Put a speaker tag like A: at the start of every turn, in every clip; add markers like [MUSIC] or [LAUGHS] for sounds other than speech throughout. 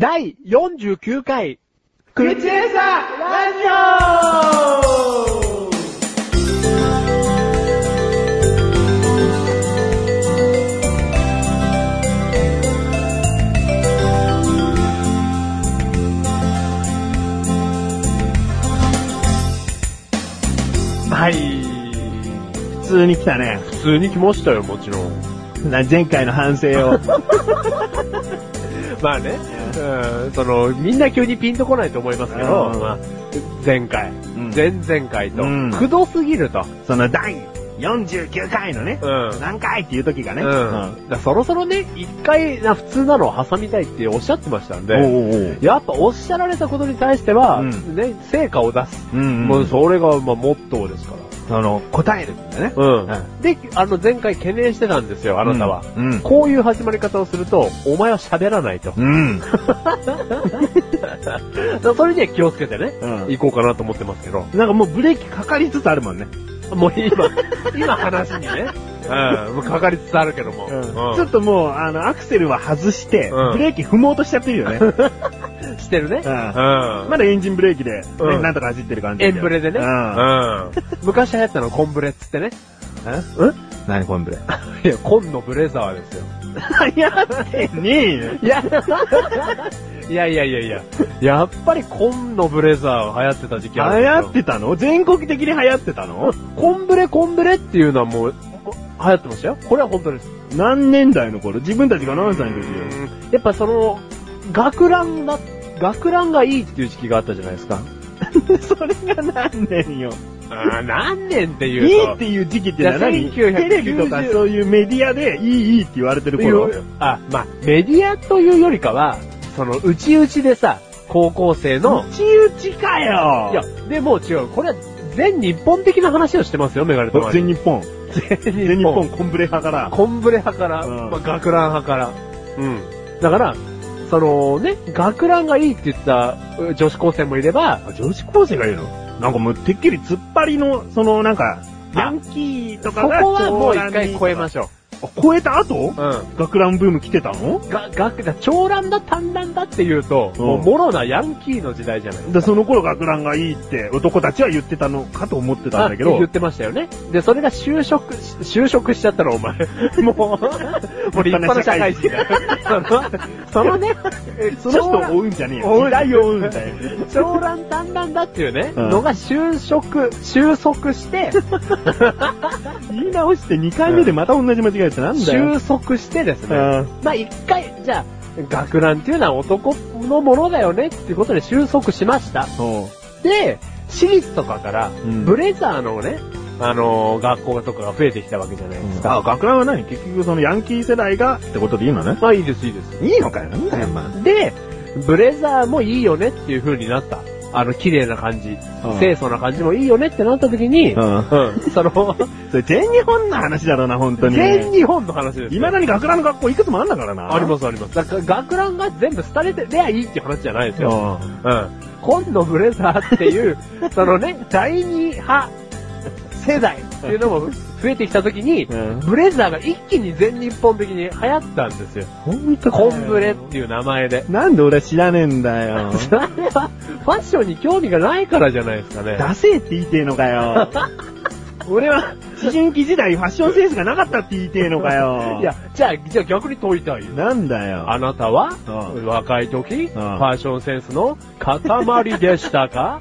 A: 第49回、
B: クルチェーザラジオ
A: はい。
B: 普通に来たね。
A: 普通に来ましたよ、もちろん。
B: な前回の反省を。
A: [LAUGHS] まあね、うん、その、みんな急にピンとこないと思いますけど、
B: うん
A: まあ、前回、
B: ん
A: 前々回と、
B: うん
A: くどすぎると。
B: その第49回のね、
A: うん
B: 何回っていう時がね。
A: うん。だからそろそろね、一回な普通なのを挟みたいっておっしゃってましたん
B: うん
A: で、
B: おうおう
A: やっぱおっしゃられたことに対しては、
B: うん
A: ね、成果を出す。
B: うんうん
A: もうそれが、まあ、モットーですから。
B: その、答えるんだね。
A: うん
B: う
A: で、あの、前回懸念してたんですよ、あなたは。
B: うん。うん
A: こういう始まり方をすると、お前は喋らないと。
B: うん。
A: だからそれには気をつけてね、
B: うん
A: 行こうかなと思ってますけど。
B: なんかもうブレーキかかりつつあるもんね。
A: もう [LAUGHS] 今、今話にね、うん、もうかかりつつあるけども。
B: ちょっともう、あの、アクセルは外して、
A: うん
B: ブレーキ踏もうとしちゃってるよね。
A: としてるね。
B: う
A: うんん。
B: まだエンジンブレーキで、ね
A: うん
B: なんとか走ってる感じ。
A: エンブレでね。
B: うん。
A: 昔流行ったのはコンブレっつってね。
B: 何このブレ。
A: いや、コンのブレザーですよ。
B: [LAUGHS] やってねえよ。
A: いや、いやいやいやいや。やっぱりコンのブレザー流行ってた時期
B: 流
A: あるんですよ
B: 行ってたの全国的に流行ってたの
A: コンブレコンブレっていうのはもう、流行ってましたよ。これは本当です。
B: 何年代の頃自分たちが何歳の時よ。
A: やっぱその、学ランが、学ランがいいっていう時期があったじゃないですか。
B: [LAUGHS] それが何年よ。
A: ああ、何年って
B: い
A: いう
B: いっ
A: と。
B: ていう時期ってのは何
A: いや1990
B: テレビとかそういうメディアでいいいいって言われてる頃。
A: いうあ、まあ、メディアというよりかは、その、うちうちでさ、高校生の、
B: ち打ちかよ
A: いや、でも違う。これは全日本的な話をしてますよ、メガネとマ
B: お
A: リー。
B: 全日本。
A: 全
B: 全日本コンブレ派から。
A: コンブレ派から、
B: うん
A: まあ、学ラン派から。うん。だから、そのね、学ランがいいって言ったう女子高生もいれば、
B: あ女子高生がいるのなんかもうてっきり突っ張りの、そのなんか、
A: あ
B: ヤンキーと
A: そこ
B: かが
A: はもう一回超えま
B: し
A: しょ
B: た。あ超えた後
A: う。うん。
B: 学ランブーム来てたの
A: が、学だ、長乱だ、短乱だっていうと、
B: うん
A: もう、もろなヤンキーの時代じゃない。
B: で、その頃学ランがいいって男たちは言ってたのかと思ってたんだけ
A: あ
B: ど
A: 言っ、てましたよね。で、それが就職し、就職しちゃったの、お前。もう、もう立派な社会人だよ。その、その
B: [LAUGHS]
A: ね、
B: その人を
A: を
B: 追うんじゃねえ
A: 追
B: よ。
A: う
B: 時代を追うんだよ。
A: 長乱短乱だっていうね、
B: うん
A: のが就職、収束して、
B: 言い直して2回目でまた同じ間違いって [LAUGHS] なんだよ。
A: 収束してです
B: う
A: ね、
B: ん
A: まあ一回、じゃあ、学ランっていうのは男のものだよねっていうことで収束しました。
B: そ
A: で、私立とかから、
B: ん
A: ブレザーのね、あのー学校とかが増えてきたわけじゃないうです
B: あ、
A: か。
B: 学ランは何結局そのヤンキー世代がってことでいいのね。
A: まあいいです、いいです。
B: いいのかよ。なんだよ、まあ。
A: で、ブレザーもいいよねっていう風になった。あの、綺麗な感じ、清楚な感じもいいよねってなった時に、
B: うん。
A: うんその、
B: それ全日本の話だろうな、本当に。
A: 全日本の話ですよ。
B: 未だに学ランの学校いくつもあんだからな。
A: ありますあります。だから学ランが全部廃れてりゃいいっていう話じゃないですよ。
B: よ。
A: うん。今度ブレザーって [LAUGHS] いう、そのね、第二派世代っていうのも増えてきた時に、
B: うん。
A: ブレザーが一気に全日本的に流行ったんですよ。
B: ほんと
A: コンブレっていう名前で。
B: なんで俺は知らねえんだよ。
A: [LAUGHS] それは、ファッションに興味がないからじゃないですかね。
B: ダセえって言いてえの
A: [LAUGHS]
B: かよ。俺は、思春期時代ファッションセンスがなかったって言いてえのかよ。
A: いや、、じゃあ、じゃあ逆に問いたいよ。
B: なんだよ。
A: あなたは、
B: う
A: 若い時、ファッションセンスの塊でしたか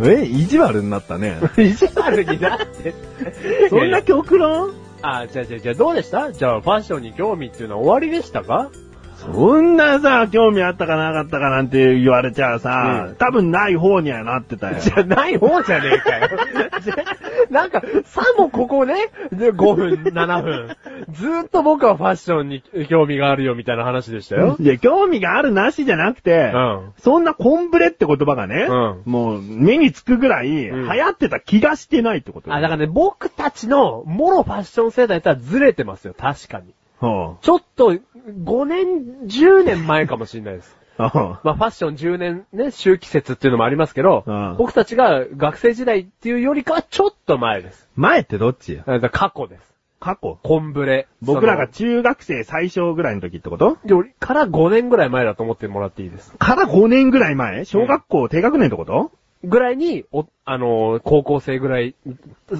B: え、意地悪になっ
A: [LAUGHS]
B: たね。
A: 意地悪になって。
B: [LAUGHS] そんな極論
A: あ、じゃあじゃあじゃあどうでしたじゃあファッションに興味っていうのは終わりでしたか
B: そんなさ、興味あったかなかったかなんて言われちゃうさ、
A: うん
B: 多分ない方にはなってたよ。
A: じゃない方じゃねえかよ。じゃ [LAUGHS] なんか、さもここね、で5分、7分。ずーっと僕はファッションに興味があるよみたいな話でしたよ。
B: いや、興味があるなしじゃなくて、
A: うん。
B: そんなコンブレって言葉がね、
A: うん
B: もう目につくぐらい流
A: うん
B: 行ってた気がしてないってことよ
A: あ、だからね、僕たちの、もろファッション世代とはずれてますよ、確かに。
B: うん
A: ちょっと、5年、10年前かもしれないです。
B: うん
A: まあ、ファッション10年ね、周期説っていうのもありますけど、
B: うん
A: 僕たちが学生時代っていうよりかはちょっと前です。
B: 前ってどっちよ
A: だから過去です。
B: 過去
A: コンブレ。
B: 僕らが
A: そ
B: 中学生最小ぐらいの時ってこと
A: の。よりから5年ぐらい前だと思ってもらっていいです。
B: から5年ぐらい前小学校低学年ってこと
A: ぐらいに、お、あのー高校生ぐらい、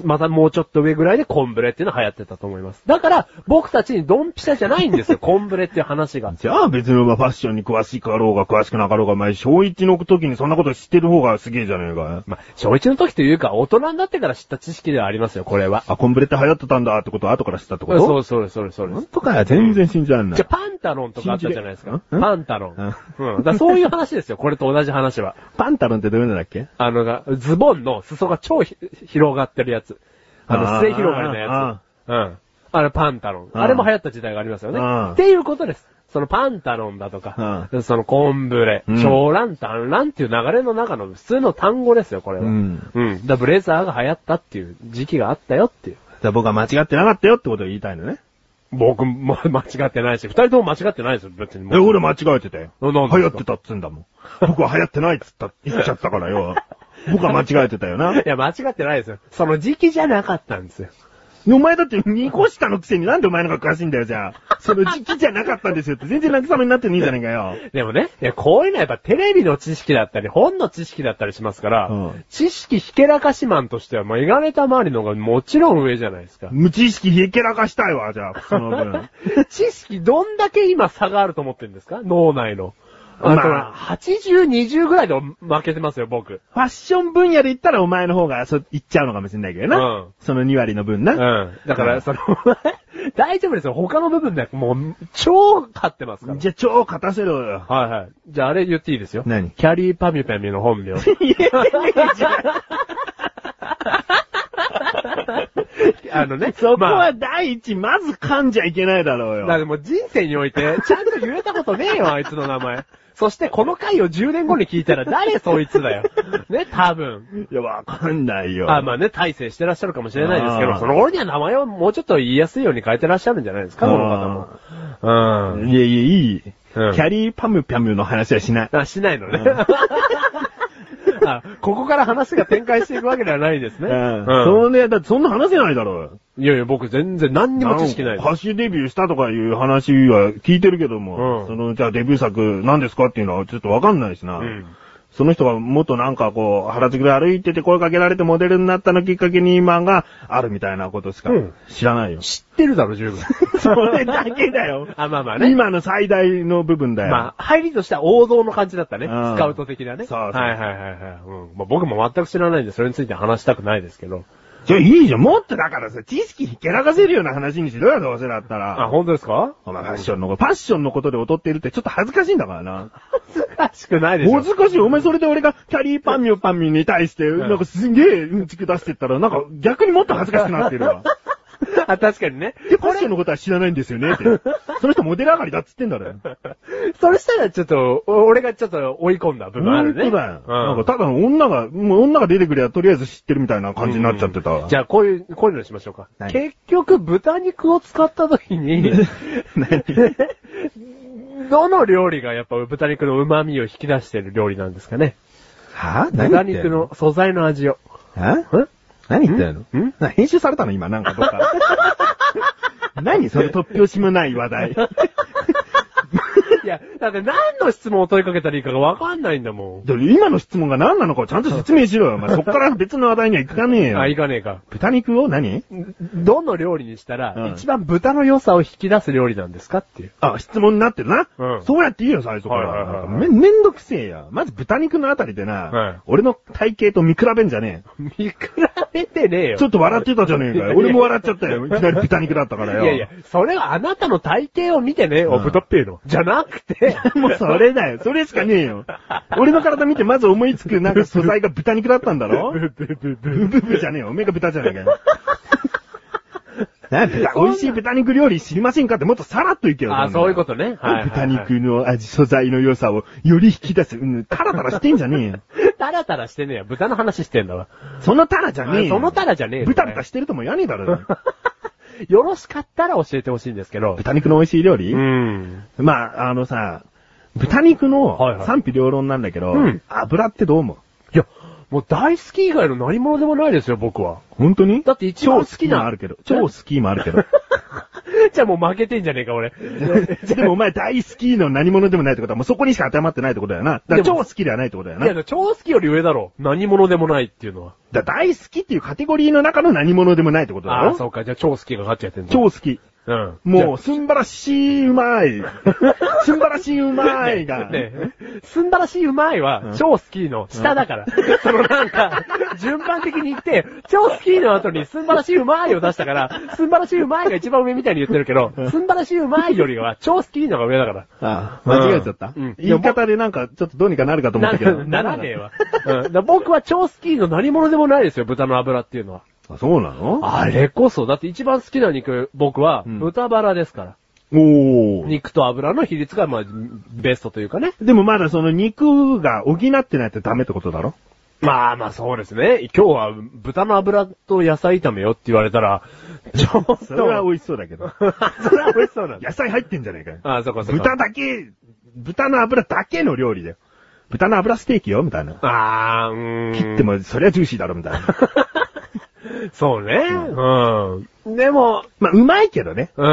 A: またもうちょっと上ぐらいでコンブレっていうのは流行ってたと思います。だから、僕たちにドンピシャじゃないんですよ、コンブレっていう話が。
B: じゃあ別のファッションに詳しかろうが詳しくなかろうが、お前小一の時にそんなこと知ってる方がすげえじゃねえか。
A: まあ、小一の時というか、大人になってから知った知識ではありますよ、これは。
B: あ、コンブレって流行ってたんだってことは後から知ったって
A: そ
B: こ
A: う
B: と
A: そううそうそうそうです
B: 本。当かよ、全然信じらんない。
A: じゃあ、パンタロンとかあったじゃないですか。
B: 信じれん
A: パンタロン。
B: う
A: うん。だからそういう話ですよ。これと同じ話は。
B: パンタロンってどういうのだっけ
A: あのが、ズボンの裾が超ひ広がってるやつ。あの、
B: あー
A: 末広がりのやつ。うん。あれ、パンタロン。
B: うん
A: あれも流行った時代がありますよね
B: うん。
A: っていうことです。そのパンタロンだとか、そのコンブレ、
B: うん
A: 長蘭、短蘭っていう流れの中の普通の単語ですよ、これは。
B: う
A: うんん。だからブレザーが流行ったっていう時期があったよっていう。
B: じゃあ僕は間違ってなかったよってことを言いたいのね。
A: 僕も [LAUGHS] 間違ってないし、二人とも間違ってないですよ、別に。
B: え、俺間違えてたよ。
A: な
B: 流
A: なんですか。
B: 行ってたっつうんだも [LAUGHS] ん。僕は流行ってないっつった、言っちゃったから [LAUGHS] よ。僕は間違えてたよない
A: や、間違ってないですよ。その時期じゃなかったんですよ。
B: お前だって2個下のくせになんでお前のが詳しいんだよ、じゃあ。 [LAUGHS] その時期じゃなかったんですよって全然慰めになってねえじゃねえかよ。
A: でもね、いやこういうのはやっぱテレビの知識だったり、本の知識だったりしますから、
B: うん
A: 知識ひけらかしマンとしては、まあ、いがれた周りの方がもちろん上じゃないですか。
B: 無知識ひけらかしたいわ、じゃあ、その分。
A: 知識どんだけ今差があると思ってるんですか脳内の。
B: まあ
A: あとは、80、20ぐらいで負けてますよ、僕。
B: ファッション分野で言ったらお前の方が、そう、言っちゃうのかもしれないけどな。
A: うん
B: その2割の分
A: う
B: な。
A: ん。だから、その、 [LAUGHS] 大丈夫ですよ。他の部分でもう、超勝ってますから。
B: じゃあ、超勝たせろよ。
A: はいはい。じゃあ、あれ言っていいですよ。
B: [LAUGHS] 何
A: キャリーパミュパミュの本名。
B: [LAUGHS] 言えてねえじゃん。
A: あのね、
B: そこ
A: まあ
B: は第一、まず噛んじゃいけないだろう
A: だから
B: よ。
A: もう人生において、ちゃんと言えたことねえ
B: [LAUGHS]
A: よ、あいつの名前。そしてこの回を10年後に聞いたら誰そいつだよ。ね、多分。
B: いや、わかんないよ。
A: あ、まあね、大成してらっしゃるかもしれないですけ
B: あ
A: ど、
B: ー
A: その俺には名前をもうちょっと言いやすいように変えてらっしゃるんじゃないですか、この方も。うん。
B: いやいや、いい。
A: うん
B: キャリーパムパムの話はしない。
A: あ、しないのね。 [LAUGHS] あここから話が展開していくわけではないですね。
B: うん。
A: う
B: そんな、だってそんな話せないだろう。
A: ん。いやいや、僕全然何にも知識ない
B: ん
A: で
B: か
A: す。
B: 歌手デビューしたとかいう話は聞いてるけども、
A: うん
B: その、じゃあデビュー作何ですかっていうのはちょっとわかんないしな。
A: うん
B: その人がもっとなんかこう、原宿で歩いてて声かけられてモデルになったのきっかけに今があるみたいなことしか
A: うん
B: 知らないよ。
A: 知ってるだろ、十分。
B: [LAUGHS] それだけだ [LAUGHS] よ。
A: あ、まあまあね。
B: 今の最大の部分だよ。
A: まあ、入りとしては王道の感じだったね。
B: う
A: ス
B: ん
A: カウト的なね。
B: そうそう
A: はいはいはいはい。うん。まあ僕も全く知らないんで、それについて話したくないですけど。
B: じゃあいいじゃん。もっとだからさ、知識ひけらかせるような話にしろよ、どうせだった
A: あ、
B: ら。
A: 本当ですか
B: お前ファッションのこと、ファッションのことで劣ってるってちょっと恥ずかしいんだからな。
A: 難しくないでしょ。
B: 恥ずかしい。お前それで俺がキャリーパンミュパンミュに対して、なんかすげえうんちく出してったら、なんか逆にもっと恥ずかしくなってるわ。
A: あ、確かにね。
B: で、ファッションのことは知らないんですよねって。
A: [LAUGHS]
B: その人モデル上がりだっつってんだろ。
A: それしたらちょっと、お俺がちょっと追い込んだ部分あ
B: 本
A: るね。
B: 当だよ。
A: うん
B: なんかただ女が、もう女が出てくりゃとりあえず知ってるみたいな感じになっちゃってたわ。
A: じゃあ、こういう、こういうのにしましょうか。
B: 何
A: 結局、豚肉を使った時に、どの料理がやっぱ豚肉の旨味を引き出してる料理なんですかね。
B: [LAUGHS] は
A: 豚肉。の素材の味を。
B: え
A: ん
B: 何言ってんの
A: ん
B: な編集されたの今、なんかど
A: [LAUGHS]
B: っか。何それ突拍子もない話題。
A: いや、だって何の質問を問いかけたらいいかがわかんないんだも
B: で今の質問が何なのかをちゃんと説明しろよ。お前そっから別の話題には行かねえ
A: ん。
B: よ。
A: あ、いかねえか。
B: 豚肉を何
A: どの料理にした
B: うん
A: ら、一番豚の良さを引き出す料理なんですかっていう。
B: あ、質問になってるな。
A: うん
B: そうやって言うよ、最初か
A: はいはいはい
B: ら。
A: はい
B: め、めんどくせえや。まず豚肉のあたりでな、
A: はい
B: 俺の体型と見比べんじゃね
A: 見比べてねえ
B: え。
A: よ。
B: ちょっと笑ってたじゃねえかよ。俺も笑っちゃったよ。いきなり豚肉だったからよ。
A: いやいや、それはあなたの体型を見てね、
B: ん
A: お、豚っぺえの。じゃなくて、
B: もうそれだよ。それしかねえよ。俺の体見てまず思いつくなんか素材が豚肉だったんだろブブブじゃねえよ。おめえが豚じゃねえ
A: [LAUGHS]
B: かよ。な豚美味しい豚肉料理知りませんかってもっとさらっといけよ。
A: あ、
B: そんなの
A: そういうことね。はいはいはい
B: 豚肉の味、素材の良さをより引き出す。うん、タラタラしてんじゃねえよ。
A: タラタラしてねえよ。豚の話してんだわ。
B: そのタラじゃねえよ。
A: [LAUGHS] そのタラじゃねえよ。
B: 豚豚してるとも言わねえ
A: [LAUGHS]
B: だろ。
A: よろしかったら教えてほしいんですけど。
B: 豚肉の美味しい料理
A: ん。
B: まあ、あのさ、豚肉
A: はいは
B: の
A: い
B: 賛否両論なんだけど
A: うん、
B: 油ってどう思
A: い
B: う
A: や、もう大好き以外の何者でもないですよ、僕は。
B: 本当に
A: だって一番好きな [LAUGHS]
B: 超好きもあるけど。超好きもあるけど。
A: じゃあもう負けてんじゃねえか、 [LAUGHS] 俺。
B: でもお前大好きの何者でもないってことは、もうそこにしか当てはまってないってことだよな。だから
A: で
B: 超
A: も
B: 好きではないってことだ
A: い
B: よな。
A: や、超好きより上だろ。何者でもないっていうのは。
B: だから大好きっていうカテゴリーの中の何者でもないってことだ
A: ああ、そ
B: ろ
A: うか。じゃあ超好きが勝っちゃってんだ。
B: 超好き。
A: うん。
B: もう、すんばらしいう
A: [LAUGHS]
B: まい。すんばらしいうまいが。
A: ねえ、すんばらしいうまいは、超好きの下だから。 [LAUGHS] そのなんか、順番的に言って、超好きの後にすんばらしいうまいを出したから、すんばらしいうまいが一番上みたいに言ってるけど、すんばらしいうまいよりは、超好きのが上だから。
B: ああ、間違えちゃった、
A: うんうん
B: 言い方でなんか、ちょっとどうにかなるかと思っ
A: な
B: たけど。
A: ならねえわ。うん、だから僕は超好きの何者でもないですよ、豚の脂っていうのは。
B: あ、そうなの
A: あれこそ、だって一番好きな肉、僕は、
B: うん
A: 豚バラですから。
B: おお。
A: 肉と油の比率が、まあ、ベストというかね。
B: でもまだその肉が補ってないとダメってことだろ
A: まあまあそうですね。今日は豚の油と野菜炒めよって言われたら、ちょっと。
B: それは
A: 美
B: 美味しそう
A: [LAUGHS]
B: だけど。
A: 味しそうなんだ。
B: 野菜入ってんじゃねえかよ。
A: ああ、そこそこ。
B: 豚だけ、豚の油だけの料理だよ。豚の油ステーキよ、みたいな。
A: ああ、うーん。
B: でも、そりゃジューシーだろ、みたい
A: [LAUGHS]
B: な。
A: そうね。うん。でも、
B: まあ、うまいけどね。
A: うん。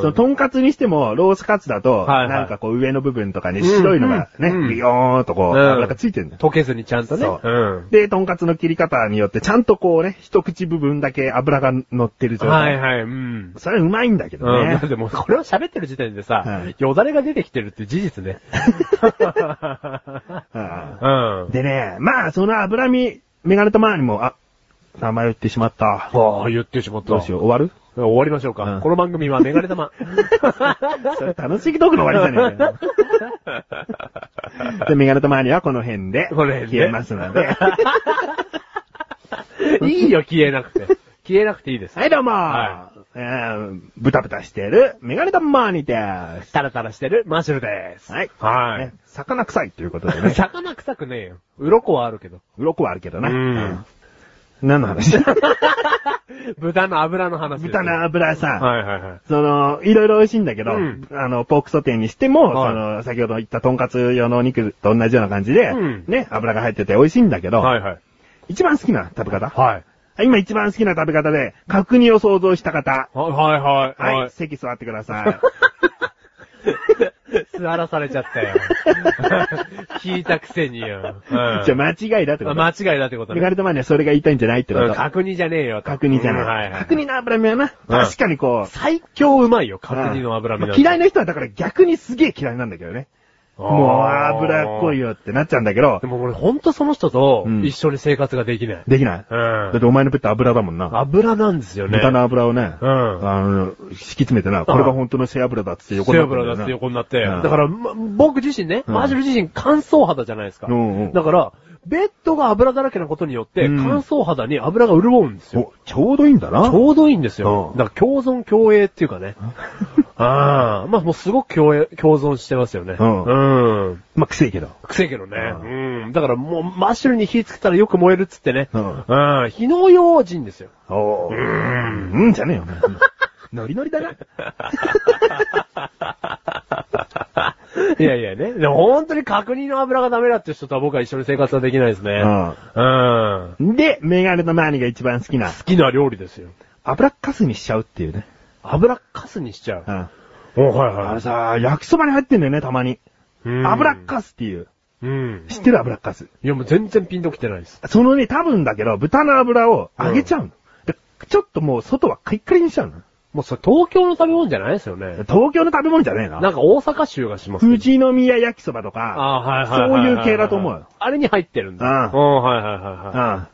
B: その、とんかつにしても、ロースカツだと、
A: はいはい
B: なんかこう、上の部分とかに白いのがね、
A: うん
B: ビヨーンとこう、
A: うん
B: 油がついてるんだよ。
A: 溶けずにちゃんとね。
B: そう
A: うん。
B: で、とんかつの切り方によって、ちゃんとこうね、一口部分だけ油が乗ってる状態。
A: はいはい、うん。
B: それはうまいんだけど
A: うん、
B: ね
A: だっ。てもうこれを喋ってる時点でさ、
B: はい
A: よだれが出てきてるって事実ね。
B: うん
A: うん。
B: でね、まあ、その脂身、メガネとマーにも、あ、名前を言ってしまった。
A: ああ、言ってしまった。
B: どうしよう、終わる
A: 終わりましょうか。
B: うん
A: この番組はメガネ
B: [LAUGHS]
A: 玉。
B: それ楽しいトークの終わりじゃねえか
A: [LAUGHS]
B: よで、メガネとマーにはこの辺で、
A: この辺で
B: 消えますので。
A: いいよ、消えなくて。消えなくていいです。
B: はい、どうも、
A: は
B: えー、ブタブタしてる、メガネとマーにです。
A: タラタラしてるマッシュルです。
B: はい。
A: は。
B: ね魚臭いということでね
A: [LAUGHS] 魚臭くねえよ。鱗はあるけど。
B: 鱗はあるけどな。
A: うん
B: うん何の話
A: [LAUGHS] 豚の油の話です。
B: 豚の油さ、
A: はいはいはい。
B: その、いろいろ美味しいんだけど、
A: うん
B: あの、ポークソテーにしても、
A: はい
B: その、先ほど言ったトンカツ用のお肉と同じような感じで、
A: うん
B: ね、油が入ってて美味しいんだけど、
A: はいはい。
B: 一番好きな食べ方
A: はい。
B: 今一番好きな食べ方で、角煮を想像した方、
A: はいはい
B: はい、
A: はい。
B: 席座ってくださ
A: 座らされちゃった
B: [LAUGHS]
A: よ。聞いたくせによ。うん
B: [LAUGHS] い。じゃあ間違いだってこと。
A: 間違いだってこと
B: メ
A: ね
B: ガ。ネとマにはそれが言いたいんじゃないってこ
A: うん
B: と。
A: 角煮じゃねえよ。
B: 角煮じゃ
A: うんは
B: ないい。
A: はい。
B: 角煮の脂身はな、確かにこう、
A: 最強うまいよ、角煮の油身
B: ま
A: な
B: あ
A: んて
B: 嫌いな人はだから逆にすげえ嫌いなんだけどね。もう脂っこい。よってなっちゃうんだけど
A: で、も俺ほんとその人と
B: うん
A: 一緒に生活ができない。
B: できない、
A: うん
B: だってお前のペット油だもんな。
A: 油なんですよね。
B: 豚の油をね、
A: うん
B: あの、敷き詰めてな、これが本当の背脂だっつって横に
A: 背
B: なってんだ
A: 脂
B: よな。
A: だって横になって。
B: うん
A: だから、ま僕自身ね、
B: うん
A: マジル自身乾燥肌じゃないですか。
B: うんうん
A: だから、ベッドが油だらけなことによって、
B: うん
A: 乾燥肌に油が潤うんですよ。
B: おちょうどいいんだ
A: ち
B: な。
A: ょうどいいんですよ。
B: うん
A: だから共存共栄っていうかね。ああ、まあもうすごく共栄共存してますよね。
B: うん
A: うん
B: まあ、くせえけど。
A: 臭いけどね。
B: う
A: うん。だからもう、マッシュルに火つけたらよく燃えるっつってね。
B: うん
A: うん。火の用心ですよ。
B: おうーん、うんじゃねえよ。 [LAUGHS] ノリノリだな。
A: [LAUGHS] いやいやね。でも本当に確認の油がダメだって人とは僕は一緒に生活はできないですね。うん。好
B: で、メガネのマーニが一番好きな、
A: きな料理ですよ。
B: 油っかすにしちゃうっていうね。
A: 油かすにしちゃう。
B: うん。
A: おはい
B: あ
A: は
B: れさ、焼きそばに入ってんだよね、たまに。
A: い。うん
B: 油っ。かすっていう。
A: うん。
B: 知ってる油っかす。
A: いやもう全然ピンときてないです。
B: そのね、多分だけど、豚の油を揚げちゃうの。でちょっともう外はカリッカリにしちゃうの。
A: もうそれ東京の食べ物じゃないですよね。
B: 東京の食べ物じゃねえな。
A: なんか大阪州がしますけど。
B: 富士宮焼きそばとか、
A: あはいはいはいはい。
B: そういう系だと思うよ。
A: あれに入ってるんだ。
B: うん
A: うん、はいはいは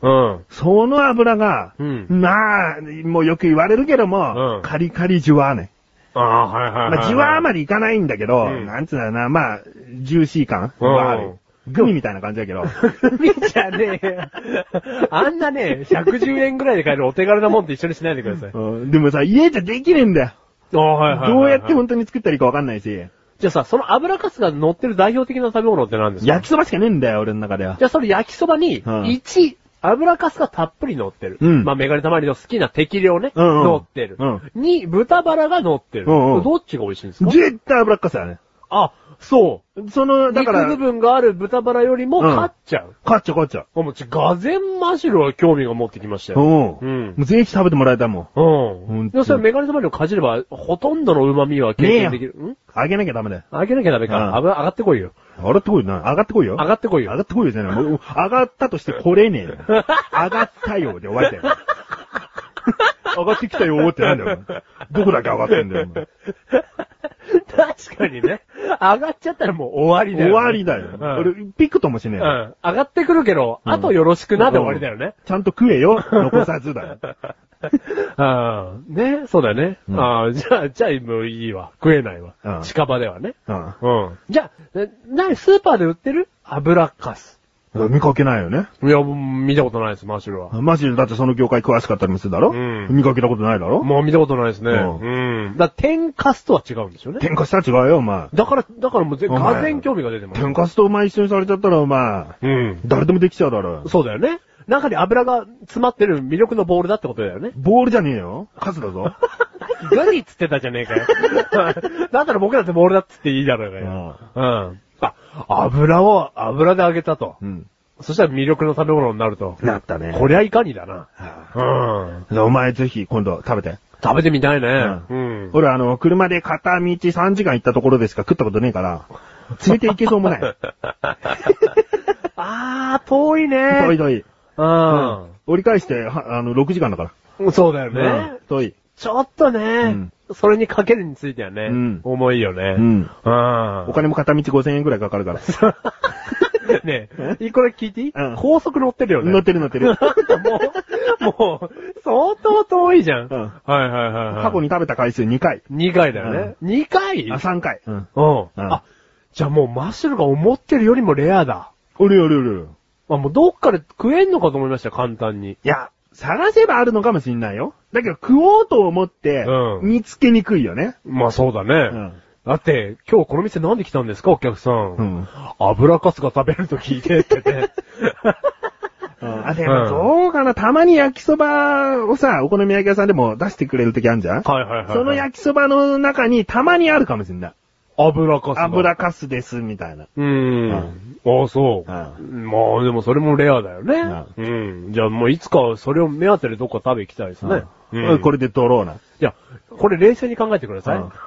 A: いはい。うん。
B: その油が、
A: うん
B: まあ、もうよく言われるけども、
A: うん
B: カリカリジュワーね。
A: ああ、はいはいはいはい。
B: まあ、ジュワーまでいかないんだけど、
A: うん
B: なんつうんだろうな、まあ、ジューシー感
A: うん
B: はある。グミみたいな感じだけど。
A: 海じゃねえよ。 [LAUGHS] あんなね、110円ぐらいで買えるお手軽なもんと一緒にしないでください。
B: うんでもさ、家じゃできねえんだよ。
A: あはいはいはいはい
B: どうやって本当に作ったらいいかわかんないし、
A: じゃあさ、その油かすが乗ってる代表的な食べ物って何ですか
B: 焼きそばしかねえんだよ、俺の中では
A: じ。ゃあその焼きそばに、
B: うん
A: 1、油かすがたっぷり乗ってる。
B: うん
A: まあメガネたまりの好きな適量ね。
B: うんうん
A: 乗ってる。
B: うん
A: 2、豚バラが乗ってる。
B: うんうん
A: どっちが美味しいんですか
B: 絶対油っかさだね。
A: あ、そ
B: その、
A: う。
B: だから、
A: 肉部分がある豚バラよりも
B: うん
A: 勝っちゃう。
B: 勝っちゃう勝っちゃ
A: あ、もうち、ガゼンマシロは興味が持ってきました
B: う。う
A: よ。
B: ん。
A: うん
B: もうぜひ食べてもらいたいもん。
A: う
B: ほ
A: ん
B: ん。と
A: 要するにメガネ玉にをかじれば、ほとんどの旨味は経験できる。ん
B: あげなきゃダメだよ。
A: 上げなきゃダメか。
B: う
A: 危上がってこいよ。
B: 上がってこいよな。上がってこいよ。
A: 上がってこい
B: 上
A: よ。
B: がってこいよじゃない。もう上がったとして来れねえよ。
A: [LAUGHS]
B: 上がったよで終わりだよ。 [LAUGHS] 上がってきたよーってなんだよ。お前どこだけ上がってんだよ。お前
A: 確かにね。上がっちゃったらもう終わりだよね。
B: 終わりだ
A: う
B: よ。
A: ん
B: 俺、ピクともしね
A: う
B: え
A: ん。
B: よ。
A: 上がってくるけど、あとよろしくなで終わりだよね。
B: ちゃんと食えよ。残さずだよ。
A: [LAUGHS] ああ、ね、そうだね。
B: うん
A: ああ、じゃあ、じゃあもういいわ。食えないわ。
B: うん
A: 近場ではね。
B: うん
A: うん。じゃあ、えなに、スーパーで売ってる油かす。
B: うん。見かけないよね。
A: いや、もう見たことないです、マッシュルは。
B: マジでだってその業界詳しかったりもするだろ
A: うん
B: 見かけたことないだろ
A: もう見たことないですね。う
B: うん
A: ん。だから、天かすとは違うんですよね。
B: 天下したら違うよ、お前。
A: だから、だからもうぜ、
B: お前
A: がぜ興味が出てます。
B: 天下すとお前一緒にされちゃったら、お前、
A: うん。
B: 誰でもできちゃうだろ。。
A: そうだよね。中に油が詰まってる魅力のボールだってことだよね
B: ボールじゃねえよ。カスだ [LAUGHS] ぞ。
A: グリっつってたじゃねえかよ。 [LAUGHS] だったら僕だってボールだっつっていいだろうがよ。うん。あ、油を油で揚げたと。
B: うん。
A: そしたら魅力の食べ物になると。
B: なったね
A: こりゃいかにだな。
B: は
A: うん。
B: あお前ぜひ今度食べて。
A: 食べてみたいね。う。
B: うん俺あの、車で片道3時間行ったところでしか食ったことねえから、連れて行けそうも [LAUGHS] ない。
A: あー、遠いね。
B: 遠
A: ね。
B: い遠い。
A: うん。
B: 折り返して、はあの、6時間だか
A: そうだよね。
B: ら。うん遠い。
A: ちょっとね、
B: ん
A: それにかけるについてはね、
B: うん
A: 重いよね。
B: うん
A: うん
B: お金も片道5000円くらいかかるから。
A: [LAUGHS] ねえ、これ聞いていい、
B: うん
A: 高速乗ってるよね。
B: 乗ってる乗って [LAUGHS] る。
A: [LAUGHS] もう、もう、相当遠いじゃん。
B: うん
A: はいはいはい、はい。
B: 過去に食べた回数2回。
A: 2回だよね。2回
B: あ、3回。うん。
A: うん、
B: ん
A: あ、じゃあもうマッシュルが思ってるよりもレアだ。
B: おるよおるよおるよ。
A: あ、もうどっかで食えんのかと思いましたよ、簡単に。
B: いや、探せばあるのかもしんないよ。だけど食おうと思って、
A: うん
B: 見つけにくいよね。
A: まあそうだね。
B: ん
A: だって、今日この店なんで来たんですか、お客さん。
B: うん
A: 油かすが食べると聞いてって
B: [LAUGHS]
A: ね。
B: あ、でもどうかな、たまに焼きそばをさ、お好み焼き屋さんでも出してくれる時あるじゃん
A: はいはいはいはい。
B: その焼きそばの中にたまにあるかもしんない。
A: 油かすが。
B: 油かすです、みたいな。
A: うーん。ああ、そう。
B: う
A: まあ、でもそれもレアだよね。
B: う
A: うん。じゃあもういつかそれを目当てでどっか食べ行きたいですね。
B: うんこ
A: れ。
B: れで取ろうな。
A: いや、これ冷静に考えてください。
B: うん
A: [LAUGHS]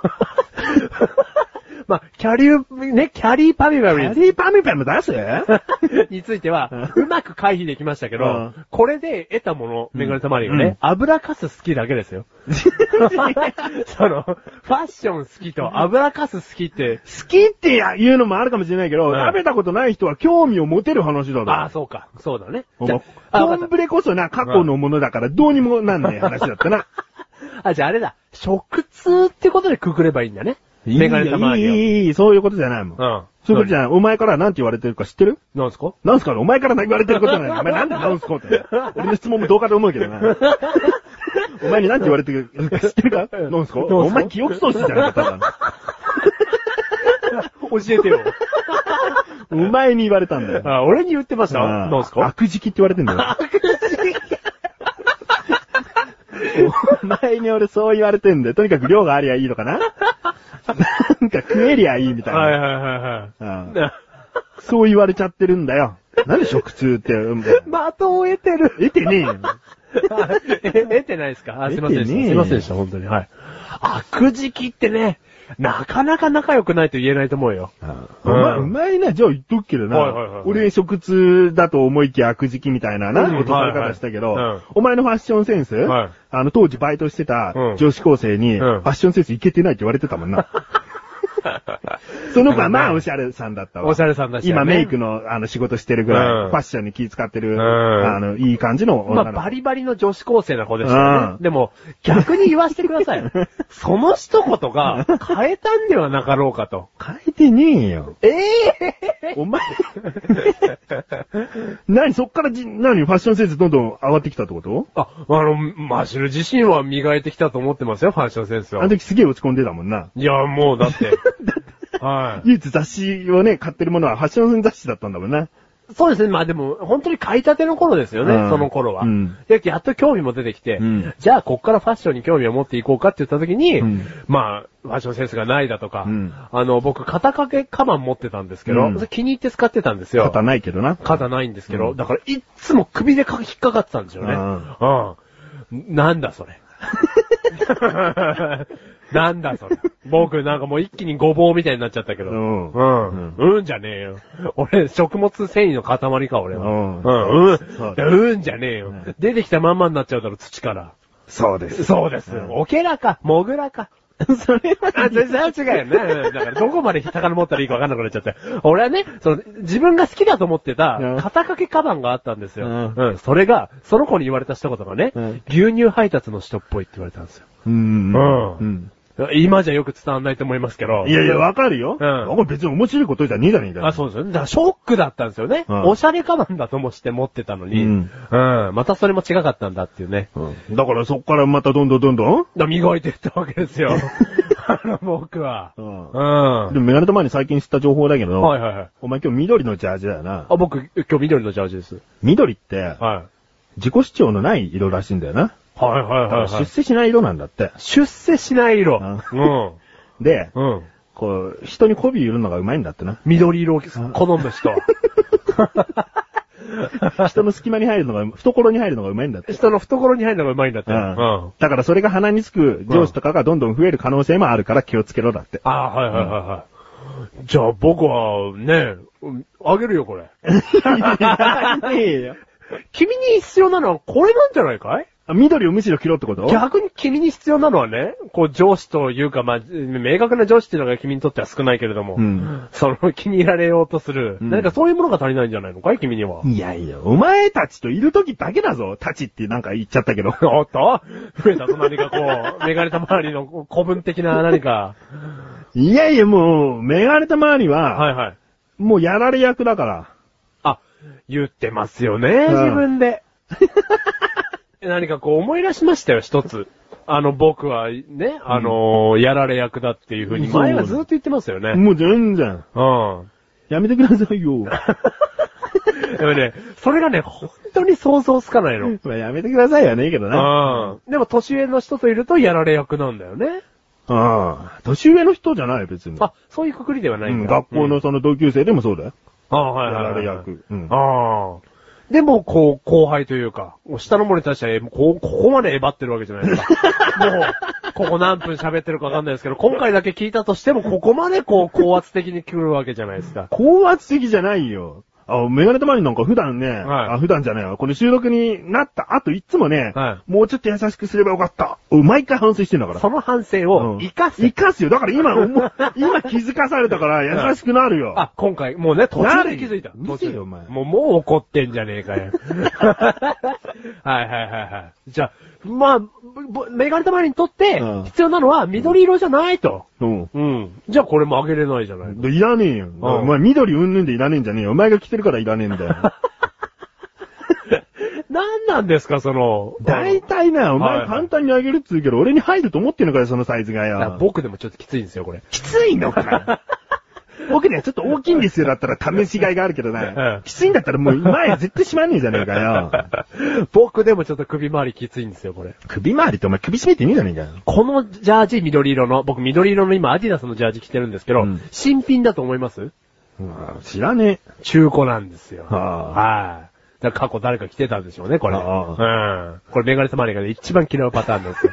A: まあ、キャリー、ね、キャリーパミュパ
B: キ
A: ミ
B: ャ
A: ュ
B: リーパミパミ出 [LAUGHS] す
A: については、うまく回避できましたけど、
B: うん
A: これで得たもの、メガネたまりがね、
B: うん
A: 油かす好きだけです
B: [LAUGHS]
A: よ。その、ファッション好きと油かす好きって、
B: 好きって言うのもあるかもしれないけど、
A: うん
B: 食べたことない人は興味を持てる話だろ。
A: ああ、そうか、そうだね。
B: お
A: じゃ
B: 前
A: ああ、わか
B: コ
A: っ
B: ンブレこそな、過去のものだからどうにもなんねえ話だった [LAUGHS] な。
A: た。あ、じゃああれだ、食通ってことでくくればいいんだね。メガネたま
B: いい
A: り
B: よ
A: を。
B: いいいいいい、そういうことじゃないもん。
A: うん。
B: そういうことじゃない。お前からなんて言われてるか知ってる
A: なんですか
B: なんすかお前から言われてることない。お前なんでなんすか [LAUGHS] って。俺の質問もどうかと思うけどな。お前になんて言われてるか知ってるかなんすか
A: なんすか
B: お前記憶喪失じゃないか、ただ
A: 教えてよ。
B: [LAUGHS] の。お前に言われたんだよ。
A: あ俺に言ってました
B: ああ
A: なんですか
B: 悪敷って言われてんだよ。お前に俺そう言われてんだよ。とにかく量がありゃいいのかななんか食えりゃいいみたいな。
A: はいはいは
B: うん
A: いはい。
B: そう言われちゃってるんだよ。なんで食通って。うん
A: [LAUGHS] 的を得て
B: [LAUGHS]
A: る。
B: 得てねえよ。
A: え、得てないですかあすいませんでした。
B: 得てねえよ
A: すいませんでした、本当に。はい。悪時期ってね、なかなか仲良くないと言えないと思うよ。
B: うまい、うまいな、じゃあ言っとくけどな。
A: はいはいはい
B: 俺、食通だと思いきや悪時期みたいなな、
A: うん
B: 落とされ方したけど、
A: はいはいうん
B: お前のファッションセンス、
A: はい
B: あの、当時バイトしてた
A: うん
B: 女子高生に、
A: うん
B: ファッションセンスいけてないって言われてたも
A: [LAUGHS]
B: んな。その子はまあ、おしゃれさんだったわ。
A: おしゃれさんだし、
B: 今、メイク
A: の。
B: の、あの、仕事してるぐらい、
A: うん
B: ファッションに気遣ってる、
A: ん
B: あの、いい感じの
A: ま
B: 女
A: あ、
B: の子。
A: バリバリの女子高生な子でしたよね
B: う。ん
A: でも、逆に言わせてくださ
B: [LAUGHS]
A: い。その一言が変えたんではなかろうかと。
B: 変えてねえよ。
A: ええ
B: お前、 [LAUGHS] 何、そっからじ、何、ファッションセンスどんどん上がってきたってこと
A: あ、あの、マシュル自身は磨いてきたと思ってますよ、ファッションセンス
B: あの
A: は。
B: 時すげえ落ち込んでたもんな。
A: いや、もう [LAUGHS] だって。はい。
B: 唯一雑誌をね、買ってるものはファッション雑誌だったんだもんな。
A: そうですね。まあでも、本当に買いたての頃ですよね、
B: うん
A: その頃は、
B: うん
A: でやっと興味も出てきて、
B: うん
A: じゃあこっからファッションに興味を持っていこうかって言った時に、
B: うん
A: まあ、ファッションセンスがないだとか、
B: うん
A: あの、僕、肩掛けカバン持ってたんですけど、
B: うん
A: それ気に入って使ってたんですよ。
B: 勝たないけどな。
A: 肩ないんですけど、
B: うん
A: だからいっつも首でか引っかかってたんですよね。うん。なんだそれ。なんだそれ。僕なんかもう一気にごぼうみたいになっちゃったけど。
B: うん
A: うん。うんじゃねえよ。俺、食物繊維の塊か、俺は。
B: うん
A: うん。うん
B: そう。
A: うんじゃねえよ
B: ん。
A: 出てきたまんまになっちゃうだろ、土から。
B: そうです。
A: そうです。オケラか、モグラか。 [LAUGHS]
B: それは、
A: あ、全然違うよね。
B: [LAUGHS]
A: だから、どこまでひたから持ったらいいか分かんなくなっちゃって。俺はね、その、自分が好きだと思ってた
B: うん、
A: 肩掛けカバンがあったんですよ。
B: う
A: うんん。それが、その子に言われた一言がね、
B: うん
A: 牛乳配達の人っぽいって言われたんですよ。
B: うん。
A: うん今じゃよく伝わんないと思いますけど。
B: いやいや、わかる
A: うん
B: よ。なんか別に面白いことじゃねえじゃねえかよ
A: あ、そうですよね。だから、ショックだったんですよね。
B: うん
A: おしゃれカバンだともして持ってたのに、
B: う
A: うんん。またそれも違かったんだっていうね。
B: うん。だからそっからまたどんどんどんどん。
A: だから磨いてったわけです
B: [LAUGHS]
A: よ。あの、僕は。
B: う
A: うんん。
B: でもメガネと前に最近知った情報だけど、
A: はいはいはい。
B: お前今日緑のジャージだよな。
A: あ、僕、今日緑のジャージです。
B: 緑って、
A: はい。
B: 自己主張のない色らしいんだよな。
A: はいはいはい、は
B: 出
A: い。
B: 世しない色なんだって。
A: 出世しない色。
B: う
A: うん。
B: で、
A: うん。。
B: こう、人に媚び売るのがうまいんだってな
A: [LAUGHS] 緑色を好む [LAUGHS] 人。
B: 人の隙間に入るのが、懐に入るのがうまいんだって。
A: 人の懐に入るのがうまいんだって。
B: う
A: うんん。
B: だからそれが鼻につく上司とかがどんどん増える可能性もあるから気をつけろだって。
A: ああ、はいはいはいはい。じゃあ僕は、ね、うんあげるよこれ。君に必要なのはこれなんじゃないかい
B: あ緑をむしろ着ろってこと
A: 逆に君に必要なのはね、こう上司というか、まあ、明確な上司っていうのが君にとっては少ないけれども、
B: うん
A: その [LAUGHS] 気に入られようとする、
B: うん
A: 何かそういうものが足りないんじゃないのかい君には。
B: いやいや、お前たちといる時だけだぞ。たちってなんか言っちゃったけど。
A: [LAUGHS] おっと増えたと何かこ [LAUGHS] う、メガネた周りの古文的な何か。
B: いやいや、もう、メガネた周りは、
A: はいはい。
B: もうやられ役だから。
A: あ、言ってますよね、
B: ん
A: 自分 [LAUGHS] で。何かこう思い出しましたよ、一つ。あの、僕はね、あのーやられ役だっていうふうに、前はずっと言ってますよね。
B: もう全然。
A: うん。
B: やめてくださいよ。
A: でもね、それがね、本当に想像つかないの。
B: まあやめてくださいはねえけどな。
A: うん。でも、年上の人といるとやられ役なんだよね。
B: うん。年上の人じゃないよ、別に。
A: あ、そういうくくりではな
B: う
A: いん
B: ん、
A: だ。
B: 学校のその同級生でもそうだよ。
A: あはいはい
B: やら
A: はい
B: れ役。うん。
A: ああ。でも、こう、後輩というか、下の者に対しては、もうこう、ここまでえばってるわけじゃないです
B: [LAUGHS]
A: か。もう、ここ何分喋ってるかわかんないですけど、今回だけ聞いたとしても、ここまでこう、高圧的に来るわけじゃないですか。
B: 高圧的じゃないよ。あ、メガネたまりなんか普段ね、
A: はい
B: あ普段じゃないわ。この収録になった後、いつもね、
A: は
B: もうちょっと優しくすればよかった。毎回反省してんだから。
A: その反省
B: う
A: を
B: ん
A: 生かす。
B: 生かすよ。だから今、おも今気づかされ
A: [LAUGHS]
B: たから優しくなるよ。
A: あ、今回、もうね、途中で気づいた。
B: なるよ
A: 途中
B: 見てよお前
A: もう、もう怒ってんじゃねえか
B: [LAUGHS]
A: よ。はいはいはいはい。じゃあ、まあ、ぼメガネたまりにとって
B: うん、
A: 必要なのは緑色じゃないと。
B: うん。
A: うん。じゃあこれもあげれないじゃない。
B: でいらねえよ。お前緑うんぬんでいらねえんじゃねえよ。お前が着てるからいらねえん
A: [LAUGHS]
B: だよ。
A: [LAUGHS] 何なんですか、その。
B: 大体な、お
A: はい
B: 前
A: はい
B: 簡単にあげるっつうけど、俺に入ると思ってんのかよ、そのサイズが
A: だから
B: よ。
A: 僕でもちょっときついんですよ、これ。
B: きついのか
A: [LAUGHS]
B: よ。僕ね、ちょっと大きいんですよだったら試しがいがあるけど
A: う
B: な。
A: ん
B: きついんだったらもう前絶対しまんねえじゃねえかよ。
A: [LAUGHS] [LAUGHS] 僕でもちょっと首周りきついんですよ、これ。
B: 首周りってお前首絞めてねえじゃねえかよ。
A: このジャージ緑色の、僕緑色の今アディダスのジャージ着てるんですけど、
B: うん
A: 新品だと思います
B: うん知らねえ。
A: 中古なんですよ。
B: あ
A: はい。だから過去誰か着てたんでしょうね、これ。う
B: あ
A: ん。これメガネたまりが一番嫌うパターンなんですよ。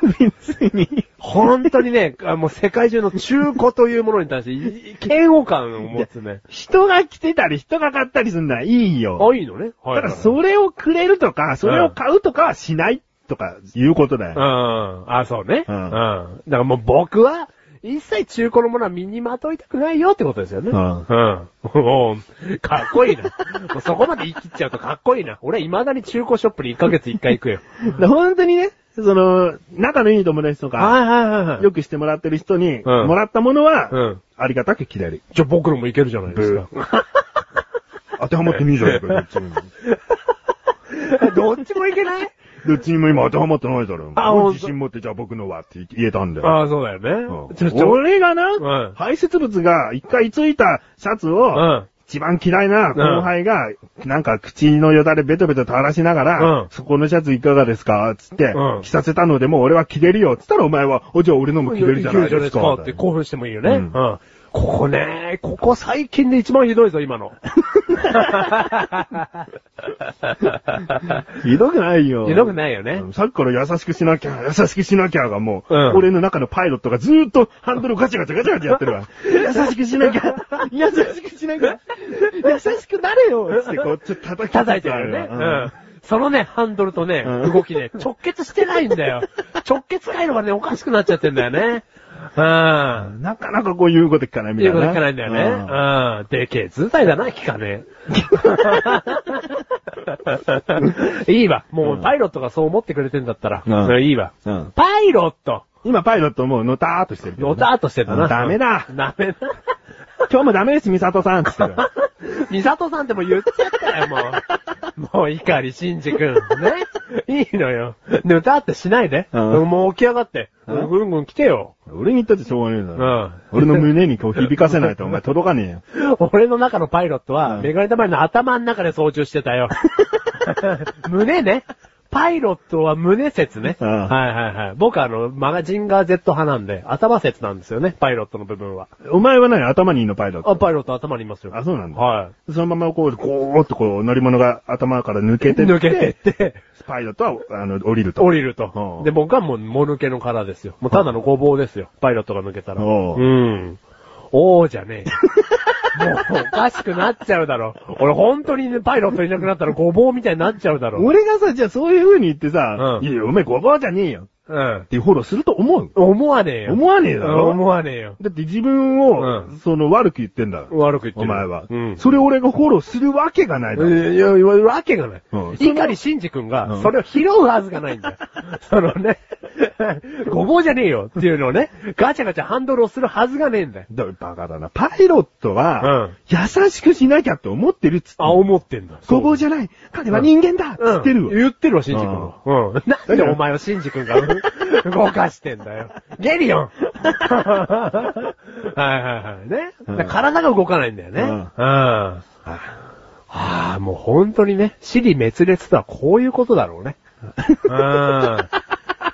A: [LAUGHS]
B: 別に。
A: 本当にね、あもう世界中の中古というものに対してい、 [LAUGHS] 嫌悪感を持つね。
B: 人が着てたり人が買ったりすんならいいよ。
A: あ、いいのね。は
B: た
A: いはい
B: だそれをくれるとか、それを買うとかはしないとかいうことだ
A: う
B: よ。
A: ん。あ、そうね。
B: う
A: うんん。だからもう僕は、一切中古のものは身にまといたくないよってことですよね。う
B: うん
A: ん。おうかっこいいな。もうそこまで言い切っちゃうとかっこいいな。俺は未だに中古ショップに1ヶ月1回行くよ。
B: で本当にね、その、仲のいい友達とか、
A: い [LAUGHS] はいはいは
B: よくしてもらってる人に、
A: うん
B: もらったもの
A: う
B: は、
A: ん。
B: ありがたく着れる。
A: じゃあ僕のもいけるじゃないですか。
B: 当てはまってねえじゃねえかよ、どっちに
A: [LAUGHS]
B: も。
A: どっちもいけない
B: どっちにも今当てはまってないだろ。
A: あほんと
B: 自信持ってじゃあ僕のはって言えたんだよ。
A: ああ、そうだよ
B: う
A: ね。
B: ん
A: ちょ、ちょ、
B: 俺が
A: う
B: な、
A: ん
B: 排泄物が一回ついたシャツ
A: う
B: を、
A: ん。
B: 一番嫌いな後輩が、なんか口のよだれベトベト垂らしながら、
A: うん
B: そこのシャツいかがですかつって、
A: うん
B: 着させたのでもう俺は着れるよ。つったらお前は、おじゃあ俺のも着れるじゃないですか。
A: って興奮してもいいよね。
B: う
A: うんん。ここね、ここ最近で一番ひどいぞ、今の。
B: ひどくないよ。
A: ひどくないよね。
B: さっきから優しくしなきゃ、優しくしなきゃがもう、
A: うん
B: 俺の中のパイロットがずーっとハンドルガチャガチャガチャガチャやってるわ。優しくしなき [LAUGHS] ゃ、優しくしなきゃ、 [LAUGHS] 優しくなれよつってこう、ちょっと叩き
A: 叩いてるよね。
B: う
A: うんん。そのね、ハンドルとね
B: うん、
A: 動きね、直結してないんだ
B: [LAUGHS]
A: よ。直結回路がね、おかしくなっちゃってんだよね。うん。
B: なかなかこう言うこと聞かないみ
A: 言
B: たいう
A: こ
B: な。
A: と聞かないんだよね。うん。でけえ図体だな、聞か
B: [LAUGHS]
A: ねえ。いいわ。もうパイロットがそう思ってくれてんだったら。
B: うん
A: それいいわ。
B: うん。うん
A: パイロット
B: 今パイロットもうのたーっとしてるけどね。
A: のたーっとしてた
B: うん
A: な。
B: ダメだ
A: ダメだ。
B: 今日もダメです、ミサトさんつってる。
A: [LAUGHS] ミサトさんってもう言っちゃったよ、も
B: [LAUGHS]
A: う。もう、碇慎二くん。ね。いいのよ。でも、だってしないで。
B: うん
A: もう起き上がって。
B: うん
A: ぐんぐん来てよ。
B: 俺に言ったってしょうがねえだ
A: う
B: ろ。
A: ん。
B: 俺の胸にこう響かせないとお前届かねえよ。
A: 俺の中のパイロットは、
B: うん
A: メガネ玉の頭の中で操縦してた
B: [LAUGHS]
A: よ。胸ね。パイロットは胸説ね。
B: うん
A: はいはいはい。僕はあの、マガジンガー Z 派なんで、頭説なんですよね、パイロットの部分は。
B: お前は何頭にいいのパイロット。
A: あ、パイロット頭にいますよ。
B: あそうなんだ
A: はい。
B: そのままこう、ゴーっとこう、乗り物が頭から抜けてって
A: 抜けてって、
B: パイロットは、あの、降りると。
A: 降
B: り
A: りる
B: う
A: と
B: ん。
A: で、僕はもう、もぬけの殻ですよ。もうただのごぼうですよ。パイロットが抜けたら。
B: おう
A: うん。おーじゃねえよ。もう、おかしくなっちゃうだろ。俺、本当にね、パイロットいなくなったらごぼうみたいになっちゃうだろ。
B: 俺がさ、じゃあそういう風に言ってさ、
A: うん
B: いや、お前ごぼうじゃねえよ。
A: うん
B: っ。てフォローすると思う
A: 思わねえよ。
B: 思わねえだろ
A: 思わねえよ。
B: だって自分を、
A: うん
B: その悪く言ってんだろ。
A: 悪く言ってる。
B: お前は、
A: うん。
B: それ俺がフォローするわけがないだろ。
A: いや、言われるわけがない
B: うん。
A: 碇慎二君
B: うん
A: が、それを拾うはずがないんだよ。そのね、ごぼうじゃねえよっていうのをね、ガチャガチャハンドルをするはずがねえんだよ。
B: だからバカだな。パイロットは、
A: うん
B: 優しくしなきゃって思ってるっつって。
A: あ、思ってんだ。
B: ごぼう
A: じ
B: じゃない彼は人間だっつってるわ。
A: 言ってるわ、慎二君は。うん。なんでお前を慎二君
B: [LAUGHS]
A: が動かしてんだよ。ゲリオンはいはいはい。ね。だから体が動かないんだよね。
B: う
A: うんん。
B: あ
A: ああ、もう本当にね、死に滅裂とはこういうことだ
B: [LAUGHS]
A: ろうね。うん。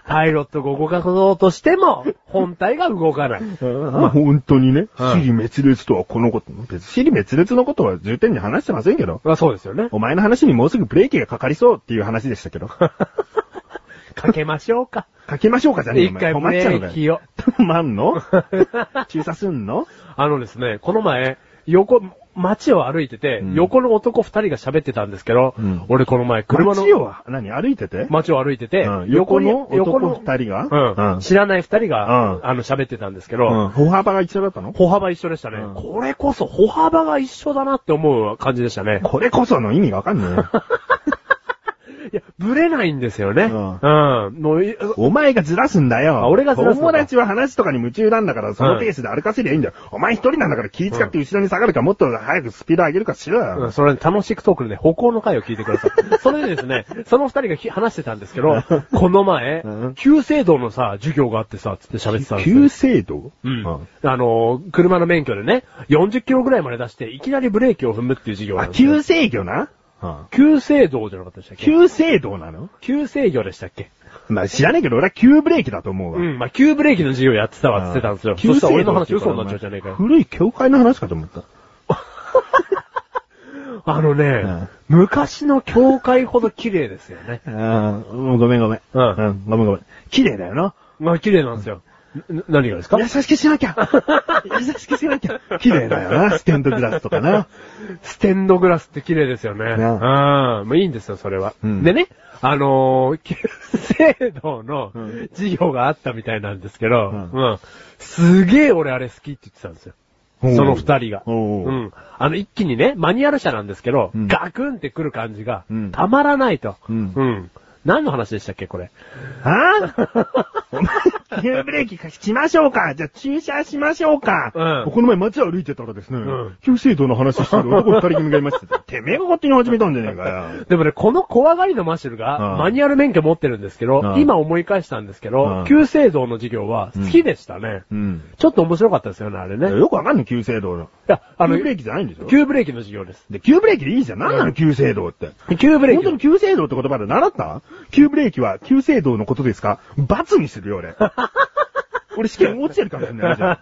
A: パイロットが動かそうとしても、本体が動かない。
B: まあ本当にね、
A: はい
B: 尻滅裂とはこのこと、別に尻滅裂のことは重点に話してませんけど、
A: まあそうですよね。
B: お前の話にもうすぐブレーキがかかりそうっていう話でしたけど。
A: かけましょうか。
B: かけましょうかじゃねえよ
A: 一回
B: お前止まっちゃうのか
A: ブレーキ
B: よ
A: を。
B: [LAUGHS] 止まんの
A: [LAUGHS]
B: 中佐すんの
A: あのですね、この前、横、街を歩いてて、
B: うん
A: 横の男二人が喋ってたんですけど、
B: うん
A: 俺この前、車の
B: 街を、何歩いてて、
A: 街を歩いてて、
B: うん横の
A: 横
B: 男
A: の、
B: 二人が
A: うん、知らない二人が、
B: うん
A: あの、喋ってたんですけど、
B: うん。歩幅が一緒だったの
A: 歩幅一緒でしたね。
B: うん
A: これこそ歩幅が一緒だなって思う感じでしたね。
B: これこその意味がわか
A: [LAUGHS]
B: んない。
A: いや、ブレないんですよね。
B: うん
A: うん。もうい、
B: お前がずらすんだよ。
A: あ俺がずらすの
B: 友
A: か
B: 達は話とかに夢中なんだから、そのペースで歩かせりゃいいんだよ。お前一人なんだから気使って後ろに下がるか、もっと早くスピード上げるかしろ
A: うん
B: よ。
A: それね楽しくトークでね、歩行の回を聞いてく
B: [LAUGHS]
A: ださい。それでですね、その二人がひ話してたんですけど、この前
B: うん、
A: 旧制度のさ、授業があってさ、つって喋ってたんですよ
B: 急制度
A: うん。あのー、車の免許でね、40キロぐらいまで出して、いきなりブレーキを踏むっていう授業な
B: あ、
A: んですよ
B: 急制御な
A: 急制動じゃなかったでしたっけ
B: 急制度なの
A: 急制御でしたっけ
B: まあ知らねえけど、俺は急ブレーキだと思うわ。
A: う。ん、まあ、急ブレーキの授業やってたわって言ってたんですよ。そ
B: 急
A: したら
B: 制
A: 俺
B: 度
A: の
B: って
A: 話
B: 言うから
A: 嘘になっちゃうじゃねえかよ。
B: 古い教会の話かと思った。
A: あのね、
B: ん
A: 昔の教会ほど綺麗ですよね。
B: ああ、うんごめんごめん。
A: うん
B: ん、ごめんごめん。綺麗だよな。
A: まあ綺麗なんですよ。な何がですか
B: 優しくしなき
A: [LAUGHS]
B: ゃ優しくしなきゃ綺麗だよな、ステンドグラスとかな。
A: ステンドグラスって綺麗ですよね。うん。まあいいんですよ、それは。
B: うん
A: でね、あのー、旧 [LAUGHS] 制度の
B: うん
A: 授業があったみたいなんですけど、
B: う
A: うんん。すげえ俺あれ好きって言ってたんですよ。
B: おう
A: その二人が。う。
B: おうん
A: あの、一気にね、マニュアル車なんですけど、
B: うん
A: ガクンって来る感じが
B: うん、
A: たまらないと。
B: うん
A: うん。何の話でしたっけ、これ。
B: ああお前、急ブレーキかしましょうかじゃあ駐車しましょうか、
A: うん
B: この前街歩いてたらですね、
A: ん
B: 旧制度の話してる男二人組がいました。てめえが勝手に始めたんじゃねえかよ。
A: でもね、この怖がりのマシュル
B: う
A: が、
B: ん
A: マニュアル免許持ってるんですけど、
B: うん
A: 今思い返したんですけ
B: う
A: ど
B: ん、
A: 旧制度の授業は好きでしたね。
B: うん。
A: ちょっと面白かったですよね、あれね。い
B: よくわかんない、旧制度の。
A: や、あ
B: あ
A: の
B: の、急、ブレーキじゃないんでしょ
A: 急ブレーキの授業です。
B: で、急ブレーキでいいじゃん。なんな
A: う
B: の急制動って。
A: 急ブレー
B: 本
A: キ
B: 当
A: の
B: に。急制動って言葉で習った急ブレーキは急制動のことですか罰にするよ、
A: [LAUGHS]
B: 俺。俺試験落ちてるかもしれないじゃん。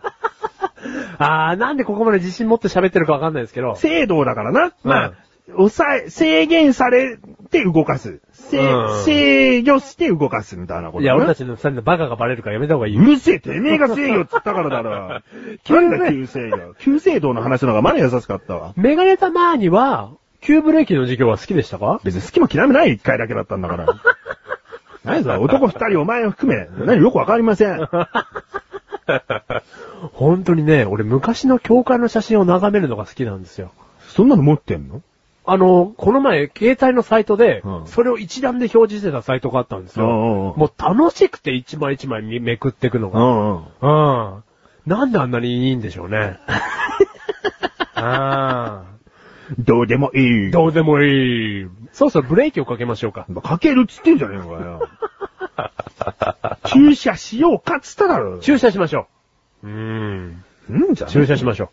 A: あー、なんでここまで自信持って喋ってるかわかんないですけど。
B: 制動だからな。まあ、抑え、制限されて動かす。せ
A: うん
B: 制御して動かすみたいなこと
A: い
B: だ
A: や、
B: な。。
A: 俺たちの二人のバカがバレるからやめた方がいいう
B: るせえ、てめえが制御っつったからだろ。
A: [LAUGHS] 急
B: なんだ急制御。急制動の話の方がまだ優しかったわ。
A: メガネたまーには、急ブレーキの授業は好きでしたか
B: 別に好きも嫌いもない一回だけだったん
A: [LAUGHS]
B: だから。何さ、男二人お前を含め、何よくわかりませ
A: [LAUGHS]
B: ん。
A: 本当にね、俺昔の教会の写真を眺めるのが好きなんですよ。
B: そんなの持ってんの
A: あの、この前、携帯のサイトで、
B: うん
A: それを一覧で表示してたサイトがあったんですよ。
B: うんうんうん
A: もう楽しくて一枚一枚めめくっていくのが。
B: んうん。
A: うん。なんであんなにいいんでしょう [LAUGHS] ね。あ
B: どうでもい
A: ー
B: い。
A: どうでもいい。そろそろブレーキをかけましょうか。
B: かけるっつってんじゃねえのか [LAUGHS] よ。注射しようかっつっただろ。
A: 駐車しましょう。うーん。
B: うんじゃねえ
A: 駐車しましょ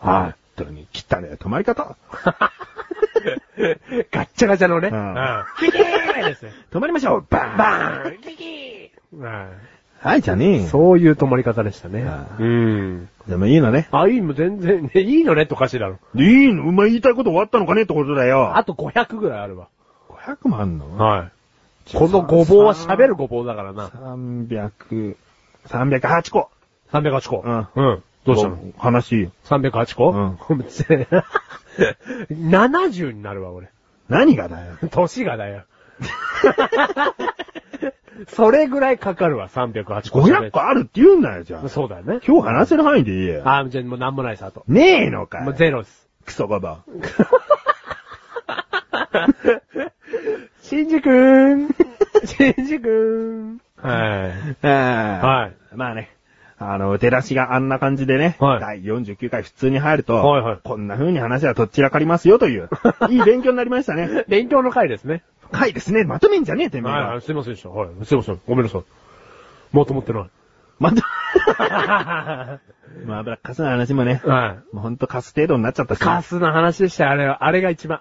B: はい。本当に、汚ねえ止まり方。
A: う。ガッチャガチャのね。
B: う
A: う
B: ん
A: ん。キキーですね。
B: 止まりましょう。バン
A: バーンキキーうん
B: はい、じゃねえよ。
A: そういう止まり方でしたね。
B: あー
A: うん。
B: でもいいのね。
A: あ、いいの全然、ね、いいのねっておかしいだろ。
B: いいのお前言いたいこと終わったのかねってことだよ。
A: あと500ぐらいあるわ。
B: 500もあんの
A: はい。このごぼうは喋るごぼうだからな。
B: 300、308個。
A: 308個。
B: うん
A: うん。どうしたの
B: 話。
A: ?308 個
B: うん
A: [LAUGHS] ?70 になるわ、俺。
B: 何がだよ。
A: 年がだよ。 [LAUGHS] それぐらいかかるわ、308個。
B: 500個あるって言うんだよ、じゃあ。
A: そうだよね。
B: 今日話せる範囲でいいよ。
A: あ、じゃあもうなんもないです、あと。
B: ねえのか
A: もう
B: よ。
A: ゼロです。
B: クソババア。
A: 新宿ー [LAUGHS] ん。新宿ーん。はい。は。
B: はいまあね。あの、出だしがあんな感じでね、
A: はい
B: 第49回普通に入ると、
A: はいはい
B: こんな風に話はとっちらかりますよと [LAUGHS] いう、いい勉強になりましたね。
A: 勉強の回ですね。
B: 深いですね。まとめんじゃねえ、てめえ
A: はいは、。
B: はい
A: すいませんでした。はい、すいません。ごめんなさい。もっと持って [LAUGHS] ない。
B: まと、
A: は
B: [LAUGHS] まあ、ブラッカスの話もね、
A: い。
B: もうほんとカス程度になっちゃったし。
A: カスな話でしたよ、あれは。あれが
B: [LAUGHS]
A: 一番。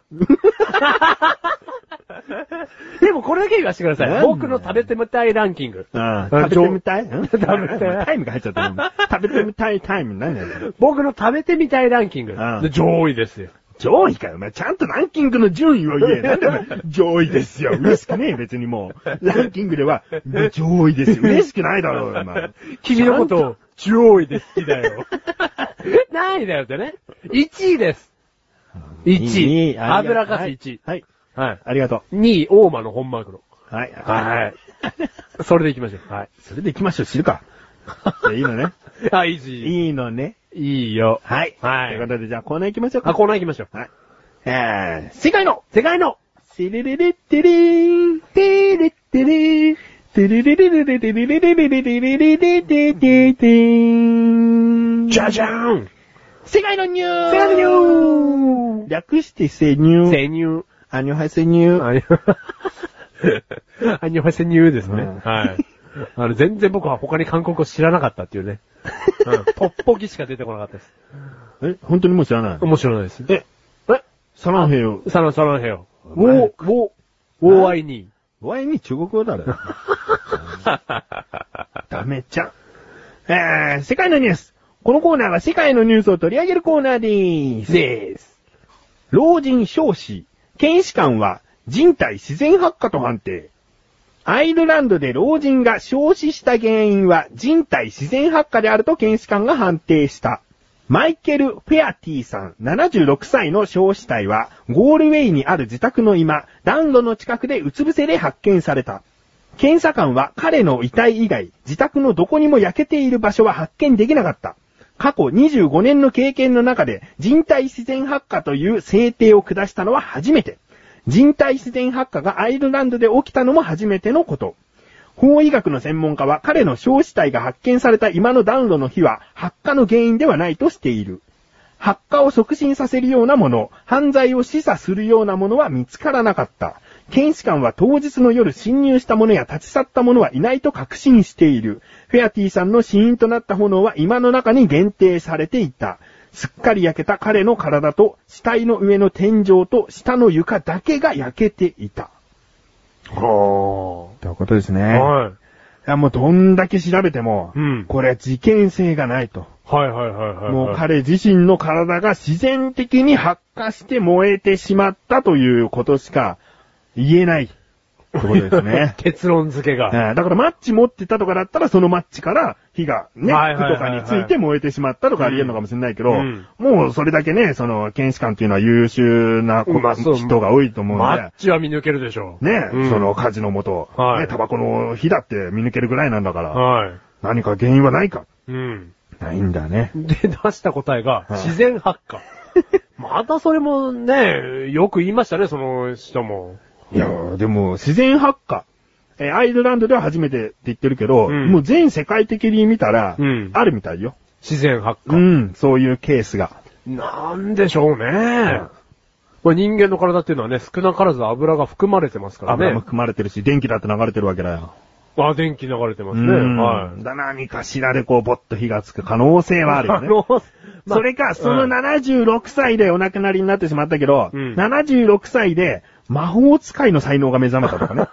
A: でもこれだけ言わせてくださ
B: なん
A: い。
B: だよ
A: 僕の食べてみたいランキング。
B: うん。食べてみたいん
A: 食べてみたい
B: タイムが入っちゃった [LAUGHS] よ。食べてみたいタイム何やねん
A: 僕の食べてみたいランキング。
B: うん
A: で上位ですよ。
B: 上位かよ。お前ちゃんとランキングの順位を [LAUGHS] 言え。なんでお前上位ですよ。嬉しくねえ、別にもう。ランキングでは、上位ですよ。嬉しくないだろう、お前。
A: 君のことを上位で好きだよ。 [LAUGHS] ないだよってね。1位です。
B: い
A: 1
B: い
A: 位。
B: ありが
A: 油かす1位。
B: はい。
A: はい。
B: ありがと
A: 2位、大間の本マグロ。
B: う。はい。
A: はい。それで行きましょう。はい。
B: それで行きましょう、知るか。じゃあいいのね。
A: あ、いいし。
B: いいのね。
A: いいよ。
B: はい。
A: はい
B: ということで、じゃあコーナー行きましょうか。
A: あ、コーナー行きましょう。
B: はい。えー、世界の
A: 世界の
B: テレレレテレーンテレテレーンテレレレレレレレレレレレレレレレレレーン
A: じゃじゃーん
B: 世界のニュース
A: 世界のニュー
B: 略して世ニュー。
A: 潜 [LAUGHS] 入。
B: アニョハイセニュー。
A: あいあにょは潜入ですね。
B: うん
A: はい。あの、全然僕は他に韓国語知らなかったっていうね。うん、トッポギしか出てこなかったです。
B: え、本当にもう知らない
A: 面白いです。
B: え、
A: え
B: サランヘヨ。
A: サロン、サロンヘヨ。
B: お
A: ウォ
B: 前
A: ー、ウォー、ウォーアイニ
B: ワイに中国語だろ。 [LAUGHS] ダメちゃん。えー、世界のニュース。このコーナーは世界のニュースを取り上げるコーナーでーす。です。老人少子。検視官は人体自然発火と判定。アイルランドで老人が焼死した原因は人体自然発火であると検視官が判定した。マイケル・フェアティさん、76歳の焼死体は、ゴールウェイにある自宅の居間、暖炉の近くでうつ伏せで発見された。検査官は彼の遺体以外、自宅のどこにも焼けている場所は発見できなかった。過去25年の経験の中で人体自然発火という制定を下したのは初めて。人体自然発火がアイルランドで起きたのも初めてのこと。法医学の専門家は彼の焼死体が発見された今の暖炉の火は発火の原因ではないとしている。発火を促進させるようなもの、犯罪を示唆するようなものは見つからなかった。検視官は当日の夜侵入した者や立ち去った者はいないと確信している。フェアティさんの死因となった炎は今の中に限定されていた。すっかり焼けた彼の体と死体の上の天井と下の床だけが焼けていた。
A: は
B: ということですね。
A: あ。はい。
B: いや、もうどんだけ調べても、
A: うん
B: これは事件性がないと。
A: はいはいはいはい。。
B: もう彼自身の体が自然的に発火して燃えてしまったということしか言えない。ってことですね [LAUGHS]
A: 結論付 [LAUGHS] けが。
B: うんだからマッチ持ってたとかだったらそのマッチから火がね、
A: はいはい
B: 服
A: はい
B: とかについて燃えてしまったとかありえるのかもしれないけど、
A: うん
B: もうそれだけね、その検視官っていうのは優秀なこ
A: まあそう
B: 人が多いと思うんで。
A: マッチは見抜けるでしょう。
B: ね、
A: うん
B: その火事のもと、
A: はい
B: ね、タバコの火だって見抜けるぐらいなんだから、
A: は
B: 何か原因はないか。
A: い。うん。
B: ないんだね。
A: で、出した答えが、
B: はい
A: 自然発火。またそれもね、よく言いましたね、その人も。
B: いやーでも、自然発火。えーアイルランドでは初めてって言ってるけど、
A: うん
B: もう全世界的に見たら、
A: うん
B: あるみたいよ。
A: 自然発火。
B: うん、そういうケースが。
A: なんでしょうね。まあ、人間の体っていうのはね、少なからず油が含まれてますから
B: 油も
A: ね。
B: 含まれてるし、電気だって流れてるわけだよ。
A: あ、電気流れてますね。
B: うん
A: はい。
B: だな、何かしらでこう、ぼっと火がつく可能性はあるよね。
A: の、 [LAUGHS] まあ
B: それか、その
A: うん
B: 76歳でお亡くなりになってしまったけど、
A: うん
B: 76歳で魔法使いの才能が目覚めたと
A: [LAUGHS]
B: かね。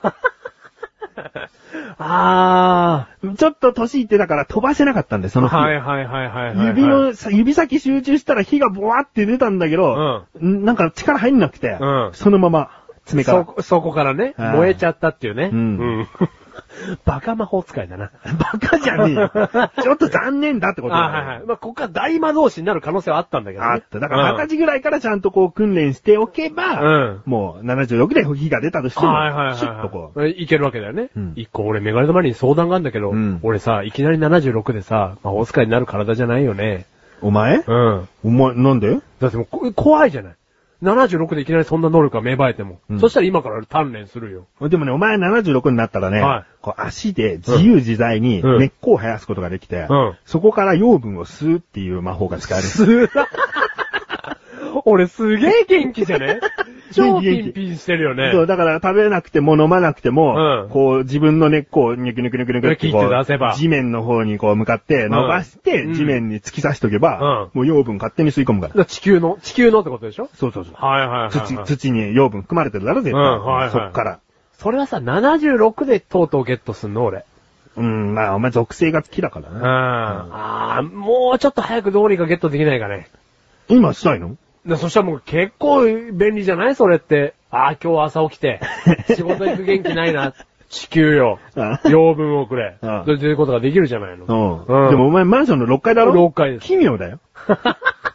A: あ
B: ちょっと年いってたから飛ばせなかったんで、そ
A: ー。
B: の日。
A: はいはいはいはいはいはい。
B: 指の、指先集中したら火がボワって出たんだけど、んなんか力入んなくて、
A: うん
B: そのまま、爪から。
A: そこ、そこからね、
B: はい
A: 燃えちゃったっていうね。
B: うん
A: うん。 [LAUGHS] バカ魔法使いだな。
B: バカじゃね
A: [LAUGHS]
B: えよ。ちょっと残念だってこと
A: あ
B: だよ
A: はいはい。まあ、ここから大魔導士になる可能性はあったんだけどね。
B: あった。だから、
A: うん
B: 赤字ぐらいからちゃんとこう訓練しておけば、
A: うん
B: もう76で火が出たとしても、
A: はいはいはいはい。
B: シュッとこう。
A: う。いけるわけだよね
B: うん。
A: 一、個俺メガネ玉に相談があるんだけど、
B: うん
A: 俺さ、いきなり76でさ、魔法使いになる体じゃないよね。
B: お前
A: うん。
B: お前、なんで
A: だってもうこ、怖いじゃない。76でいきなりそんな能力が芽生えても。
B: うん
A: そしたら今から鍛錬するよ。
B: でもね、お前76になったらね、
A: はい
B: こう足で自由自在に
A: うん
B: 根っこを生やすことができて、
A: うん
B: そこから養分を吸うっていう魔法が使える。
A: す、俺すげえ元気じゃね [LAUGHS] 超ピンピンしてるよね。
B: そう、だから食べなくても飲まなくても、
A: うん
B: こう自分の根っこをニュキニュキニュキニュキってこ
A: ニュキって出せば
B: う、地面の方にこう向かって伸ばして、
A: うん
B: 地面に突き刺しとけば、
A: う
B: もう養分勝手に吸い込む
A: だ
B: から。
A: から地球の、地球のってことでしょ
B: そうそうそう。
A: はいはいはい、
B: 土、土に養分含まれてるだろ、絶対。
A: うんはいはい
B: そっから。
A: それはさ、76でとうとうゲットすんの俺。
B: うん、まあ、お前属性が好きだから
A: うん。
B: ね。
A: ああ、もうちょっと早くどうにかゲットできないかね。
B: 今したいの
A: でそしたらもう結構便利じゃないそれって。ああ、今日朝起き
B: [LAUGHS]
A: て、仕事行く元気ないな。地球よ
B: あ。
A: 養分をくれ。
B: あ
A: ということができるじゃないの。
B: うん。
A: うん
B: でもお前マンションの6階だろ
A: 6階です
B: 奇妙だよ。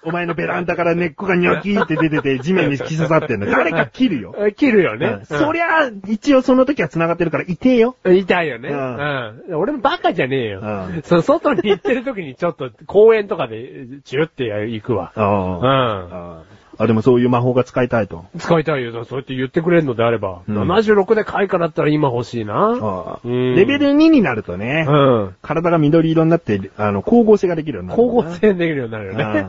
B: お前のベランダから根っこがニョキーって出てて地面に突き刺さってんの。誰か切るよ。
A: え切るよね。
B: ね、
A: うん
B: そりゃ、一応その時は繋がってるから痛えよ。
A: 痛いよね。
B: う
A: うんん。俺もバカじゃねえよ。
B: うん
A: その外に行ってる時にちょっと公園とかでチュって行くわ。う
B: あ
A: ん。
B: あ。あ、でもそういう魔法が使いたいと。
A: 使いたいよ。そうやって言ってくれるのであれば。
B: うん
A: 76で開花だったら今欲しいな。
B: ああ
A: うん
B: レベル2になるとね、
A: うん。
B: 体が緑色になって、あの、光合成ができるようになる、
A: 光合。成できるようになるよね。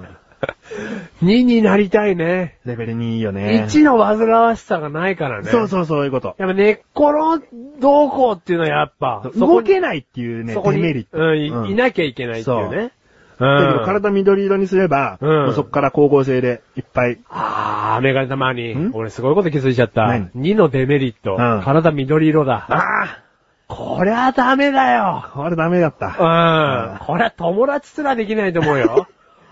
A: 2になりたいね。
B: レベル2いいよね。
A: 1の煩わしさがないからね。
B: そうそうそういうこと。
A: やっぱ根っこの動向っていうのはやっぱ、
B: 動け
A: な
B: ないっていうね、
A: そこ
B: デ
A: に、
B: メリット。
A: うんい、い
B: い。
A: なきゃいけないっていうね。う
B: だけ
A: ん
B: ど。体緑色にすれば、
A: うん
B: もうそこから光合成でいっぱい。
A: あー、メガネ玉に
B: ん。
A: 俺すごいこと気づいちゃった。
B: 何
A: 2のデメリット。
B: うん
A: 体緑色だ。
B: あ
A: こりゃダメだよ。
B: あ、あれダメだ
A: う
B: った。
A: ん。こりゃ友達すらできないと思う
B: [LAUGHS]
A: よ。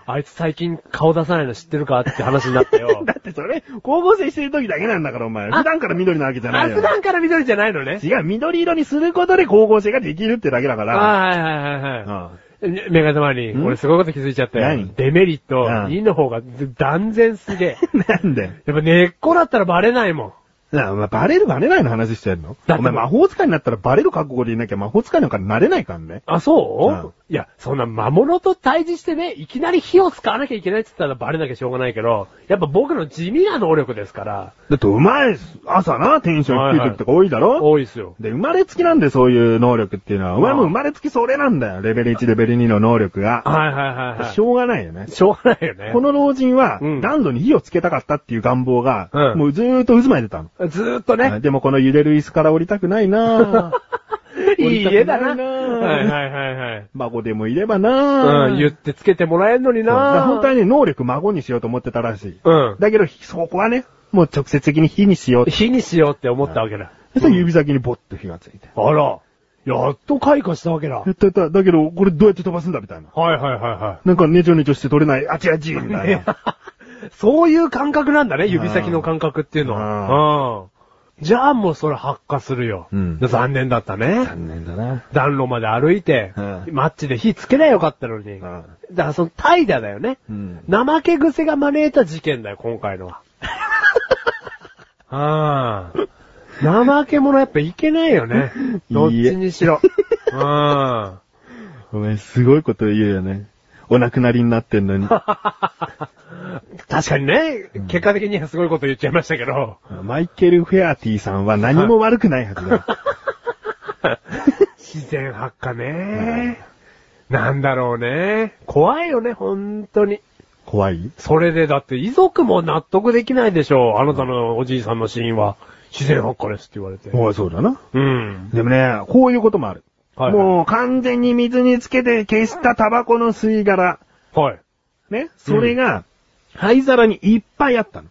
A: あいつ最近顔出さないの知ってるかって話になったよ
B: [LAUGHS] 。だってそれ、光合成してる時だけなんだからお前。
A: あ
B: 普段から緑なわけじゃな
A: あ、
B: いよ
A: 普。段から緑じゃないのね。
B: 違う、緑色にすることで光合成ができるってだけだか
A: あ
B: ら。
A: はいはいはいうは
B: ん
A: い。メガネ玉に、
B: ん
A: 俺すごいこと気づいちゃったよ
B: 何。
A: デメリット、
B: うん
A: 2の方が断然すげえ。 [LAUGHS]
B: なんで
A: やっぱ根っこだったらバレないもん。
B: なあまあ、バレるバレないの話してんの
A: だって
B: お前魔法使いになったらバレる覚悟でいなきゃ魔法使いなんかなれないからね。
A: あ、そう、
B: うん
A: いや、そんな魔物と対峙してね、いきなり火を使わなきゃいけないって言ったらバレなきゃしょうがないけど、やっぱ僕の地味な能力ですから、
B: だってお前、朝な、テンション低い時とか多いだろ、
A: 多いっすよ。
B: で、生まれつきなんでそういう能力っていうのは、お前も生まれつきそれなんだよ。レベル1、レベル2の能力が。
A: はいはいはいはい。
B: しょうがないよね。
A: しょうがないよね。
B: この老人は、
A: うん
B: 暖炉に火をつけたかったっていう願望が、
A: うん
B: もうずーっと渦巻いてたの。
A: ずーっとね、
B: でもこの揺れる椅子から降りたくないなぁ
A: [LAUGHS] いい家だな。
B: 降りたく
A: は
B: ないいな
A: はいはい
B: 孫でもいればな
A: はい。
B: ぁ
A: うん、言ってつけてもらえるのに
B: そうだから
A: な。
B: 本当はね、能力孫にしようと思ってたらしい。
A: うん。
B: だけど、そこはね、もう直接的に火にしようって。
A: 火にしようって思ったわけだ。
B: そしたら指先にボッと火がついて。
A: あら、やっと開花したわけだ。は
B: や
A: い
B: ったやった、だけど、これどうやって飛ばすんだみたいな。
A: はいはいは
B: なんかネチョネチョして取れない、あちあちみたい [LAUGHS] な。
A: い。そういう感覚なんだね、指先の感覚っていうのは。うん。じゃあもうそれ発火するよ。
B: うん
A: 残念だったね。
B: 念だな。
A: 暖炉まで歩いて、
B: うん
A: マッチで火つけりゃよかったのに。
B: う
A: だか
B: ん。
A: らその怠惰だよね。
B: うん。
A: 怠け癖が招いた事件だよ、今回のは。あ [LAUGHS] あ。怠け者やっぱいけないよね。どっちにし
B: [LAUGHS]
A: ろ。うん。
B: お前すごいこと言うよね。お亡くなりになってんの [LAUGHS] に。
A: 確かにね、結果的にはすごいこと言っちゃいましたけ
B: [LAUGHS]
A: ど。
B: マイケル・フェアティさんは何も悪くないはずだ。
A: 自然発火ね。なんだろうね。怖いよね、本当に。
B: [LAUGHS] 怖い
A: それでだって遺族も納得できないでしょう。あなたのおじいさんの死因は自然発火ですって言われて。
B: おい、そうだな。
A: うん。
B: でもね、こういうこともある。
A: はいはい
B: もう完全に水につけて消したタバコの吸い殻。
A: はい。
B: ね。それが、灰皿にいっぱいあったの。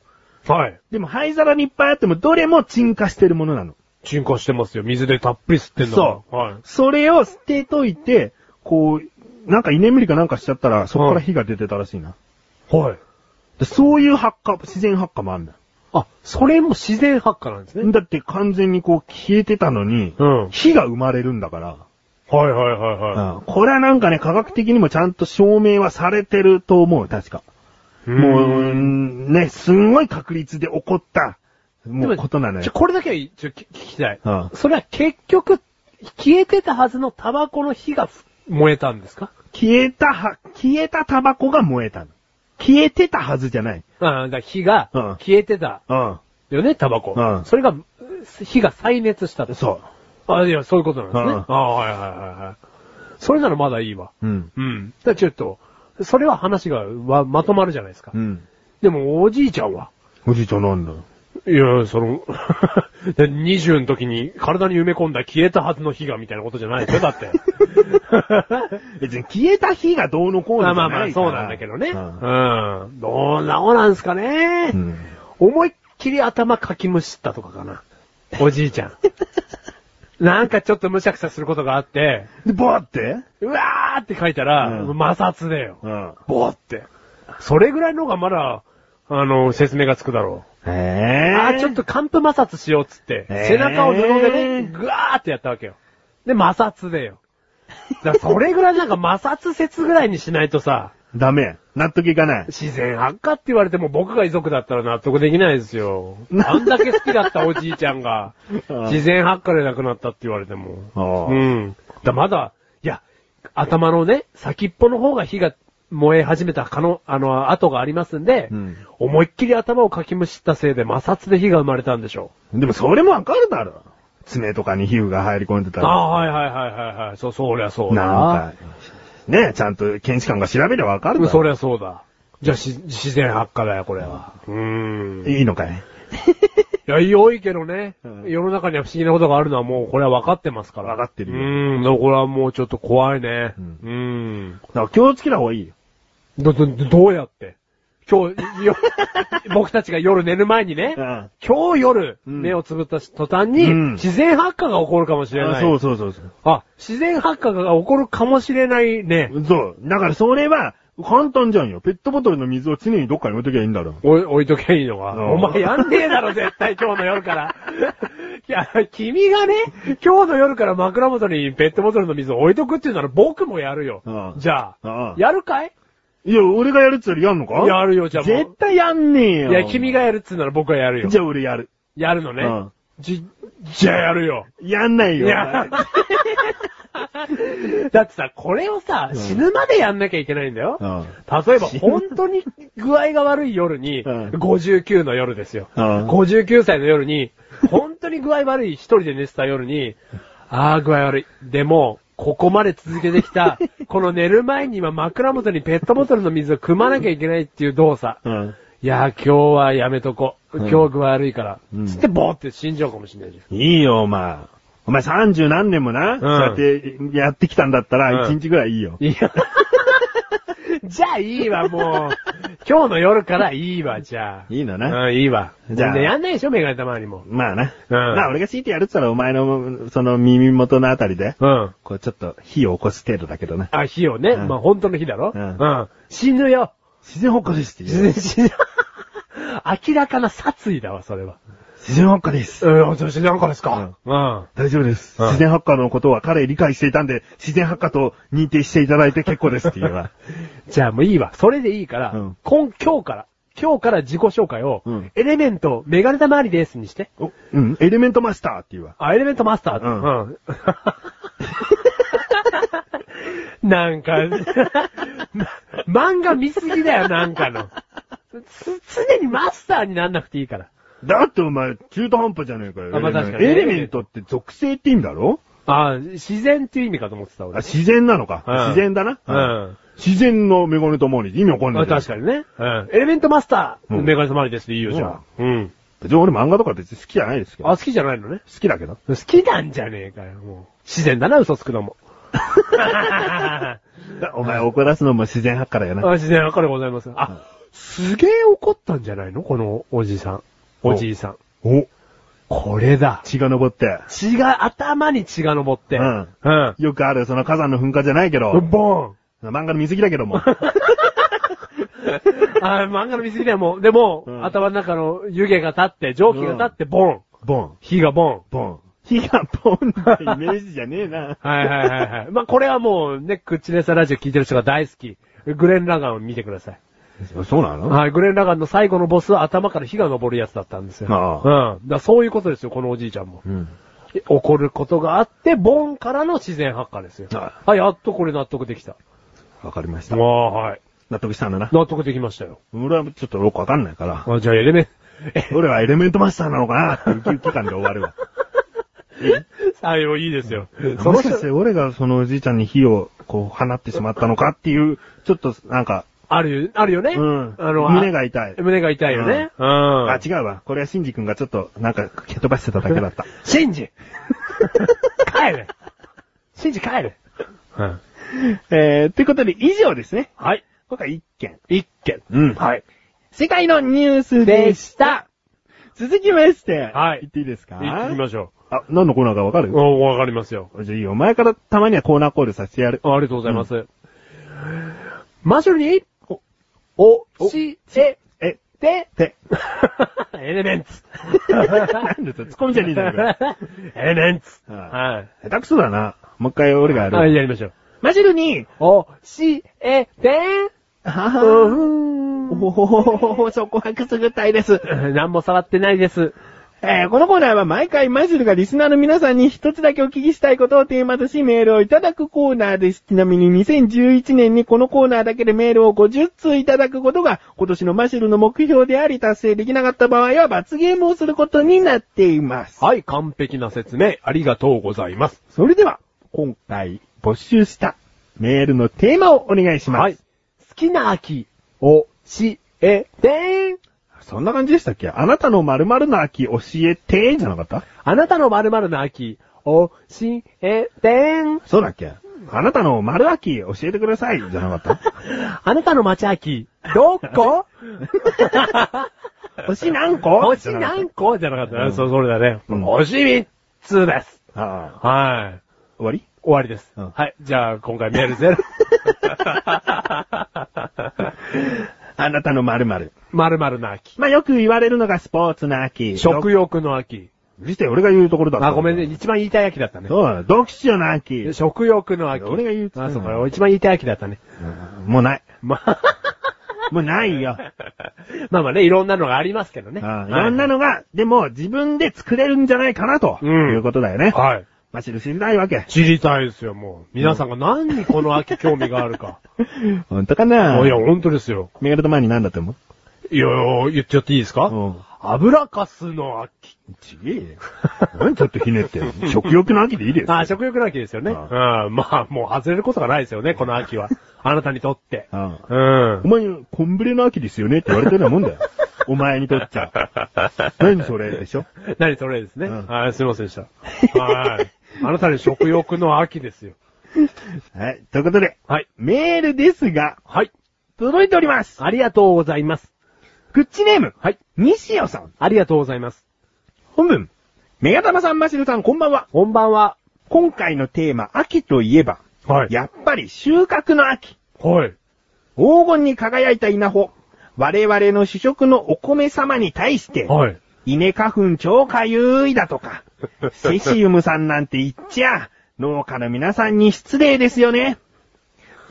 A: はい。
B: でも灰皿にいっぱいあっても、どれも沈下してるものなの。
A: 沈下してますよ。水でたっぷり吸ってんだから。
B: そう。
A: はい。
B: それを捨てといて、こう、なんか居眠りかなんかしちゃったら、そこから火が出てたらしいな。
A: はい。
B: でそういう発火、自然発火もあるんだよ。
A: あ、それも自然発火なんですね。
B: だって完全にこう消えてたのに、
A: うん。はい
B: 火が生まれるんだから、
A: はいはいは
B: うんこれはなんかね、科学的にもちゃんと証明はされてると思う、確か。
A: い。
B: もう、
A: ん、
B: ね、すんごい確率で起こった、もうことなの
A: ちょ、
B: よ。
A: これだけは一応聞聞きたい。
B: うん
A: それは結局、消えてたはずのタバコの火がふ燃えたんですか
B: 消えたは、消えたタバコが燃えたの。消えてたはずじゃない。
A: ああ、だから火が
B: うん
A: 消えてた
B: うん。
A: よね、タバコ。
B: うん
A: それが、う火が再熱したと。
B: そ
A: あいや、そういうことなんですね。
B: うん
A: ああ、はいはいはいはい。それならまだいいわ。
B: う。うん。
A: うん。だからちょっと、それは話がわまとまるじゃないですか。
B: うん。
A: でも、おじいちゃんは
B: おじいちゃんなんだよ。
A: いや、その、20の時に体に埋め込んだ消えたはずの火がみたいなことじゃないですよ、だ
B: [LAUGHS]
A: って。
B: 別に消えた火がどうのこう
A: まあ
B: のじ
A: まあ
B: ゃ
A: ま
B: な
A: あ、
B: いから
A: そうなんだけどね。う。
B: うん
A: どうなおなんすかね、
B: んうん
A: 思いっきり頭かきむしったとかかな。おじい
B: [LAUGHS]
A: ちゃん。なんかちょっとむしゃくしゃすることがあって、
B: で、バーって
A: うわーって書いたら、
B: うん
A: 摩擦だよ。
B: ん。
A: ボーって。それぐらいの方がまだ、あの、説明がつくだろう。
B: ええ
A: あーちょっと寒風摩擦しようっつって、
B: えー
A: 背中を布でね、ぐわーってやったわけよ。で、摩擦でよ。だからそれぐらいなんか摩擦説ぐらいにしないとさ、
B: ダメ。納得いかない。
A: 自然発火って言われても僕が遺族だったら納得できないですよ。あんだけ好きだったおじいちゃんが
B: [LAUGHS] うん、
A: 自然発火で亡くなったって言われても。
B: ああ
A: うん。だまだ、いや、頭のね、先っぽの方が火が燃え始めた可能、あの、跡がありますんで、
B: うん
A: 思いっきり頭をかきむしったせいで摩擦で火が生まれたんでしょ
B: でもそれもわかるだろ。爪とかに皮膚が入り込んでた
A: う。
B: ら。
A: ああー、はいはいはいはいはい。そう、そりゃそうだ。
B: なんか、ねちゃんと検視官が調べりゃわかるだ
A: うん
B: ろ。
A: そりゃそうだ。じゃあ、し自然発火だよ、これは。うーん。い
B: いいのかい
A: や、良いけどね、
B: うん
A: 世の中には不思議なことがあるのはもう、これは分かってますから。
B: 分かってるよ
A: うーん。だからこれはもうちょっと怖いね。う
B: うんん。
A: うん
B: だから気をつけた方がいいよ。
A: ど、ど、どうやって今日、よ、 [LAUGHS] 僕たちが夜寝る前にね、
B: ん。
A: 今日夜、
B: うん
A: 目をつぶった途端に、
B: うん
A: 自然発火が起こるかもしれない。
B: あそうそうそうそう。
A: あ、自然発火が起こるかもしれないね。
B: そう。だからそれは、簡単じゃんよ。ペットボトルの水を常にどっかに置いときゃいいんだろ。
A: おい、置いとけばいいのが。
B: うん
A: お前やんねえだろ、絶対今日の夜から。 [LAUGHS] いや、君がね、今日の夜から枕元にペットボトルの水を置いとくっていうなら僕もやるよ。
B: うん
A: じゃあ
B: う。ん
A: やるかい
B: いや、俺がやるっつったらやんのか
A: やるよじゃあもう
B: 絶対やんねえ
A: い
B: よ。
A: や、君がやるっていうなら僕はやるよ。
B: じゃあ俺やる。
A: やるのね。
B: うん
A: じ、じゃあやるよ。
B: やんないよ。
A: いや [LAUGHS] だってさ、これをさ、
B: うん
A: 死ぬまでやんなきゃいけないんだよ。
B: うん
A: 例えば、本当に具合が悪い夜に、
B: うん
A: 59の夜ですよ。
B: うん
A: 59歳の夜に、本当に具合悪い一人で寝てた夜に、あー具合悪い。でも、ここまで続けてき
B: [LAUGHS]
A: た、この寝る前には枕元にペットボトルの水を汲まなきゃいけないっていう動作。
B: うん。
A: いやー今日はやめとこ。今日具合悪いから。
B: うん
A: つってボーって死んじゃうかもしれないじゃん。
B: いいよ、お前。お前30何年もな、そうやってやってきたんだったら、
A: うん
B: 1日ぐらいいいよ。
A: い
B: [LAUGHS]
A: や。じゃあいいわ、もう。今日の夜からいいわ、じゃあ。
B: いいのな。
A: うん、いいわ。
B: じゃあ
A: 全然やんないでしょ、メガネたまにも。
B: まあな。
A: うん
B: まあ俺が強いてやるって言ったら、お前の、その耳元のあたりで、
A: うん。
B: こうちょっと火を起こす程度だけどな。
A: あ、火をね。
B: うん
A: まあ、本当の火だろ。
B: うん
A: うん。死ぬよ。
B: 自然発火ですって
A: 死
B: 言う。
A: ぬ、死ぬ。 [LAUGHS] 明らかな殺意だわ、それは。
B: 自然発火です。
A: うん、私なんかです
B: か。
A: うん。
B: 大丈夫です。
A: うん
B: 自然発火のことは彼理解していたんで、自然発火と認定していただいて結構ですって言う [LAUGHS] わ。
A: じゃあもういいわ。それでいいから、
B: うん
A: 今、今日から、今日から自己紹介を、
B: うん
A: エレメント、メガネたまわりですにして。
B: おうん、エレメントマスターって言うわ。
A: あ、エレメントマスターって。
B: う
A: うんん。 [LAUGHS] なんか、ま漫画見すぎだよ、なんかの。つ常にマスターになんなくていいから。
B: だってお前、中途半端じゃねえかよ。
A: あまあ確かに
B: エレメントって属性って意味だろ
A: あ自然っていう意味かと思ってた、
B: あ、
A: 俺。
B: 自然なのか。
A: うん
B: 自然だな。
A: うん。
B: 自然のメガネとモーニー意味わかんない
A: あ
B: じゃん。
A: 確かにね。うん。エレメントマスター、
B: うん
A: メガネ様にですっていいよ、じゃあ。うん。
B: 別に俺漫画とか別に好きじゃないですけど。
A: あ、
B: 好
A: 好きじゃないのね。
B: きだけど。
A: 好きなんじゃねえかよ、もう。自然だな、嘘つくのも。あ
B: お前怒らすのも自然派からよな。
A: 自然わかるございます。あ、すげえ怒ったんじゃないのこのおじさん。おじいさん。
B: お、
A: これだ。
B: 血が昇って。
A: 血が、頭に血が昇って。
B: うん
A: うん。
B: よくある、その火山の噴火じゃないけど、
A: ボーン。
B: 漫画の水着だけども。
A: [LAUGHS] あー漫画の見過ぎだよ、もう。でも、
B: うん
A: 頭の中の湯気が立って、蒸気が立って、ボーン。
B: ボン、
A: 火がボーン。。
B: ボン。火がボンってイメージじゃねえな
A: はいはいはい [LAUGHS] はい。まあ、これはもうね、クッチレサラジオ聞いてる人が大好き。グレン・ラガンを見てください。
B: そうなの
A: はい、グレン・ラガンの最後のボスは頭から火が昇るやつだったんですよ。
B: あ
A: うん。だからそういうことですよ、このおじいちゃんも。
B: うん。
A: 怒ることがあって、ボンからの自然発火ですよ。
B: あ
A: はい、やっとこれ納得できた。
B: わかりまし
A: あ
B: た
A: あ、。はい。
B: 納得したんだな。
A: 納得できましたよ。
B: 俺はちょっとよくわかんないから。
A: あじゃあ、エレメン、
B: 俺はエレメントマスターなのかなってウキウキ感で終わる [LAUGHS] わ。
A: [LAUGHS] あ、いいですよ。そ
B: も
A: の
B: しか
A: 人
B: して俺がそのおじいちゃんに火をこう放ってしまったのかっていう、ちょっとなんか、
A: あるよ、あるよね。
B: うん
A: あの、
B: 胸が痛い
A: あ胸が痛いよね。うん。
B: あ、違うわ。これはシンジ君がちょっとなんか蹴飛ばしてただけだった。
A: シンジ [LAUGHS] 帰れシンジ帰れうん。
B: [LAUGHS] えー、ということで以上ですね。
A: はい。
B: 今回1件。
A: 一件。
B: うん
A: はい。
B: 世界のニュースで
A: で
B: し
A: した。
B: た。続きまして。
A: はい
B: 言っていいですか
A: 行きましょ
B: あ、何のコーナーかわかる
A: う。おわかりますよ。
B: じゃあいいよ。お前からたまにはコーナーコールさせてやる。
A: あありがとうございます。マシュルに、お、お、し、え、
B: え、
A: で、
B: て。
A: [LAUGHS] エレメン [LAUGHS] ツ。
B: なんでツッコミじゃねえじゃんか。
A: [LAUGHS] エレメンツ。
B: は
A: はい。
B: 下手くそだな。もう一回俺がやる。
A: はい、やりましょう。
B: マジルに、
A: お、し、え、で、う
B: はは
A: ん。
B: おほほほほほ、そこはくすぐったいです。
A: 何も触ってないです。
B: えーこのコーナーは毎回マジルがリスナーの皆さんに一つだけお聞きしたいことをテーマとしメールをいただくコーナーです。ちなみに2011年にこのコーナーだけでメールを50通いただくことが今年のマジルの目標であり達成できなかった場合は罰ゲームをすることになっています。
A: はい、完璧な説明、ありがとうございます。
B: それでは、今回募集したメールのテーマをお願いします。
A: はい。好きな秋、をし、え、でん。
B: そんな感じでしたっけあなたの〇〇な秋教えてじゃなかった
A: あなたの〇〇の秋、をし、え、でん。
B: そうだっけあなたの丸秋教えてくださいじゃなかっ
A: あなたの町秋、ど [LAUGHS] こ
B: た
A: [LAUGHS]
B: 星何個
A: 星何個じゃなかったな。そう、それだね。
B: うん
A: 星3つです。
B: ああ、
A: はい。
B: 終わり
A: 終わりです。
B: うん
A: はい。じゃあ、今回メールゼロ。 [LAUGHS]
B: あなたの〇〇。
A: 〇〇の秋。
B: まあ、よく言われるのがスポーツの秋。
A: 食欲の秋。
B: 実際俺が言うところだった。
A: あ、ごめんね。。一番言いたい秋だったね。
B: そうだ、読書の秋。
A: 食欲の秋。
B: 俺が言うっつってん
A: あ、
B: の
A: そうか。一番言いたい秋だったね。
B: もうない。
A: まあ、
B: もうないよ。
A: [LAUGHS] まあまあね、いろんなのがありますけどね。
B: うんいろんなのが、でも自分で作れるんじゃないかなと、
A: うん
B: いうことだよね。
A: はい。
B: まあ、知る知りたいわけ。
A: 知りたいですよ、もう。皆さんが何にこの秋興味がある
B: [LAUGHS]
A: か。
B: ほんとかない
A: や、本当ですよ。
B: メガネと前に何だと思
A: いや、言っちゃっていいですか
B: ううん。
A: 油かすの秋。
B: ちげえよ。何ちょっとひねってんの食欲の秋でいいですよ。
A: あー、食欲の秋ですよね。う
B: うんん。
A: まあ、もう外れることがないですよね、この
B: [LAUGHS]
A: 秋は。あなたにとって。
B: うん
A: うん
B: お。前に、コンブレの秋ですよねって言われてるようなもん [LAUGHS] だよ。お前にとっちゃ。何それでしょ
A: 何それですね。
B: うん
A: はい、すいませんでした。はい。あなたに食欲の秋ですよ。
B: はい。ということで、
A: はい。
B: メールですが、
A: はい。
B: 届いております。
A: ありがとうございます。
B: クッチネーム、
A: はい。
B: 西尾さん。
A: ありがとうございます。
B: 本文、メガタマさん、マシルさん、こんばんは。
A: こんばんは。
B: 今回のテーマ、秋といえば、
A: は
B: やっぱり収穫の秋。
A: はい。
B: 黄金に輝いた稲穂。我々の主食のお米様に対して、
A: はい。
B: 稲花粉超かゆいだ
A: [LAUGHS]
B: とか、セシウムさんなんて言っちゃ、農家の皆さんに失礼ですよね。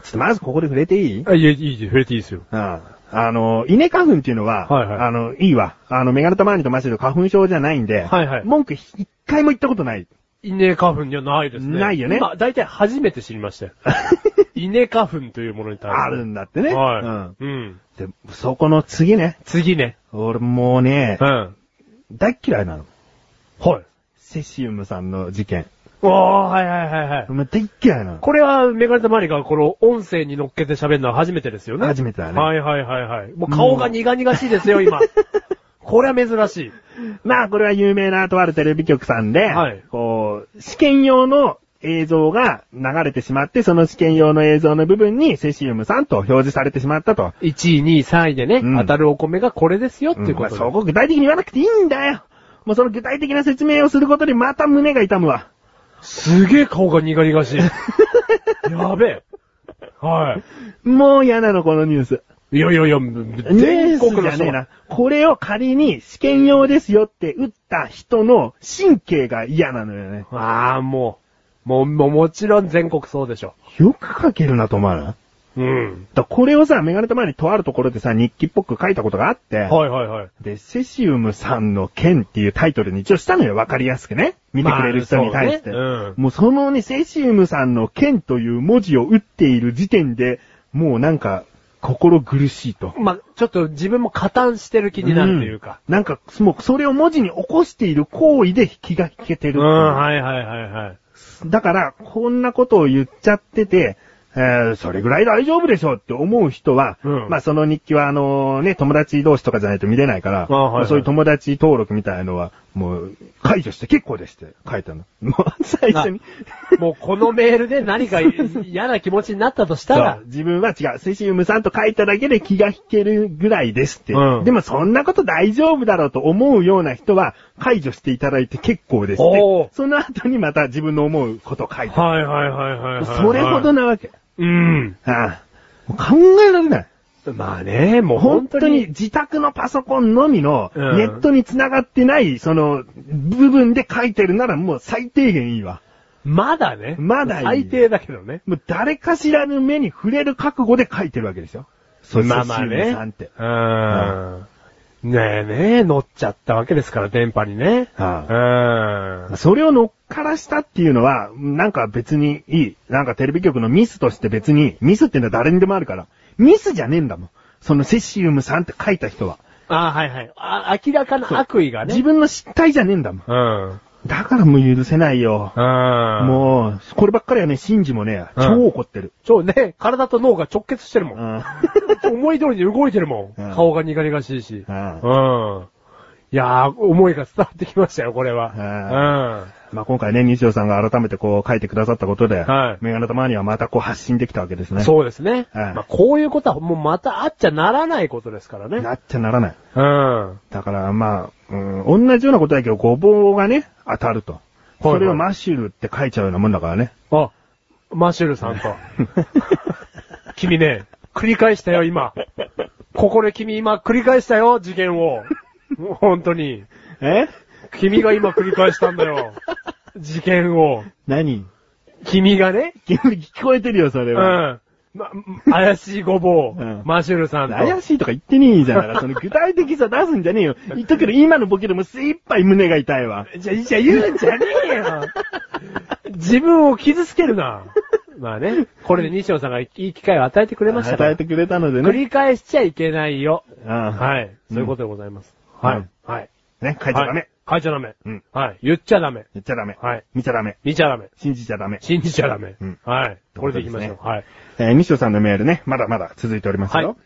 B: ちょっとまずここで触れていい
A: あ、いえ、いいです。触れていいですよ。
B: ああの、稲花粉っていうのは、
A: はいはい
B: あの、いいわ。あの、メガネとマーニとマシル花粉症じゃないんで、
A: はいはい
B: 文句一回も言ったこ
A: [LAUGHS]
B: とない。
A: 稲花粉じゃないですね。
B: ないよね
A: 今、大体初めて知りましたよ。稲花粉というものに対して。
B: あるんだってね。
A: はい。うん。
B: うん。で、そこの次ね。
A: 次ね。
B: 俺もうね
A: う、ん。
B: 大っ嫌いなの。
A: はい。
B: セシウムさんの事件。
A: おー、はいはいはいはい。
B: もう大っ嫌いなの。
A: これは、メガネたまりがこの音声に乗っけて喋るのは初めてですよね。
B: 初めてだね
A: はいはいはいはい。もう顔が苦々しいですよ、 [LAUGHS] 今。これは珍しい。
B: まあ、これは有名なとあるテレビ局さんで、
A: はい
B: こう、試験用の映像が流れてしまって、その試験用の映像の部分にセシウムさんと表示されてしまったと。
A: 1位、2位、3位でね、
B: うん
A: 当たるお米がこれですよっていう
B: ま
A: こ
B: あ
A: と
B: そ
A: で。
B: こ具体的に言わなくていいんだよもうその具体的な説明をすることにまた胸が痛むわ。
A: すげえ顔が苦々
B: [LAUGHS]
A: しい。やべえ。は
B: もう嫌なの、このニュース。
A: い。いやいやいや、全国
B: ニ
A: の
B: ュースじ
A: 人
B: ゃねえな。これを仮に試験用ですよって打った人の神経が嫌なのよね。
A: ああ、もう、もう、もうもちろん全国そうでしょ。
B: よく書けるなと思わない
A: うん。
B: だこれをさ、メガネと前にとあるところでさ、日記っぽく書いたことがあって、
A: はいはいはい。
B: で、セシウムさんの件っていうタイトルに一応したのよ、わかりやすくね。見てくれる人に対して。
A: まあそうねうん
B: もうそのね、セシウムさんの件という文字を打っている時点で、もうなんか、心苦しいと。
A: まあ、ちょっと自分も加担してる気になるというか。
B: んなんか、もうそれを文字に起こしている行為で気が引けてるっ
A: う
B: てい
A: ん、
B: う
A: はいはいはいはい。
B: だから、こんなことを言っちゃってて、えー、それぐらい大丈夫でしょうって思う人は、
A: うん
B: まあその日記はあのね、友達同士とかじゃないと見れないから、
A: あはいはい
B: まあそういう友達登録みたいなのは、もう解除して結構ですって書いたの。もう最初に。
A: もうこのメールで何
B: [LAUGHS]
A: か嫌な気持ちになったとした
B: そ
A: ら
B: う、 [LAUGHS] 自分は違う。セシウムさんと書いただけで気が引けるぐらいですって。
A: うん
B: でもそんなこと大丈夫だろうと思うような人は解除していただいて結構ですっ
A: おー
B: て。その後にまた自分の思うことを書いて。
A: はいはいはいはいはい。
B: それほど
A: な。
B: なわけ。
A: うん。
B: ああもう考えられない。
A: まあね、もう
B: 本
A: 本
B: 当
A: 当
B: に
A: に。
B: 自宅のパソコンのみの
A: うん
B: ネットに繋がってないその部分で書いてるならもう最低限いいわ。
A: まだね。
B: まだいい
A: 最低だけどね。
B: もう誰かしらの目に触れる覚悟で書いてるわけですよ。そう
A: まあまあ
B: セシウ
A: ね。
B: ムさんって。
A: うん。ねえねえ、乗っちゃったわけですから、電波にね。
B: ああ
A: うん。
B: それを乗っからしたっていうのは、なんか別にいい。なんかテレビ局のミスとして別に、ミスってのは誰にでもあるから。ミスじゃねえんだもん。そのセシウムさんって書いた人は。
A: あはいはい。あ、明らかな悪意がね。
B: 自分の失態じゃねえんだもん。
A: うん。うん。
B: だからもう許せないよ。
A: もう、
B: もう、こればっかりはね、シンジもね、
A: うん
B: 超怒ってる。
A: ちょ、ね、体と脳が直結してるもん。
B: ん。 [LAUGHS]
A: 思い通りに動いてるもん。
B: うん
A: 顔が苦々しいし。
B: うん
A: うん。いやー、思いが伝わってきましたよ、これは。
B: まあ今回ね、西尾さんが改めてこう書いてくださったことで、
A: はい
B: メガネたまにはまたこう発信できたわけです
A: うん。
B: ね。
A: そうですね。
B: はい
A: まあ、こういうことはもうまたあっちゃならないことですからね。
B: なっちゃならない。
A: うん。
B: だからまあ、うん、同じようなことだけど、ごぼうがね、当たると。
A: いはい
B: それをマッシュルって書いちゃうようなもんだからね。
A: あ、マシュルさん
B: [LAUGHS]
A: と。君ね、繰り返したよ、今。ここで君今繰り返したよ、次元を。もう本当に。
B: え
A: 君が今繰り返したんだよ。事件を。
B: 何
A: 君がね、
B: 聞こえてるよ、それ
A: う
B: は。
A: ん。ま、怪しいごぼう、
B: うん
A: マシュルさんと。
B: 怪しいとか言ってねえじゃん。だからその具体的さ出すんじゃ
A: [LAUGHS]
B: ねえよ。言っとくけど今のボケでも精一杯胸が痛いわ。
A: じゃ、じゃ言うんじゃねえよ自分を傷つけるな。まあね、これで西野さんがいい機会を与えてくれましたか
B: [LAUGHS] 与
A: ら。
B: えてくれたので
A: 繰
B: ね。
A: り返しちゃいけないよ。
B: は
A: はい。そういうことでございます。
B: うん
A: は
B: う
A: い
B: ん。
A: はい。
B: い。ね、書いちゃダメ。。
A: 書いちゃダメ。
B: うん
A: はい。言っちゃダメ。
B: 言っちゃダメ。
A: はい。
B: 見ちゃダメ。
A: 見ちゃダメ。
B: 信じちゃダメ。
A: 信じちゃダメ。
B: うん
A: はい。これでいきましょ
B: という
A: う。はい。
B: えー、西尾さんのメールね、まだまだ続いておりますよ。
A: はい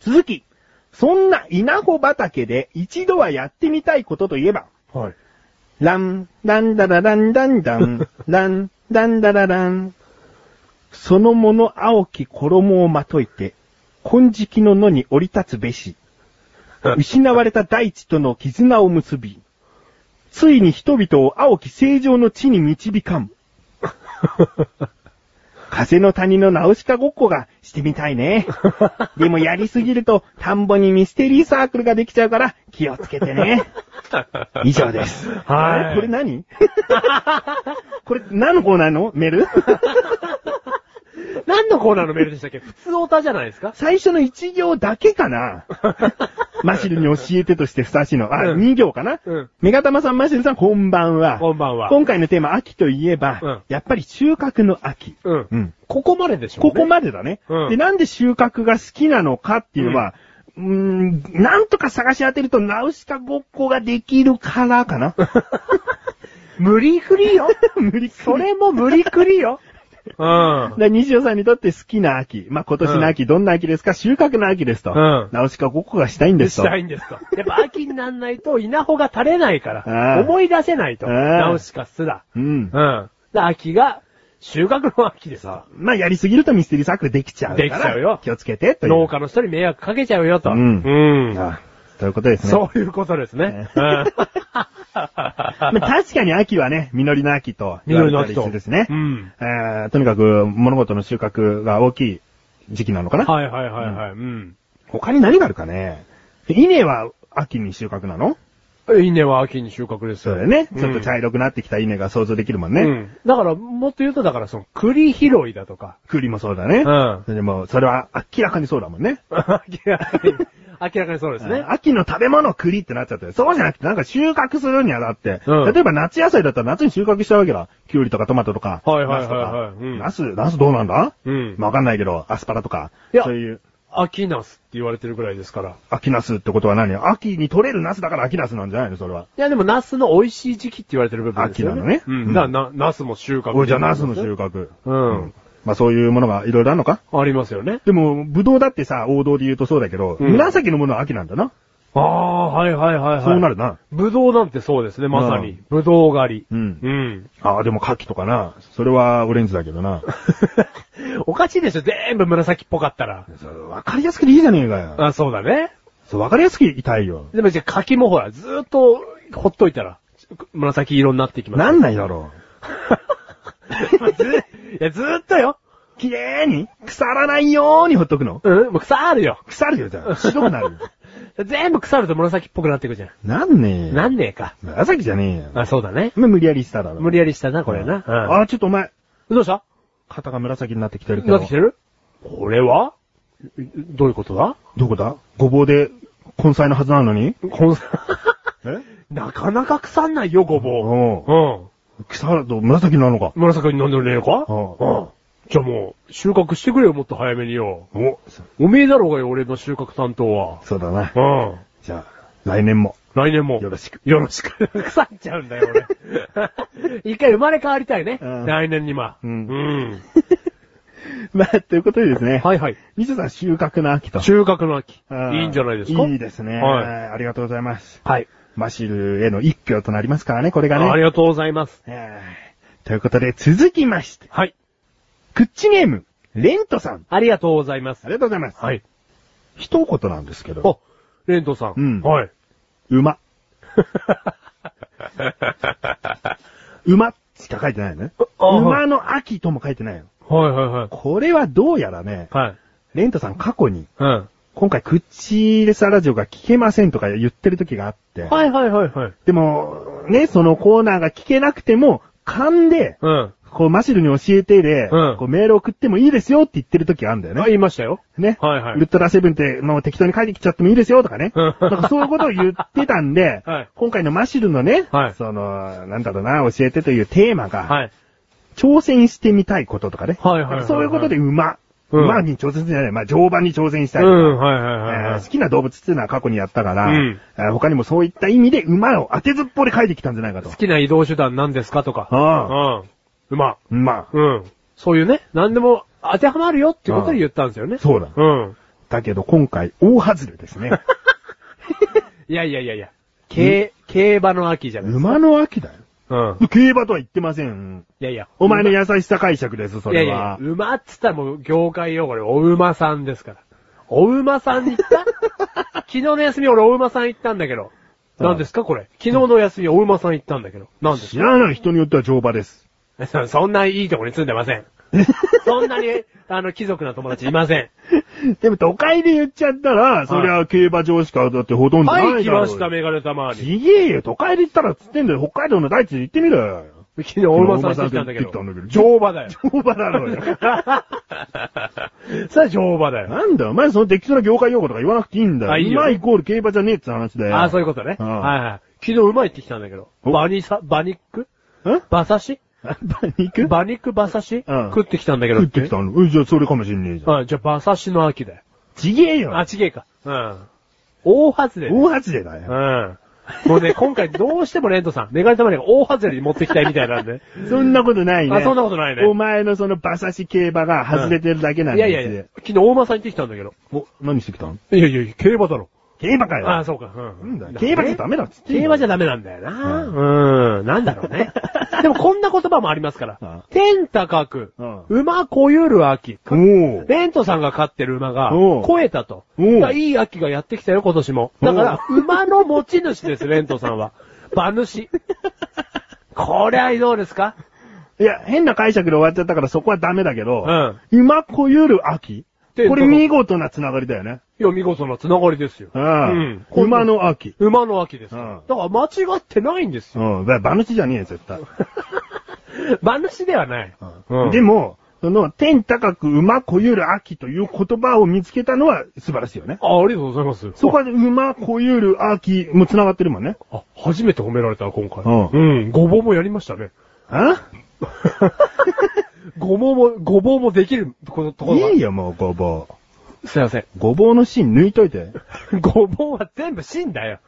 B: 続き、そんな稲穂畑で一度はやってみたいことといえば、
A: はい。
B: ラン、ランダラランダン
A: [LAUGHS]
B: ダン、ラン、ランダララン。そのもの青き衣をまといて、金色の野に降り立つべし。失われた大地との絆を結び、ついに人々を青き正常の地に導かん。風の谷のナウシカごっこがしてみた
A: [LAUGHS]
B: いね。でもやりすぎると田んぼにミステリーサークルができちゃうから気をつけてね。以上です。
A: はい
B: あれこ
A: [LAUGHS]
B: れ何これ何のコーナーのメール
A: [LAUGHS] 何のコーナーのメールでしたっけ普通オタじゃないです [LAUGHS] か
B: 最初の1行だけかなマシルに教えてとしてふさわしいの。あ、
A: うん
B: 2行かな
A: うん
B: メガタマさん、マシルさん、こんばんは。
A: こんばんは。
B: 今回のテーマ、秋といえば、
A: うん
B: やっぱり収穫の秋。
A: うん。
B: うん
A: ここまででしょうね
B: ここまでだね、
A: うん
B: で、なんで収穫が好きなのかっていうのは、うーん、なんとか探し当てるとナウシカごっこができるから
A: [LAUGHS]
B: かな。
A: 無理くりよ
B: 無理くり
A: それも無理くりようん。
B: で、西尾さんにとって好きな秋。まあ、今年の秋、どんな秋ですか収穫の秋ですと。
A: うん
B: ナウシカごっこがしたいんで
A: し
B: すと。
A: たいんですと。やっぱ秋になんないと稲穂が垂れないか
B: ああ
A: ら、思い出せないと。
B: ああ
A: ナウシカすら。
B: うん。
A: うん。で、秋が、収穫の秋でさ、
B: まあ、やりすぎるとミステリーサークルできちゃうから。
A: できちゃうよ
B: 気をつけて、という。
A: 農家の人に迷惑かけちゃうよと。
B: うん
A: うん。
B: あということですね。
A: そういうことですね
B: ね。 [LAUGHS]
A: うん。
B: まあ、確かに秋はね、実りの秋と言わ
A: 緑
B: れ
A: の
B: た
A: 秋
B: り
A: と。
B: するですね。
A: うん。
B: えーとにかく物事の収穫が大きい時期なのかな、
A: はいはいはいはい。うん。
B: 他に何があるかね稲は秋に収穫なの
A: 稲は秋に収穫です
B: そう
A: よ
B: だよね、ちょっと
A: ん
B: 茶色くなってきた稲が想像できるもんね。
A: うん。だから、もっと言うと、だから、その、栗拾いだとか。
B: 栗もそうだね。
A: うん [LAUGHS]
B: でも、それは明らかにそうだもんね。
A: 明らかに、明らかにそうですね。
B: 秋の食べ物栗ってなっちゃってる。そうじゃなくて、なんか収穫するにはだって、
A: うん
B: 例えば夏野菜だったら夏に収穫したわけだ。きゅうりとかトマトとか、
A: はいはいはいはい
B: ナスとか。
A: うん
B: ナス、ナスどうなんだ、
A: うん
B: まあわかんないけど、アスパラとか、
A: いや
B: そういう、
A: 秋ナスって言われてるぐらいですから。
B: 秋ナスってことは何秋に取れるナスだから秋ナスなんじゃないのそれは。
A: いや、でも、ナスの美味しい時期って言われてる部分ですよね。
B: 秋なのね
A: うん。
B: うん
A: だからな、ナスも収穫。
B: おいじゃあナスの収穫。
A: うん
B: まあそういうものがいろいろあるのか
A: 穫。ありますよね。
B: でも、ブドウだってさ、王道で言うとそうだけど、
A: うん
B: 紫のものは秋なんだな。
A: ああ、はいはいはいはい。
B: そうなるな。
A: ぶどうなんてそうですね、まさ
B: う
A: に。ぶどう狩り。
B: うん
A: うん。 [LAUGHS]
B: ああ、でも牡蠣とかな。それはオレンジだけどな。
A: おかしいでしょ、全部紫っぽかったら。
B: そうわかりやすくていいじゃねえかよ。
A: あ、そうだね。
B: そうわかりやすく痛いよ。
A: でもじゃあ柿もほら、ずーっとほっといたら、紫色になってきます。
B: なんないだろ
A: ずいや、ずーっとよ。
B: う。綺麗に腐らないようにほっとくの。
A: うん、もう腐るよ。
B: 腐るよ、じゃ [LAUGHS] あ。白くなるよ。
A: 全部腐ると紫っぽくなってくじゃ
B: なんねえ。
A: ん。なんねえか。
B: 紫じゃねえよ。
A: あ、そうだね。
B: まあ無理やりしただろ。
A: 無理やりしたな、これな。
B: ああ、ちょっとお前、
A: うん。どうした
B: 肩が紫になってきてるけど。
A: なってきてるこれはどういうことだ
B: どこだごぼうで根菜のはずなのに
A: こん
B: え
A: [LAUGHS] なかなか腐んないよ、ごぼ
B: お
A: う。うん。
B: 腐ると紫なのか。
A: 紫に飲んでるのか
B: うん
A: うん。じゃあもう、収穫してくれよ、もっと早めによ。
B: お、そ
A: おめえだろうがよ、俺の収穫担当は。
B: そうだな。
A: うん。
B: じゃあ、来年も。
A: 来年も。
B: よろしく。
A: よろしく。腐っちゃうんだよ、俺。 [LAUGHS] 一回生まれ変わりたいね。
B: うん
A: 来年には。
B: うん
A: うん。
B: [LAUGHS] まあ、ということでですね。
A: はいはい。
B: みそさん収穫の秋と。
A: 収穫の秋。
B: う
A: いいんじゃないですか
B: いいですね。
A: はい。
B: ありがとうございます。
A: はい。
B: マシルへの一票となりますからね、これがね。
A: ありがとうございます。
B: えーということで、続きまして。
A: はい。
B: クッチネーム、レントさん。
A: ありがとうございます
B: あ。りがとうございます。
A: はい。
B: 一言なんですけ
A: あ
B: ど、、
A: レントさん。
B: うん
A: はい。 [LAUGHS]
B: 馬。馬しか書いてないのね。
A: ああは
B: 馬
A: い
B: の秋とも書いてないよ。
A: はいはいはい。
B: これはどうやらね、
A: はい。
B: レントさん過去に、
A: うん。
B: 今回クッチレサラジオが聞けませんとか言ってる時があって、
A: はいはいはいはい。
B: でも、ね、そのコーナーが聞けなくても、勘で、
A: うん。
B: こう、マシルに教えてで、
A: うん
B: こう、メール送ってもいいですよって言ってる時あるんだよね。
A: あ、言いましたよ。
B: ね。
A: はいはい
B: ウルトラセブンって、もう適当に書いてきちゃってもいいですよとかね。
A: うん
B: なんかそういうことを言ってた
A: [LAUGHS]
B: んで、
A: はい
B: 今回のマシルのね、
A: はい
B: その、なんだろうな、教えてというテーマが、
A: はい。
B: 挑戦してみたいこととかね。
A: はいはいはいはい
B: そういうことで
A: う
B: 馬。
A: ん
B: 馬に挑戦じゃない。まあ、乗馬に挑戦した
A: う
B: いとか。
A: ん、はいはいはい
B: え
A: は
B: ー
A: い。
B: 好きな動物っていうのは過去にやったから、
A: うん
B: えー他にもそういった意味で馬を当てずっぽうで書いてきたんじゃないかと
A: 好。きな移動手段何ですかとか。
B: あ
A: うん。うま。
B: まあ、
A: うん。そういうね、何でも当てはまるよっていうことで言ったんですよね。
B: そうだ。
A: うん。
B: だけど今回、大外れですね。
A: [LAUGHS] いやいやいやいや。競、競馬の秋じゃないですか。
B: 馬の秋だよ。
A: うん。
B: 競馬とは言ってません。
A: いやいや。
B: お前の優しさ解釈です、そ
A: いや
B: れ
A: いや
B: は。、
A: 馬っつったらもう業界用語でお馬さんですから。お馬さんに行った
B: [LAUGHS]
A: 昨日の休み俺お馬さん行ったんだけど。
B: うん
A: 何ですかこれ。昨日の休みお馬さん行ったんだけど。何です
B: 知らない人によっては乗馬です。
A: か [LAUGHS] そんないいとこに住んでませ [LAUGHS] ん。そんなに、あの、貴族な友達いません。
B: でも都会で言っちゃったら、そりゃ競馬場しかだってほとんどないだろう
A: はい、来
B: よ
A: ました、メガネたまに。
B: ちげえよ、都会で行ったらっつってんだよ、北海道の大地で行ってみろよ。
A: 昨日お馬さん行ってきたんだけ
B: 行ってきたんだけ
A: ど。
B: ど
A: 乗馬だよ。
B: 乗馬だろうよ。
A: [LAUGHS] それは乗馬だよ。
B: [LAUGHS] なんだよ、お前その適当な業界用語とか言わなくていいんだよ。
A: あいいよ
B: 馬イコール競馬じゃねえって話だよ。
A: ああ、そういうことね。
B: うん
A: はいはい。昨日馬行ってきたんだけど。
B: お
A: バニサ、バニック
B: ん
A: 馬刺し
B: [LAUGHS] 馬 [LAUGHS] 肉
A: 馬肉馬刺し、
B: うん
A: 食ってきたんだけど。
B: 食ってきたのうんじゃあそれかもしんねえじゃん。
A: うん、じゃあ馬刺しの秋だよ。
B: ちげえよ
A: あ、ちげえか。うん。大外れだよ。
B: 大外れだよ。
A: うん。もうね、今回どうしてもレントさん、メガネ玉ねが大外れに持ってきたいみたいなんで。
B: そんなことないね。
A: あそんなことないね
B: お前のその馬刺し競馬が外れてるだけなん
A: い
B: だ
A: や
B: よ。
A: いやいや、昨日大馬さん行ってきたんだけど。
B: お、何してきたの
A: いやいやいや、競馬だろ。
B: 競馬かよ。
A: ああ、そうか。う
B: なん
A: ん
B: だよ。競馬じゃダメだっつってんだよ
A: 競馬じゃダメなんだよな。うん、なんだろう [LAUGHS] ね。でもこんな言葉もありますから。
B: うん
A: 天高く、
B: うん
A: 馬こゆる秋。
B: おー。
A: レントさんが飼ってる馬が、
B: おう
A: 超えたと。
B: おう
A: だからいい秋がやってきたよ、今年も。だから、馬の持ち主です、レントさ [LAUGHS] んは。馬主。これはどうですか
B: いや、変な解釈で終わっちゃったからそこはダメだけど、
A: うん
B: 今こゆる秋
A: で
B: これ
A: どの
B: 見事な繋がりだよね。
A: いや、見事な繋がりですよ。
B: う
A: う
B: ん。
A: ん
B: 馬の秋。
A: 馬の秋ですから、
B: うん
A: だから間違ってないんです
B: う
A: よ。
B: ん。だ馬主じゃねえよ、絶対。
A: [LAUGHS] 馬主ではない。うん
B: でも、その、天高く馬こゆる秋という言葉を見つけたのは素晴らしいよね。
A: あ、ありがとうございます。
B: そこは馬こゆる秋も繋がってるもんね。
A: あ、初めて褒められた、今回。
B: う
A: うん。ごぼうもやりま [LAUGHS] したね。
B: あ
A: ごぼうも、ごぼうもできる、このところが。
B: いいよ、もうごぼ
A: すいません。
B: う。ごぼうの芯抜いといて。
A: [LAUGHS] ごぼうは全部死んだ [LAUGHS] よ。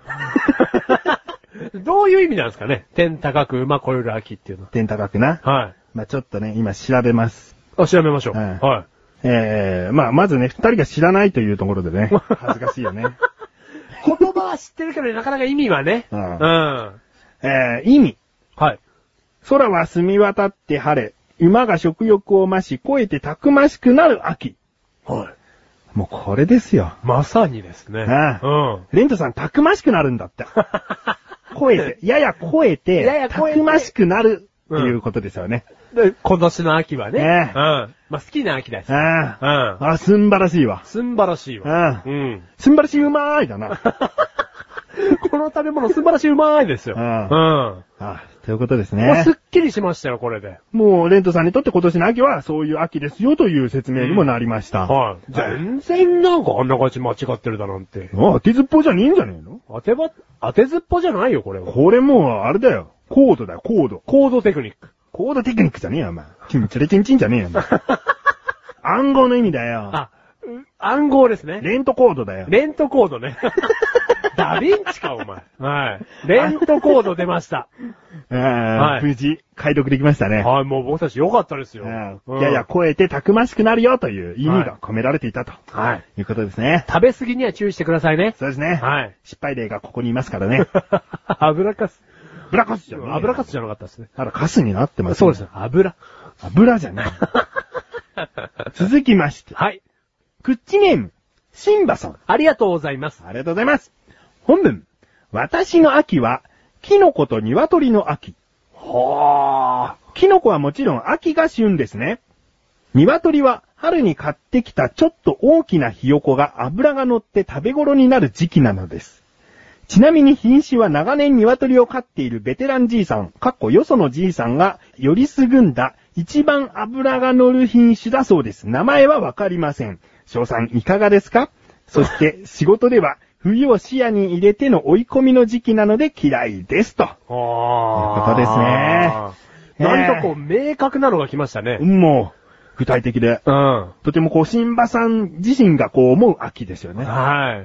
A: どういう意味なんですかね天高く馬こよる秋っていうの
B: 天高くな。
A: は。はい。
B: まあちょっとね、今調べます。
A: あ、調べましょう。
B: はい
A: は
B: ええまあまずね、二人が知らないというところ
A: [LAUGHS]
B: でね、恥ずかしいよね。
A: い。言葉は知ってるけど、なかなか意味はね。
B: う
A: うんん。は
B: えー、意味。
A: い。
B: 空は澄み渡って晴れ、馬が食欲を増し、肥えてたくましくなる秋。
A: はい。
B: もうこれですよ。
A: まさにですね。
B: ああ
A: [LAUGHS] うん。
B: レントさん、たくましくなるん
A: [LAUGHS]
B: だって。超えて、やや超えて、
A: やや超えて
B: たくましくなるっていうことですよね。
A: で、今年の秋はね。
B: ねえ
A: うん。まあ、好きな秋だし。
B: あ
A: う
B: あ、
A: ん。
B: あ、すんばらしいわ。
A: すんばらしいわ。
B: ああ
A: う、ん。 [LAUGHS]
B: すんばらしいうまーいだな。
A: この食べ物すんばらしいうまいですよ。
B: う
A: うんん。も
B: あということです
A: う
B: ね
A: すっ。きりしましたよ、これで。
B: もう、レントさんにとって今年の秋はそういう秋ですよという説明にもなりました。
A: はい。全然なんかあんな感じ間違ってるだなんて。
B: あ当てずっぽうじゃねえんじゃねえの
A: 当てば、当てずっぽじゃないよ、これは。
B: これもう、あれだよ。コードだよ、コード。
A: コードテクニック。
B: コードテクニックじゃねえよ、お前。チンチレチンチンじゃねえ
A: [LAUGHS]
B: よ、お前暗号の意味だよ。
A: あ、う暗号ですね。
B: レントコードだよ。
A: レントコード [LAUGHS] ね。ダヴィンチか、お前。 [LAUGHS] はい。レントコード出ま [LAUGHS] した。
B: はい無事、解読できましたね。
A: はい、もう僕たち良かったですよ。
B: う
A: うんん
B: いやいや、超えてたくましくなるよという意味が
A: はい
B: 込められていたと。
A: はい。
B: い。うことですね。
A: 食べ過ぎには注意してくださいね。
B: そうですね。
A: はい。
B: 失敗例がここにいますからね。
A: [LAUGHS] 油かす。
B: 油かすじゃない。
A: 油かすじゃなかったですね。
B: あら、かすになってます、
A: そうです。ね。油。
B: 油じゃない。続きまして、
A: はい。
B: クッチネーム、シンバソン。
A: ありがとうございます。
B: ありがとうございます。本文、私の秋は、キノコと鶏の秋。
A: は
B: キノコはもちろん秋が旬ですね。鶏は春に買ってきたちょっと大きなひよこが脂が乗って食べ頃になる時期なのです。ちなみに品種は長年鶏を飼っているベテランじいさん、かっこよそのじいさんがよりすぐんだ一番脂が乗る品種だそうです。名前はわかりません。翔さんいかがですかそして仕事では冬を視野に入れての追い込みの時期なので嫌いですと。
A: あ
B: ということです
A: ー
B: ね
A: 何かこう、明確なのが来ましたね。
B: もう、具体的で。
A: うん。
B: とてもこう、新馬さん自身がこう思う秋ですよね。
A: は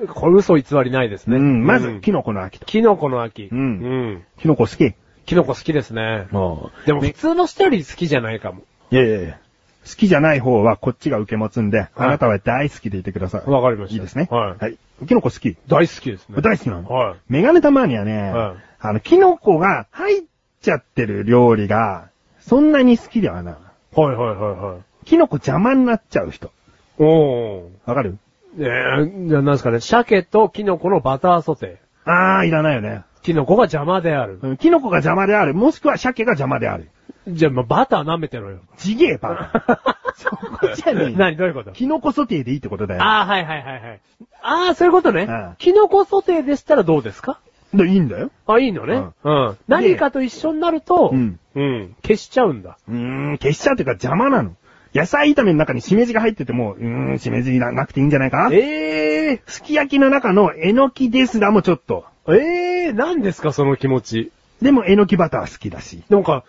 B: え
A: い。これ嘘偽りないです
B: えう
A: ね。
B: ん、ま
A: う
B: ず、
A: ん
B: キノコの秋と。
A: キノコの秋。
B: うん
A: うん。
B: キノコ好き
A: キノコ好きですね。
B: もう
A: でも普通の人より好きじゃないかも。
B: いやいやいや。好きじゃない方はこっちが受け持つんで、あなたは大好きでいてください。
A: わかりました
B: いいですね。
A: はい
B: はい。キノコ好き。
A: 大好きですね。
B: 大好きなの。
A: はい。
B: メガネたまにはね、
A: はい
B: あの、キノコが入っちゃってる料理が、そんなに好きではない。
A: はいはいはいはい。
B: キノコ邪魔になっちゃう人。
A: おー。
B: わかる
A: えー、じゃあなんですかね、鮭とキノコのバターソテ
B: あー、いらないよね。
A: ー。キノコが邪魔である。
B: うんキノコが邪魔である、もしくは鮭が邪魔である。
A: じゃあ、まあ、バター舐めてろよ。
B: ちげえば。 [LAUGHS] そこじゃねえ。
A: [LAUGHS] 何どういうこと
B: キノコソテーでいいってことだよ。
A: ああ、はいはいはいはい。ああ、そういうことね
B: うん。
A: キノコソテーでしたらどうですか
B: で、いいんだよ。
A: あ、いいのね。うん。何かと一緒になると、
B: うん
A: うん。消しちゃうんだ。
B: うーん、消しちゃうっていうか邪魔なの。野菜炒めの中にしめじが入ってても、うーん、しめじななくていいんじゃないか
A: ええ
B: すき焼きの中のえのきですらもちょっと。
A: ー、ええー、何ですかその気持ち。
B: でもえのきバター好きだし。
A: なんか、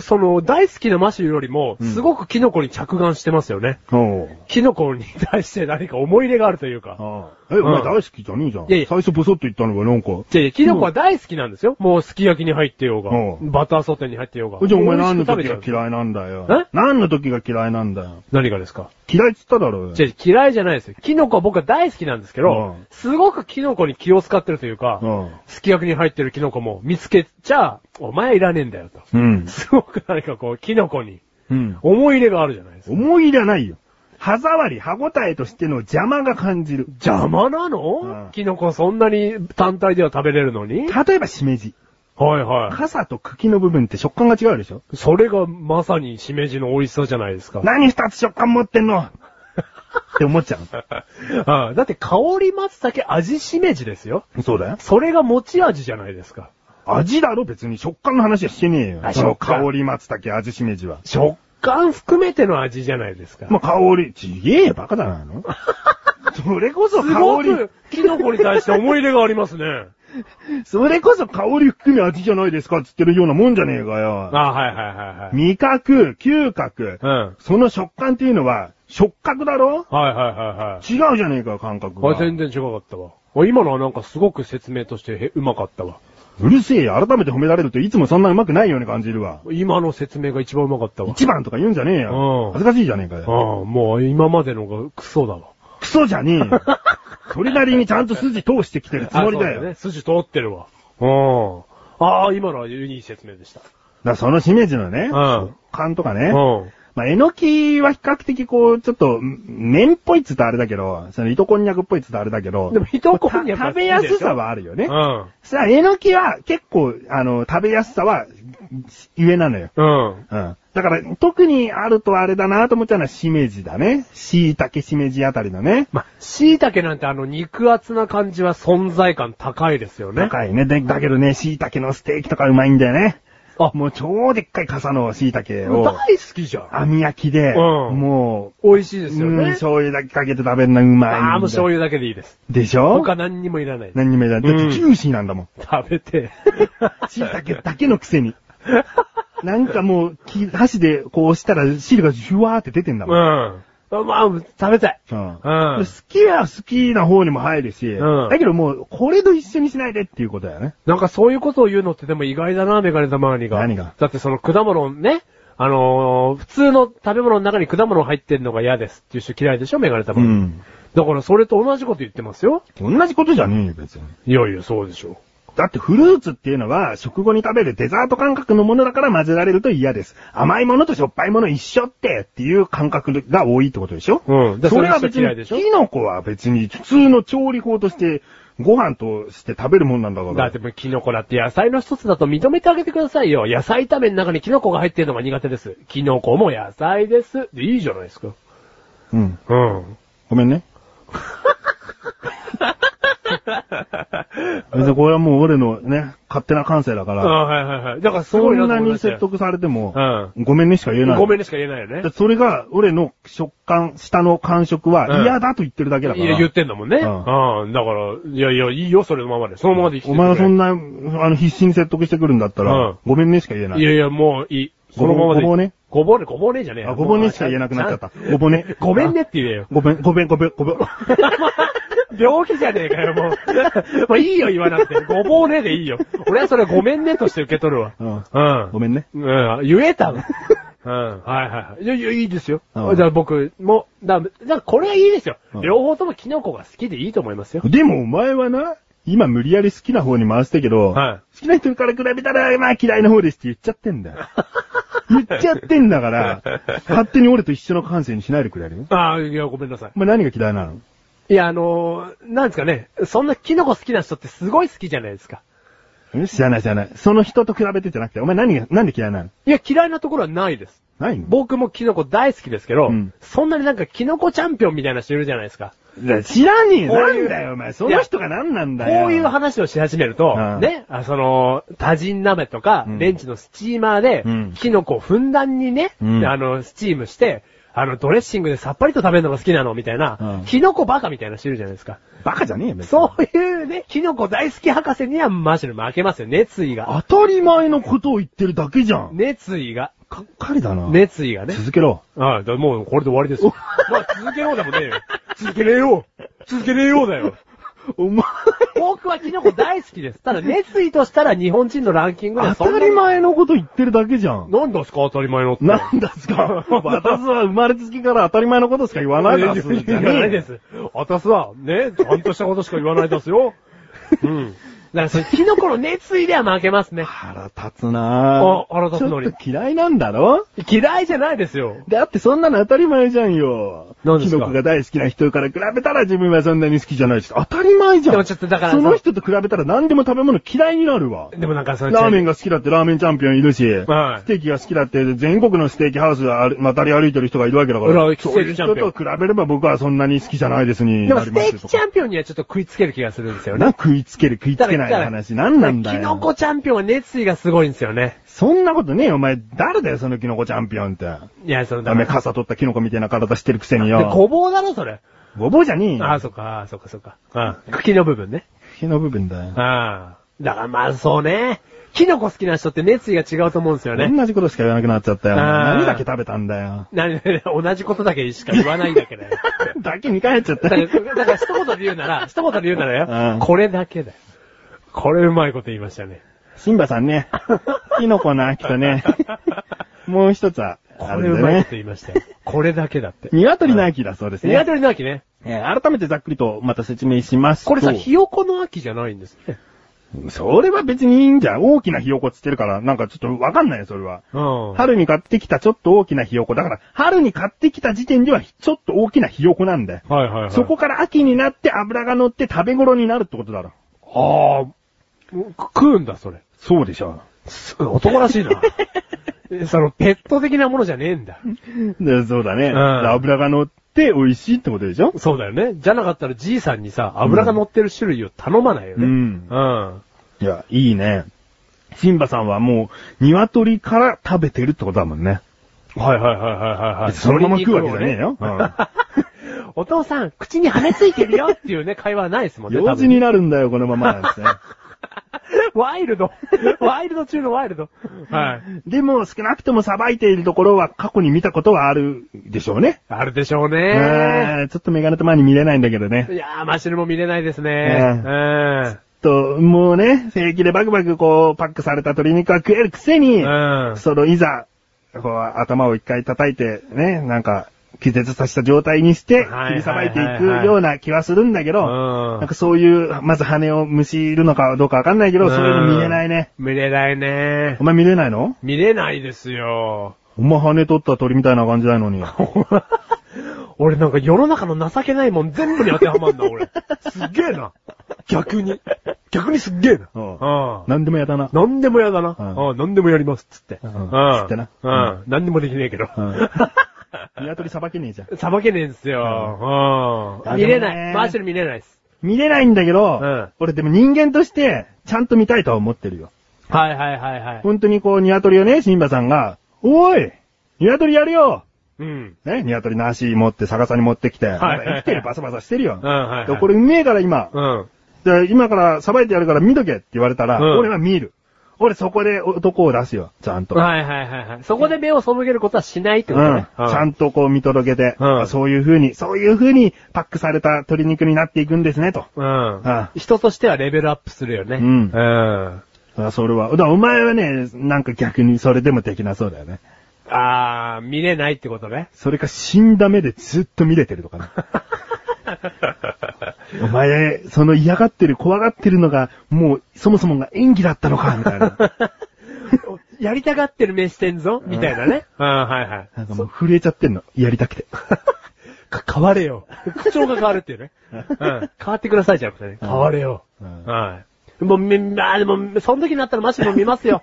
A: その、大好きなマシューよりも、
B: うん
A: すごくキノコに着眼してますよね。
B: おう
A: キノコに対して何か思い入れがあるというか。
B: ああえ、お前大好きじゃねえじゃん。
A: いやいや
B: 最初ボソッと言ったのがなんか。
A: じゃあ、キノコは大好きなんですよ。もう、すき焼きに入ってようが
B: う、ん
A: バターソテーに入ってようが。
B: じゃあお前何の時
A: 美味し
B: が
A: く食べちゃう
B: 嫌いなんだよ。
A: え
B: 何の時が嫌いなんだよ。
A: 何がですか
B: 嫌いっつっただろうよ。
A: じゃあ、嫌いじゃないですよ。キノコは僕は大好きなんですけど
B: うん、
A: すごくキノコに気を使ってるというか、
B: うん
A: すき焼きに入ってるキノコも見つけちゃ、お前いらねえんだよと。
B: うん。
A: すごく何かこう、キノコに
B: うん。
A: 思い入れがあるじゃないですか。
B: 思い入れはないよ。歯触り、歯応えとしての邪魔が感じる。
A: 邪魔な
B: うん
A: のキノコそんなに単体では食べれるのに
B: 例えばしめじ。
A: はいは
B: 傘と茎の部分って食感が違うでしょ
A: い。それがまさにしめじの美味しさじゃないですか。
B: 何二つ食感持ってん
A: [LAUGHS]
B: のって思っちゃ
A: うんだって香り松茸味しめじですよ。
B: う。そうだよ。
A: それが持ち味じゃないですか。
B: 味だろ別に食感の話はしてねえよ。
A: あ
B: その
A: 食感
B: 香り松茸味しめじは。
A: 食感含めての味じゃないですか。
B: まあ、香り、ちげえよ、バカだな
A: [LAUGHS]
B: のそれこそ
A: すご
B: 香
A: くキノコに対して思い入れがありますね。
B: り、それこそ香り含め味じゃないですかって言ってるようなもんじゃねえかよ。
A: あはいはいはいはい。
B: 味覚、嗅覚、
A: うん。はい
B: その食感っていうのは、触覚だろ
A: はいはいはい。
B: 違うじゃねえかよ、感覚
A: あ、
B: が。
A: 全然違かったわ。あ今のはなんかすごく説明としてへうまかったわ。
B: うるせえよ、改めて褒められるといつもそんな上手くないように感じるわ。
A: 今の説明が一番うまかったわ。
B: 一番とか言うんじゃねえ
A: う
B: よ。
A: ん
B: 恥ずかしいじゃねえかよ。
A: ああ、もう今までのがクソだわ。
B: クソじゃね
A: [LAUGHS]
B: えよ。それなりにちゃんと筋通してきてるつもりだ
A: あ
B: よ。
A: そう
B: そ
A: ね。筋通ってるわ。うん。ああ、今のはいい説明でした。
B: だからそのしめじのね、
A: うん
B: 勘とか
A: う
B: ね、
A: ん。
B: まあ、えのきは比較的こう、ちょっと、ん麺っぽいっつうとあれだけど、その糸こんにゃくっぽいっつうとあれだけど、
A: でも糸こんにゃくは
B: 食
A: 好き
B: べ
A: でしょ
B: やすさはあるよ
A: う
B: ね。
A: ん。
B: さあ、えのきは結構、あの、食べやすさは上なのよ。
A: うん。
B: うん。だから、特にあるとあれだなと思ったのは、しめじだね。しいたけしめじあたりのね。
A: まあ、椎茸なんてあの肉厚な感じは存在感高いですよね。
B: 高いね。で、だけどね、椎茸のステーキとかうまいんだよね。
A: あ、
B: もう超でっかい傘の椎茸を、
A: 大好きじゃん。
B: 網焼きで、
A: うん
B: も
A: 美味しいで
B: う、
A: すよ
B: うん
A: ね。
B: 醤油だけかけて食べるのうまいんだよ。
A: ああ、もう醤油だけでいいです。
B: でしょ
A: 他何にもいらない。
B: 何にも言えないだっ
A: うん
B: てジューシーなんだもん。
A: 食べ
B: [LAUGHS]
A: て。
B: 椎茸だけのく
A: [LAUGHS]
B: せに。なんかもう、き箸でこう押したら汁がジュワーって出てんだ
A: うん。
B: も
A: [LAUGHS]
B: ん。
A: まあ、食べたい。
B: うん
A: うん
B: 好きは好きな方にも入るし、
A: うん
B: だけどもう、これと一緒にしないでっていうことだよね。
A: なんかそういうことを言うのってでも意外だな、メガネ玉にが。
B: 何が
A: だってその果物ね、あのー普通の食べ物の中に果物入ってんのが嫌ですっていう人嫌いでしょ、メガネ玉。。だからそれと同じこと言ってますよ。
B: 同じことじゃねえよ、別に。
A: いやいや、そうでしょ。
B: だってフルーツっていうのは食後に食べるデザート感覚のものだから混ぜられると嫌です。甘いものとしょっぱいもの一緒ってっていう感覚が多いってことでしょ
A: うんだから
B: それは
A: それ
B: 別
A: 一緒嫌い
B: に、
A: でしょ
B: キノコは別に普通の調理法としてご飯として食べるもんなんだから。
A: だってもうキノコだって野菜の一つだと認めてあげてくださいよ。野菜炒めの中にキノコが入ってるのが苦手です。キノコも野菜です。でいいじゃないですか。
B: うん。
A: [LAUGHS] うん。
B: ごめんね。別にこれはもう俺のね、勝手な感性だか
A: あ
B: ら、
A: はいはいはい。だからす
B: そ
A: ごいなんと
B: な
A: 思い
B: に
A: ました
B: 説
A: よ。
B: 得されても、
A: うん。
B: ごめんねしか言えない。
A: ごめんねしか言えないよね
B: だっ。てそれが、俺の食感、舌の感触
A: う
B: は
A: ん
B: 嫌だと言ってるだけだか
A: いや、
B: ら。
A: 言ってんだもんね。
B: う
A: うんん。だから、いやいや、いいよ、それのままで。そのままで生きて
B: お前がそん
A: な。
B: な、あの、必死に説得してくるんだった
A: う
B: ら
A: ん、
B: ごめんねしか言えないい。
A: やいや、もういい。そのままで。
B: ごぼうね。
A: ごぼうね、ごぼうねじゃねえよ
B: あ、ごぼうねしか言えなくなっちゃった。ごぼうね。
A: ごめんねっ。て言えよ。
B: ごめん、ごめん、ごめん、ごめん。
A: 病気じゃねえかよ、もう。 [LAUGHS] もういいよ、言わなくて。ごぼうねでいいよ。俺はそれごめんねとして受け取るわ。
B: うん
A: うん。
B: ごめんね。
A: うん、言えたの。うん、はいはいはい。いや、いやいいですよ。
B: うん
A: じゃあ僕も、だ、だからこれはいいですよ
B: うん。
A: 両方ともキノコが好きでいいと思いますよ。
B: でもお前はな、今無理やり好きな方に回してけど、
A: は
B: 好きな人から比べたら、まあ嫌いな方ですって言っちゃってんだよ。言っちゃってんだ
A: [LAUGHS]
B: から、勝手に俺と一緒の感性にしないでくれるよ。
A: ああ、いや、ごめんなさい。
B: お前何が嫌いなの
A: いや、あのーなんですかね、そんなキノコ好きな人ってすごい好きじゃないですか。
B: ん知らない知らない。その人と比べてじゃなくて、お前何が、なんで嫌いなの
A: いや、嫌いなところはないです。
B: ないの
A: 僕もキノコ大好きですけど、
B: うん
A: そんなになんかキノコチャンピオンみたいな人いるじゃないですか。
B: だ知らねえよ。
A: こう
B: ない
A: うん
B: だよ、お前。その人が何なん
A: こ
B: だよ。
A: ういう話をし始めると、
B: うん
A: ね、あその、多人鍋とか、
B: うん
A: レンチのスチーマーで、
B: うん
A: キノコをふんだんにね、
B: うん
A: あの、スチームして、あの、ドレッシングでさっぱりと食べるのが好きなのみたいな、
B: うん
A: キノコバカみたいな人いるじゃないですか。
B: バカじゃねえよ、別に
A: そういうね、キノコ大好き博士にはマジで負けますよ、熱意が。
B: 当たり前のことを言ってるだけじゃん。
A: 熱意が。
B: がっかりだな。
A: 熱意がね。
B: 続けろ。
A: はい、だからもうこれで終わりですよ。まあ続けようでもねえよ。続けねえよう。続けねえようだ
B: [LAUGHS]
A: よ。
B: お前、
A: 僕はキノコ大好きです。ただ熱意としたら日本人のランキングでは
B: 当
A: そん
B: た
A: な
B: り。前のこと言ってるだけじゃん。
A: なんですか当たり前のって。
B: なんだっすか私は生まれつきから当たり前のことしか言わない
A: な
B: で。
A: いですす。言わないで。す。私は、ね、ちゃんとしたことしか言わないです [LAUGHS] よ。うん。だからそれ、キノコの熱意では負けますね。
B: 腹立つなぁ。
A: あ腹立つのに
B: ちょっと嫌いなんだろ
A: 嫌いじゃないですよ。
B: だってそんなの当たり前じゃんよ。
A: 何ですか
B: キノコが大好きな人から比べたら自分はそんなに好きじゃないし。当たり前じゃ
A: で
B: ん。
A: もちょっとだから
B: その人と比べたら何でも食べ物嫌いになるわ。
A: でもなんかその、
B: ラーメン
A: ン。
B: が好きだってラーメンチャンピオンいるし、
A: はい
B: ステーキが好きだって全国のステーキハウスある渡り歩いてる人がいるわけだから
A: 裏、ステ
B: そうい
A: ー
B: う
A: キチャ
B: 人
A: ンピオ
B: と
A: ン
B: 比べれば僕はそんなに好きじゃないですに
A: でも
B: な
A: ス
B: りま
A: テ
B: す
A: ーキ
B: よ
A: チャンピオンにはちょっと食いつける気がするんですよね。
B: な、食いつける食いつけないの話。なんなんだよ。
A: キノコチャンピオンは熱意がすごいんですよね。
B: そんなことねえよ、お前。誰だよ、そのキノコチャンピオンって。
A: いや、その、
B: ダメ、傘取ったキノコみたいな体してるくせに
A: で、
B: よ。
A: ごぼうだろ、それ。
B: ごぼうじゃねえ
A: ああ、
B: よ。
A: そっか、ああ、そっか、そっか。うん。茎の部分ね。
B: 茎の部分だよ。
A: ああ。だからまあ、そうね。キノコ好きな人って熱意が違うと思うんですよね。
B: 同じことしか言わなくなっちゃったよ。
A: あー
B: 何だけ食べたんだ
A: [LAUGHS]
B: よ。
A: 何、同じことだけしか言わないだけだよ。
B: だけ見返っち
A: [LAUGHS]
B: ゃった
A: だか
B: よ
A: ら、。だから一言で言うなら、一言で言うならよ、
B: うん
A: これだけだよ。これうまいこと言いましたね。
B: シンバさんね。キノコの秋
A: [LAUGHS]
B: とね。もう一つは、
A: こ
B: あ
A: れ
B: るん
A: う
B: で
A: まい
B: ね
A: こと。言いましたよ。これだけだって。
B: 鶏の秋だそうですね。
A: 鶏の秋ね。
B: えー改めてざっくりとまた説明しますと。
A: これさ、ひよこの秋じゃないんですね。
B: それは別にいいんじゃん。大きなひよこつってるから、なんかちょっとわかんないよ、それは。
A: うん。
B: 春に買ってきたちょっと大きなひよこ。だから、春に買ってきた時点ではちょっと大きなひよこなんだよ。
A: はいはいはい。
B: そこから秋になって脂が乗って食べ頃になるってことだろ。
A: ああ、食うんだ、それ。
B: そうでしょ。
A: 男らしいな。えその、ペット的なものじゃねえんだ。
B: でそうだね。
A: ん
B: 油が乗って美味しいってことでしょ
A: そうだよね。じゃなかったらじいさんにさ、油が乗ってる種類を頼まないよね。
B: うん
A: うん。
B: いや、いいね。シンバさんはもう、鶏から食べてるってことだもんね。
A: はいはいはいはいはいはい。
B: そのまま食うわけじゃねえよ。
A: [LAUGHS] お父さん、口に羽根ついてるよっていうね、会話はないですもんね。
B: 用事になるんだよ、このままなんですね。
A: 多分ワイルド。ワイルド中のワイルド。はい。
B: [LAUGHS] でも、少なくともさばいているところは過去に見たことはあるでしょうね。
A: あるでしょう
B: え
A: ね。
B: ーちょっとメガネと前に見れないんだけどね。
A: いやー、マシルも見れないですね。
B: ね
A: うん。
B: と、もうね、正規でバクバクこう、パックされた鶏肉は食えるくせに、
A: うん。
B: そのいざ、こう、頭を一回叩いて、ね、なんか、気絶させた状態にして、
A: はい
B: 切りさばいてい
A: はい
B: く
A: はいはい
B: ような気はするんだけ
A: う
B: ど、
A: ん
B: なんかそういう、まず羽をむしるのかどうかわかんないけど、そういうの見れないね。
A: うん。見れないね
B: お。前見れないの
A: 見れないですよ。
B: お前羽取った鳥みたいな感じないのに。
A: [LAUGHS] 俺なんか世の中の情けないもん全部に当てはまんな、
B: [LAUGHS]
A: 俺。すっげえな。逆に。逆にすっげえな。う
B: う
A: んん。
B: なんでもやだな。
A: なんでもやだな。
B: うん
A: うん。なんでもやります、つって。
B: うんつ
A: つ
B: ってな
A: う
B: うん
A: ん。なんでもできねえけど。
B: [LAUGHS] 鶏さばけねえじゃん。
A: さばけねえんすよ。うん。
B: ん
A: 見れ
B: で
A: な
B: もね
A: い。マーシュル見れないっす。
B: 見れないんだけど、
A: うん
B: 俺でも人間として、ちゃんと見たいとは思ってるよ。
A: はいはいはいはい。
B: 本当にこう、鶏をね、シンバさんが、おい鶏やるよ
A: うん。
B: ね、鶏の足持って逆さに持ってきて、
A: はいはいはい
B: 生きてるバサバサしてるよ。
A: うんはいはい
B: でこれうめえから今、
A: うん。
B: で今からさばいてやるから見とけって言われたら、
A: うん
B: 俺は見る。俺そこで男を出すよ、ちゃんと。
A: はいはいはいはい。そこで目を背けることはしないってこ
B: う
A: と
B: ん
A: ね。
B: ちゃんとこう見届けて、
A: うん
B: あそういう風に、そういう風にパックされた鶏肉になっていくんですね、と。
A: うん
B: うん
A: 人としてはレベルアップするよね。
B: うん
A: うん。
B: あそれは。だからお前はね、なんか逆にそれでもできなそうだよね。
A: あー、見れないってことね。
B: それか死んだ目でずっと見れてる
A: [LAUGHS]
B: とかね。お前、その嫌がってる、怖がってるのが、もう、そもそもが演技だったのか、みたいな。
A: やりたがってる目してんぞ、みたいなね。うん、はいはい。
B: なんかもう震えちゃってんの。やりたくて。
A: か、変われよ。口調が変わるって
B: [LAUGHS]
A: いうね。うん。変わってくださいじゃなくてね。
B: うん
A: 変われよ。
B: うん
A: はい。もう、み、まあでも、その時になったらマシも見ますよ。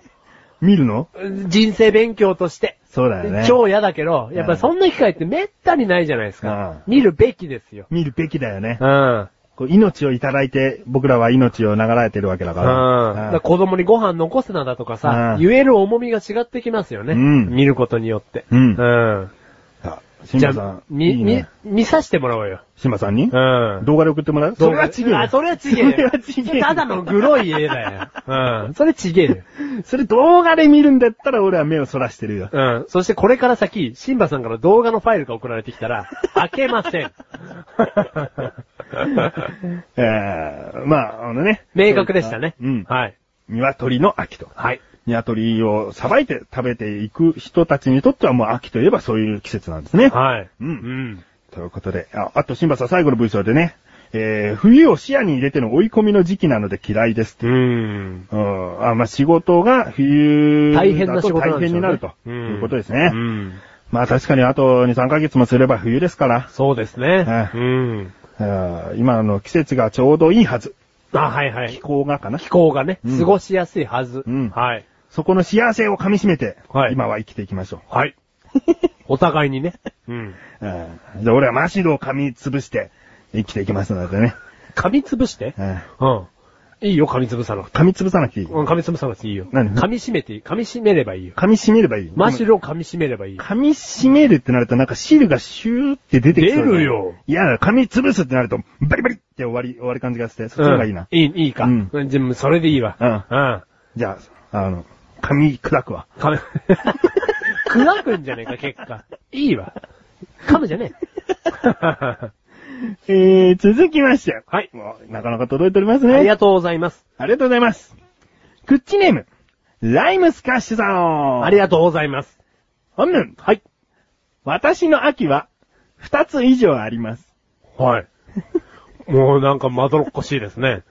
B: 見るの
A: 人生勉強として。
B: そうだよね。
A: 超嫌だけど、やっぱそんな機会ってめったにないじゃないですか。
B: う
A: 見るべきですよ。
B: 見るべきだよね。
A: うん。
B: こう命をいただいて、僕らは命を流れてるわけだか
A: うん。だ
B: ら。
A: から子供にご飯残すなだとかさ、
B: うん
A: 言える重みが違ってきますよね。
B: うん
A: 見ることによって。
B: うん
A: うん。
B: あシン
A: じゃ
B: バさ
A: あ
B: ん、。
A: み、
B: い
A: み
B: いね、
A: 見させてもらおうよ。
B: シンバさんに
A: うん。
B: 動画で送ってもらうそれは違えよ
A: あ、それは違えよ。
B: それは違えよ
A: ただのグロい絵だよ。うん。それ違えよ。
B: それ動画で見るんだったら俺は目をそらしてるよ。
A: うん。そしてこれから先、シンバさんから動画のファイルが送られてきた [LAUGHS] ら、開けません。
B: えー、まあ、あのね。
A: 明確でしたね。
B: うん。
A: はい。
B: 鶏の秋と。
A: はい。
B: 鶏をさばいて食べていく人たちにとってはもう秋といえばそういう季節なんですね。
A: はい。
B: うん
A: うん。
B: ということで、ああと、シンバさん最後の文章でね、えー、冬を視野に入れての追い込みの時期なので嫌いですって。
A: うん。
B: うん。あまあ、仕事が冬だと
A: 大変な仕事なん
B: 大
A: でしょうね
B: 変になると、
A: うん
B: いうことですね。
A: うん。
B: まあ、確かにあと2、3ヶ月もすれば冬ですから、
A: そうですね。
B: はい
A: うん。
B: あー今の季節がちょうどいいはず。
A: あ、はいは
B: 気
A: い。
B: 候がかな
A: 気候がね、
B: うん
A: 過ごしやすいはず。
B: うん
A: はい。
B: そこの幸せを噛み締めて、
A: はい
B: 今は生きていきましょう。 [LAUGHS]
A: はい。お互いにね。うん。
B: うんじゃあ俺はマシドを噛み潰して生きていきますのでね。
A: 噛みつぶして。
B: うん
A: うん。いいよ、噛みつぶさなくて。
B: 噛み潰さなくていい。
A: うん、噛みつぶさなくていいよ。
B: 何
A: 噛み締めていい。噛み締めればいいよ。
B: 噛み締めればいい。
A: マシロを噛み締めればいいよ。
B: 噛み締めるってなるとなんか汁がシューって出てきそうだね
A: 出るよ。
B: いや、噛み潰すってなると、バリバリって終わり、終わる感じがして、そっちの方がいいな。
A: うんいい、いいか。
B: う
A: うんん。でもそれでいいわ。。
B: うん
A: うん。
B: じゃあ、あの、噛み砕くわ。
A: 噛む。 [LAUGHS] 砕くんじゃねえか、結果。いいわ。噛むじゃねえ。 [LAUGHS]
B: えー、続きまして。
A: はい
B: もうなかなか届いておりますね。
A: ありがとうございます。
B: ありがとうございます。クッチネーム、ライムスカッシュさん。
A: ありがとうございます。
B: 本文、
A: はい。
B: 私の秋は、二つ以上あります。
A: はい。 [LAUGHS] もうなんかまどろっこしいですね。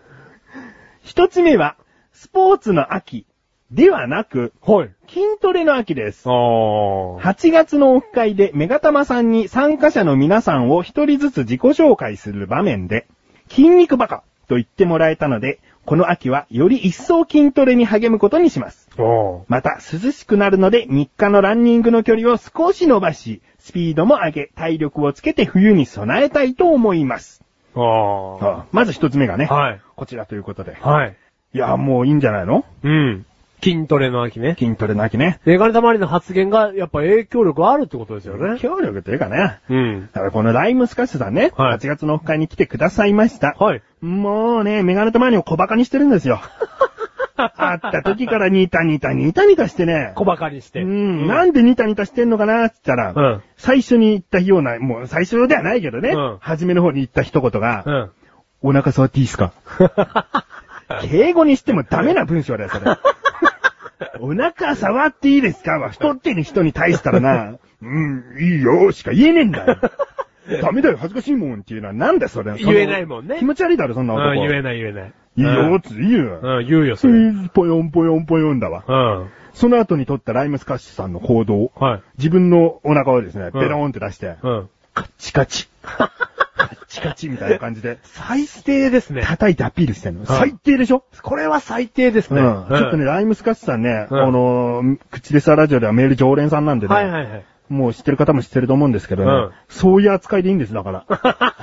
B: 一つ目は、スポーツの秋ではなく、
A: はい。
B: 筋トレの秋です。
A: ああ。
B: 8月のオフ会でメガタマさんに参加者の皆さんを一人ずつ自己紹介する場面で、筋肉バカと言ってもらえたので、この秋はより一層筋トレに励むことにします。
A: お
B: また、涼しくなるので、日課のランニングの距離を少し伸ばし、スピードも上げ、体力をつけて冬に備えたいと思います。
A: ああ。
B: あまず一つ目がね、
A: はい。
B: こちらということで。
A: はい。
B: いや、もういいんじゃないの
A: うん。筋トレの秋ね。
B: 筋トレの秋ね。
A: メガネたまりの発言がやっぱ影響力あるってことですよね。
B: 協力というかね。
A: うん。
B: だからこのライムスカッシュさんね、
A: はい
B: 8月のオフ会に来てくださいました。
A: はい。
B: もうね、メガネたまにを小馬鹿にしてる
A: [LAUGHS]
B: んですよ。会った時からニタニタニタニタしてね。
A: 小馬鹿にして。
B: うん、なんでニタニタしてんのかなって言ったら、
A: うん
B: 最初に言ったような、もう最初ではないけどね、
A: うん
B: 初めの方に言った一言が
A: う、 [LAUGHS] ん。
B: お腹触っていいっすか敬語にしてもダメな文章だよ、
A: [LAUGHS]
B: それ。お腹触っていいですかは太ってる人に対したらな、うん、いいよしか言えねえん
A: [LAUGHS]
B: だよ。ダメだよ、恥ずかしいもんっていうのはなんだよそれ。
A: 言えないもんね
B: 気持ち悪いだろ、そんな男。
A: うん、言えない言えない。
B: いいよ
A: う
B: っ
A: ん
B: つ、いいよ。
A: うん、言うよ、それ。うん。
B: うんぽよんぽよんぽよんだわ。
A: は
B: その後に撮ったライムスカッシュさんの行動。
A: い。
B: 自分のお腹をですね、
A: うん
B: ベローンって出して、
A: うん。
B: カッチ
A: [LAUGHS]
B: カチ。カッチカチみたいな感じで、
A: 最低ですね。
B: 叩いてアピールしてんの。
A: はい
B: 最低でしょ
A: これは最低です
B: うん、
A: ね。
B: ち
A: うん
B: ょっとね、。ライムスカッシュさんね、
A: うん
B: あの、口でさラジオではメール常連さんなんでね、
A: はいはいはい。
B: もう知ってる方も知ってると思うんですけどね、
A: うん [LAUGHS]
B: そういう扱いでいいんです、だから。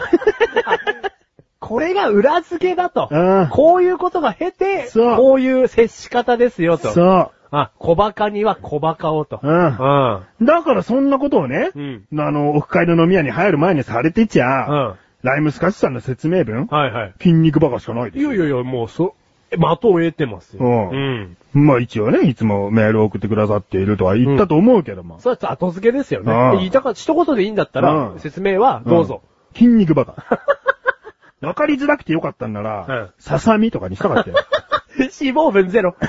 A: これが裏付けだと。
B: うん
A: こういうことが経て、
B: そう
A: こういう接し方ですよと。
B: そ
A: あ、小バカには小バカをと。
B: う。うん。
A: ん。
B: だからそんなことをね、
A: うん
B: あの、オフ会の飲み屋に入る前にされてち
A: う
B: ゃ、
A: ん。
B: ライムスカッシュさんの説明文、
A: はいはい。
B: 筋肉バカしかないで
A: い
B: しょ
A: やいやいや、もう、そ、的を得てますよ。
B: うん
A: うん。
B: まあ一応ね、いつもメールを送ってくださっているとは言ったと思うけども。
A: それは後付けですよね
B: うん。
A: 言いたか、一言でいいんだったら
B: う、ん
A: 説明はどうぞ。 [LAUGHS]
B: ん。筋肉バカ。 [LAUGHS] わかりづらくてよかったんな
A: う
B: ら
A: ん、
B: ささみとかにしたかっ
A: [LAUGHS]
B: たよ。
A: 脂肪分ゼロ。 [LAUGHS]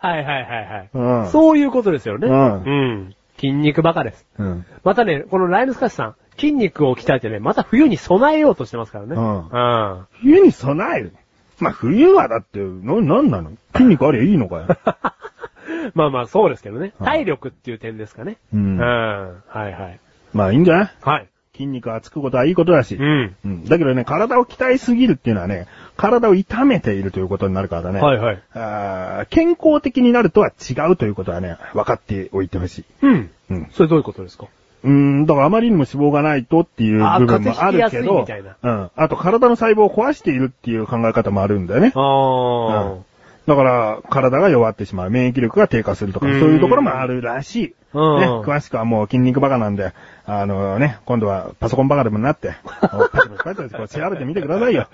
A: はいはいはいは
B: うん
A: い。そういうことですよね。
B: うん
A: うん。筋肉バカです。
B: うん。
A: またね、このライムスカッシュさん、筋肉を鍛えてね、また冬に備えようとしてますからね。
B: うん
A: うん。
B: 冬に備える。まあ冬はだって、な、なんなの筋肉ありゃいいのか
A: [LAUGHS]
B: よ。
A: まあまあ、そうですけどね。
B: うん
A: 体力っていう点ですかね。
B: うん
A: はいはい。
B: まあいいんじゃない
A: はい。
B: 筋肉はつくことはいいことだし。
A: ん。
B: うん。だけどね、体を鍛えすぎるっていうのはね、体を痛めているということになるからね。
A: はいはい。
B: あー健康的になるとは違うということはね、分かっておいてほしい。
A: うん。
B: うん。
A: それどういうことですか
B: うん、だからあまりにも脂肪がないとっていう部分もあるけど、
A: あ風邪ひきやすいみたいな
B: うん。あと体の細胞を壊しているっていう考え方もあるんだよね。
A: ああ
B: うんだから、体が弱ってしまう、免疫力が低下するとか、そう
A: うん
B: いうところもあるらしい。ね、
A: うん
B: 詳しくはもう筋肉バカなんで、あのね、今度はパソコンバカでも
A: [LAUGHS]
B: なって、パチパチパチパチこう調べてみてくださいよ。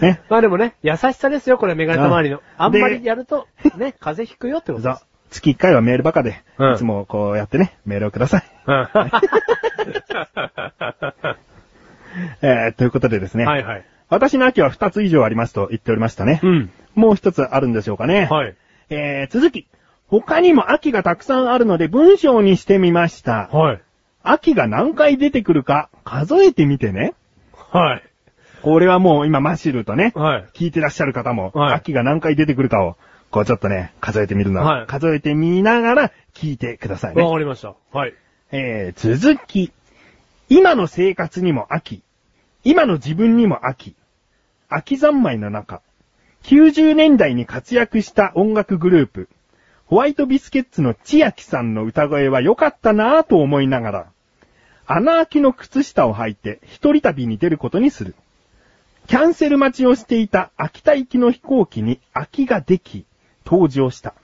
B: ね。
A: まあでもね、優しさですよ、これ、メガネたまわりの。あんまりやると、ね、 [LAUGHS] 風邪ひくよってこと
B: そ
A: で
B: う
A: す。
B: 月1回はメールバカで、
A: うん
B: いつもこうやってね、メールをください。えー、ということでですね。
A: はいはい。
B: 私の秋は2つ以上ありますと言っておりましたね。
A: うん。
B: もう1つあるんでしょうかね。
A: はい。
B: えー、続き。他にも秋がたくさんあるので文章にしてみました。
A: はい。
B: 秋が何回出てくるか数えてみてね。
A: はい。
B: これはもう今マシルとね、
A: はい。
B: 聞いてらっしゃる方も、
A: はい
B: 秋が何回出てくるかを、こうちょっとね、数えてみるの、
A: はい
B: 数えてみながら聞いてくださいね
A: わ。かりました。はい。
B: えー、続き。今の生活にも秋。今の自分にも秋。秋三昧の中。90年代に活躍した音楽グループ。ホワイトビスケッツの千秋さんの歌声は良かったなぁと思いながら。穴あきの靴下を履いて一人旅に出ることにする。キャンセル待ちをしていた秋田行きの飛行機に空きができ、登場した。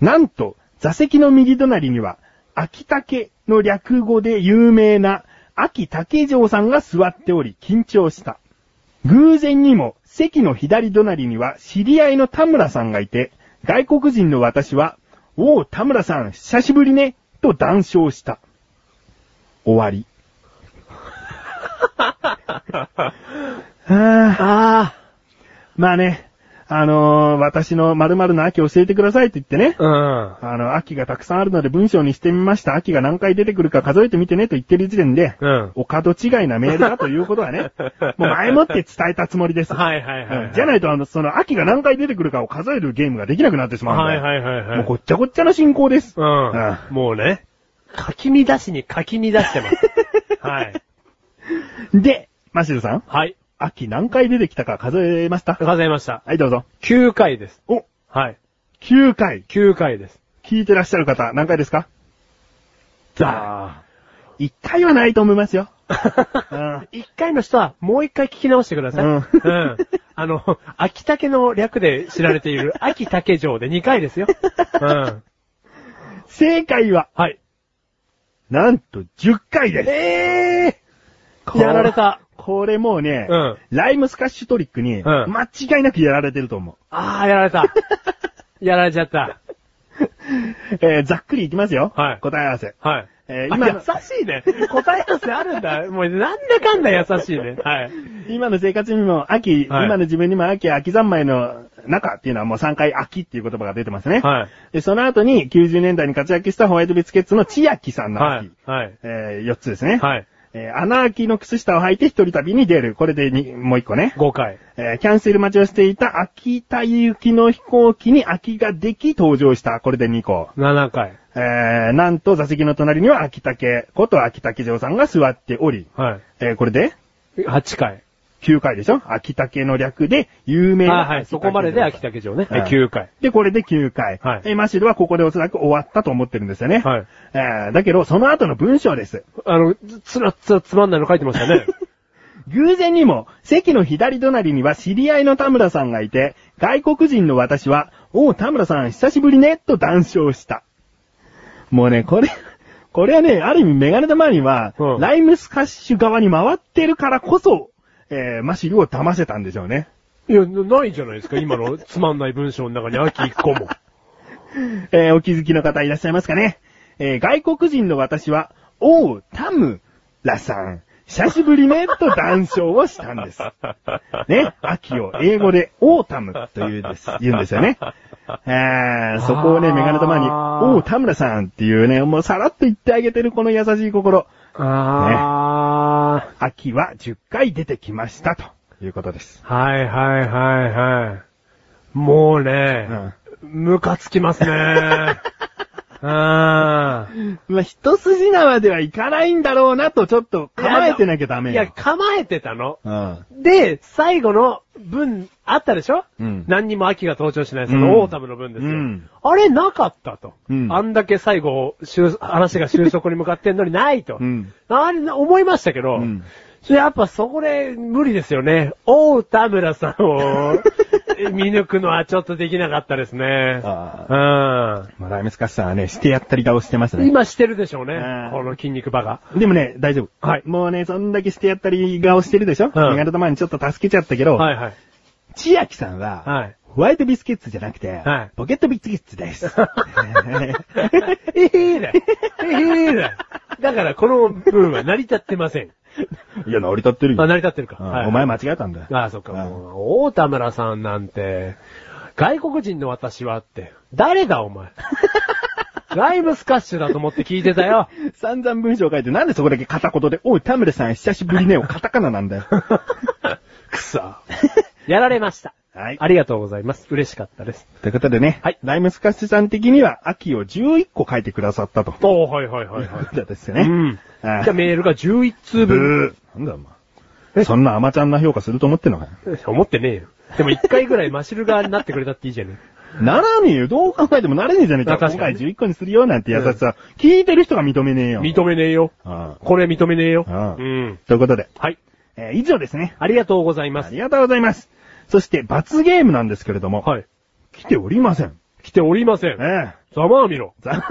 B: なんと、座席の右隣には、秋竹の略語で有名な秋竹城さんが座っており緊張した。偶然にも席の左隣には知り合いの田村さんがいて、外国人の私は、おお、田村さん、久しぶりね、と談笑した。終わり。あー
A: あ
B: まあね、あのー私の〇〇の秋教えてくださいって言ってね、
A: あ。
B: あの、秋がたくさんあるので文章にしてみました。秋が何回出てくるか数えてみてねと言ってる時点で、
A: うん
B: お門違いなメールだということ
A: [LAUGHS]
B: はね、もう前もって伝えたつもりです。
A: はいはいはいはい
B: うんじゃないと、あの、その秋が何回出てくるかを数えるゲームができなくなってしまうんで。
A: はいはいはいはい
B: もうごっちゃごっちゃな進行です。
A: うん。もう [LAUGHS] ね、書き乱しに書き乱して [LAUGHS] ます。はい。
B: うんで、マシルさん、
A: はい。
B: 秋何回出てきたか数えました
A: 数えました。
B: はい、どうぞ。
A: 9回です。
B: お、
A: はい。
B: 9回。
A: 9回です。
B: 聞いてらっしゃる方、何回ですか
A: ザ
B: 1回はないと思いますよ。う
A: ー。
B: ん
A: [LAUGHS] 一回の人はもう一回聞き直してくだ [LAUGHS] さい。
B: うん
A: んあの、秋竹の略で知られてい [LAUGHS] る秋竹城で2回です [LAUGHS] よ。うん。
B: 正解は、
A: はい。
B: なんと10回です。
A: えーやられた。
B: これもうね、
A: うん
B: ライムスカッシュトリックに、
A: ん
B: 間違いなくやられてる
A: [LAUGHS]
B: と思
A: あー、やられた。やられちゃった。
B: う。えーざっくりいきますよ。
A: はい
B: 答え合わせ。
A: はい。
B: えー
A: あ
B: 今
A: 優
B: の、
A: しいね。答え合わせあるん [LAUGHS] だ。もうなんだかんだ優しいね。はい。
B: 今の生活にも秋、
A: はい
B: 今の自分にも秋、秋三昧の中っていうのはもう3回秋っていう言葉が出てますね。
A: はい。
B: で、その後に90年代に活躍したホワイトビスケッツの千秋さんの
A: は
B: 秋。
A: い。はい。
B: え4つですね。
A: はい。
B: えー穴秋の靴下を履いて一人旅に出る。これでにもう1個ね。
A: 5回。
B: えーキャンセル待ちをしていた秋田行きの飛行機に空きができ登場した。これで2個。
A: 7回。
B: えー、なんと座席の隣には秋竹こと秋竹城さんが座っており、
A: は
B: えー、これで
A: い。8回。
B: 9回でしょ秋竹の略で有名な
A: あはい。そこまでで秋
B: 竹
A: 竹城ね。
B: はい
A: 9回。
B: で、これで9回。
A: はい
B: えーマシルはここでおそらく終わったと思ってるんですよね。
A: はい。
B: えー、だけど、その後の文章です。
A: あの、つつらつらつまんないの書いてましたね。
B: 偶然にも、席の左隣には知り合いの田村さんがいて、外国人の私は、おう、田村さん、久しぶりね、と談笑した。もうね、これ、これはね、ある意味メガネ玉には、
A: うん
B: ライムスカッシュ側に回ってるからこそ、えー、マシルを騙せたんでしょうね。
A: [LAUGHS] いや、なないじゃないですか、今のつまんない文章の中に秋一個も。
B: えーお気づきの方いらっしゃいますかね。えー外国人の私は、おう、タムラさん、久しぶりね、と談笑をしたんです。ね、秋を英語で、オータムというです、言うんですよね。えーそこをね、
A: あー
B: メガネ玉に、おう、田村さんっていうね、もうさらっと言ってあげてるこの優しい心。
A: あ
B: 秋は10回出てきました、ということです。
A: ー。はいはいはいはい。もうね、ムカつきます
B: [LAUGHS]
A: ね。あー
B: まあ、一筋縄ではいかないんだろうなと、ちょっと構えてなきゃダメ
A: い
B: よ。
A: や、構えてたの。
B: うん。
A: で、最後の文あったでしょ
B: うん
A: 何にも秋が登場しない、そ
B: うん
A: のオータムの分ですよ。
B: うん
A: あれなかったと。
B: うん
A: あんだけ最後、終話が収束に向かってんのにないと。
B: うん
A: あれな、思いましたけど、
B: うん
A: それやっぱそこで無理ですよね。オータムラさん
B: [LAUGHS]
A: を見抜くのはちょっとできなかったですね。
B: まあ、ライムスカッシュさんはね、してやったり顔してました
A: うん。
B: ね。
A: 今してるでしょうね
B: うん。
A: この筋肉バカ。
B: でもね、大丈夫。
A: はい
B: もうね、そんだけしてやったり顔してるでしょ、
A: うん
B: メガネ玉にちょっと助けちゃったけど、
A: はいはい。
B: 千秋さんは、
A: はい
B: ホワイトビスケッツじゃなくて、
A: はい
B: ポケットビスケッツ
A: [LAUGHS]
B: です。
A: ええだよ。ええだよ。だからこの文は成り立ってません。
B: いや、成り立ってる
A: あ、成り立ってるか。
B: うん
A: はい
B: お前間違えたんだよ。
A: ああ、そっか。
B: うん
A: もう大田村さんなんて、外国人の私はって、誰だお前。 [LAUGHS] ライブスカッシュだと思って聞いてたよ。
B: 散々文章書いて、なんでそこだけ片言で、おい、田村さん、久しぶりね、をカタカナなんだ
A: [LAUGHS]
B: よ。
A: くそ。やられました。
B: はい
A: ありがとうございます。嬉しかったです。
B: ということでね、
A: はい
B: ライムスカッシュさん的には、秋を11個書いてくださった [LAUGHS] と。
A: おー、はいはいはいいうは
B: こ
A: い。
B: とですよね。
A: うん。じ
B: ああ
A: ゃあメールが11通分。
B: ブー。なんだお前。そんな甘ちゃんな評価すると思ってんのかよ。
A: 思ってねえよ。でも1回ぐらいマシル側になってくれたっていいじゃね
B: ならねえよ。どう考えてもなれねえじゃねえか。
A: あ確
B: 今
A: か
B: 回
A: に
B: 11個にするよなんて優しさ、聞いてる人が認めねえ
A: え
B: よ。
A: 認めねえよ。
B: ああ
A: これ認めねえよ。
B: ああ
A: うん。
B: ということで、
A: はい。
B: えー以上ですね。
A: ありがとうございま
B: あ
A: す。
B: りがとうございます。そして、罰ゲームなんですけれども、
A: はい。
B: 来ておりません。
A: 来ておりません。
B: ええ
A: [LAUGHS] ざまあみろ。
B: ざ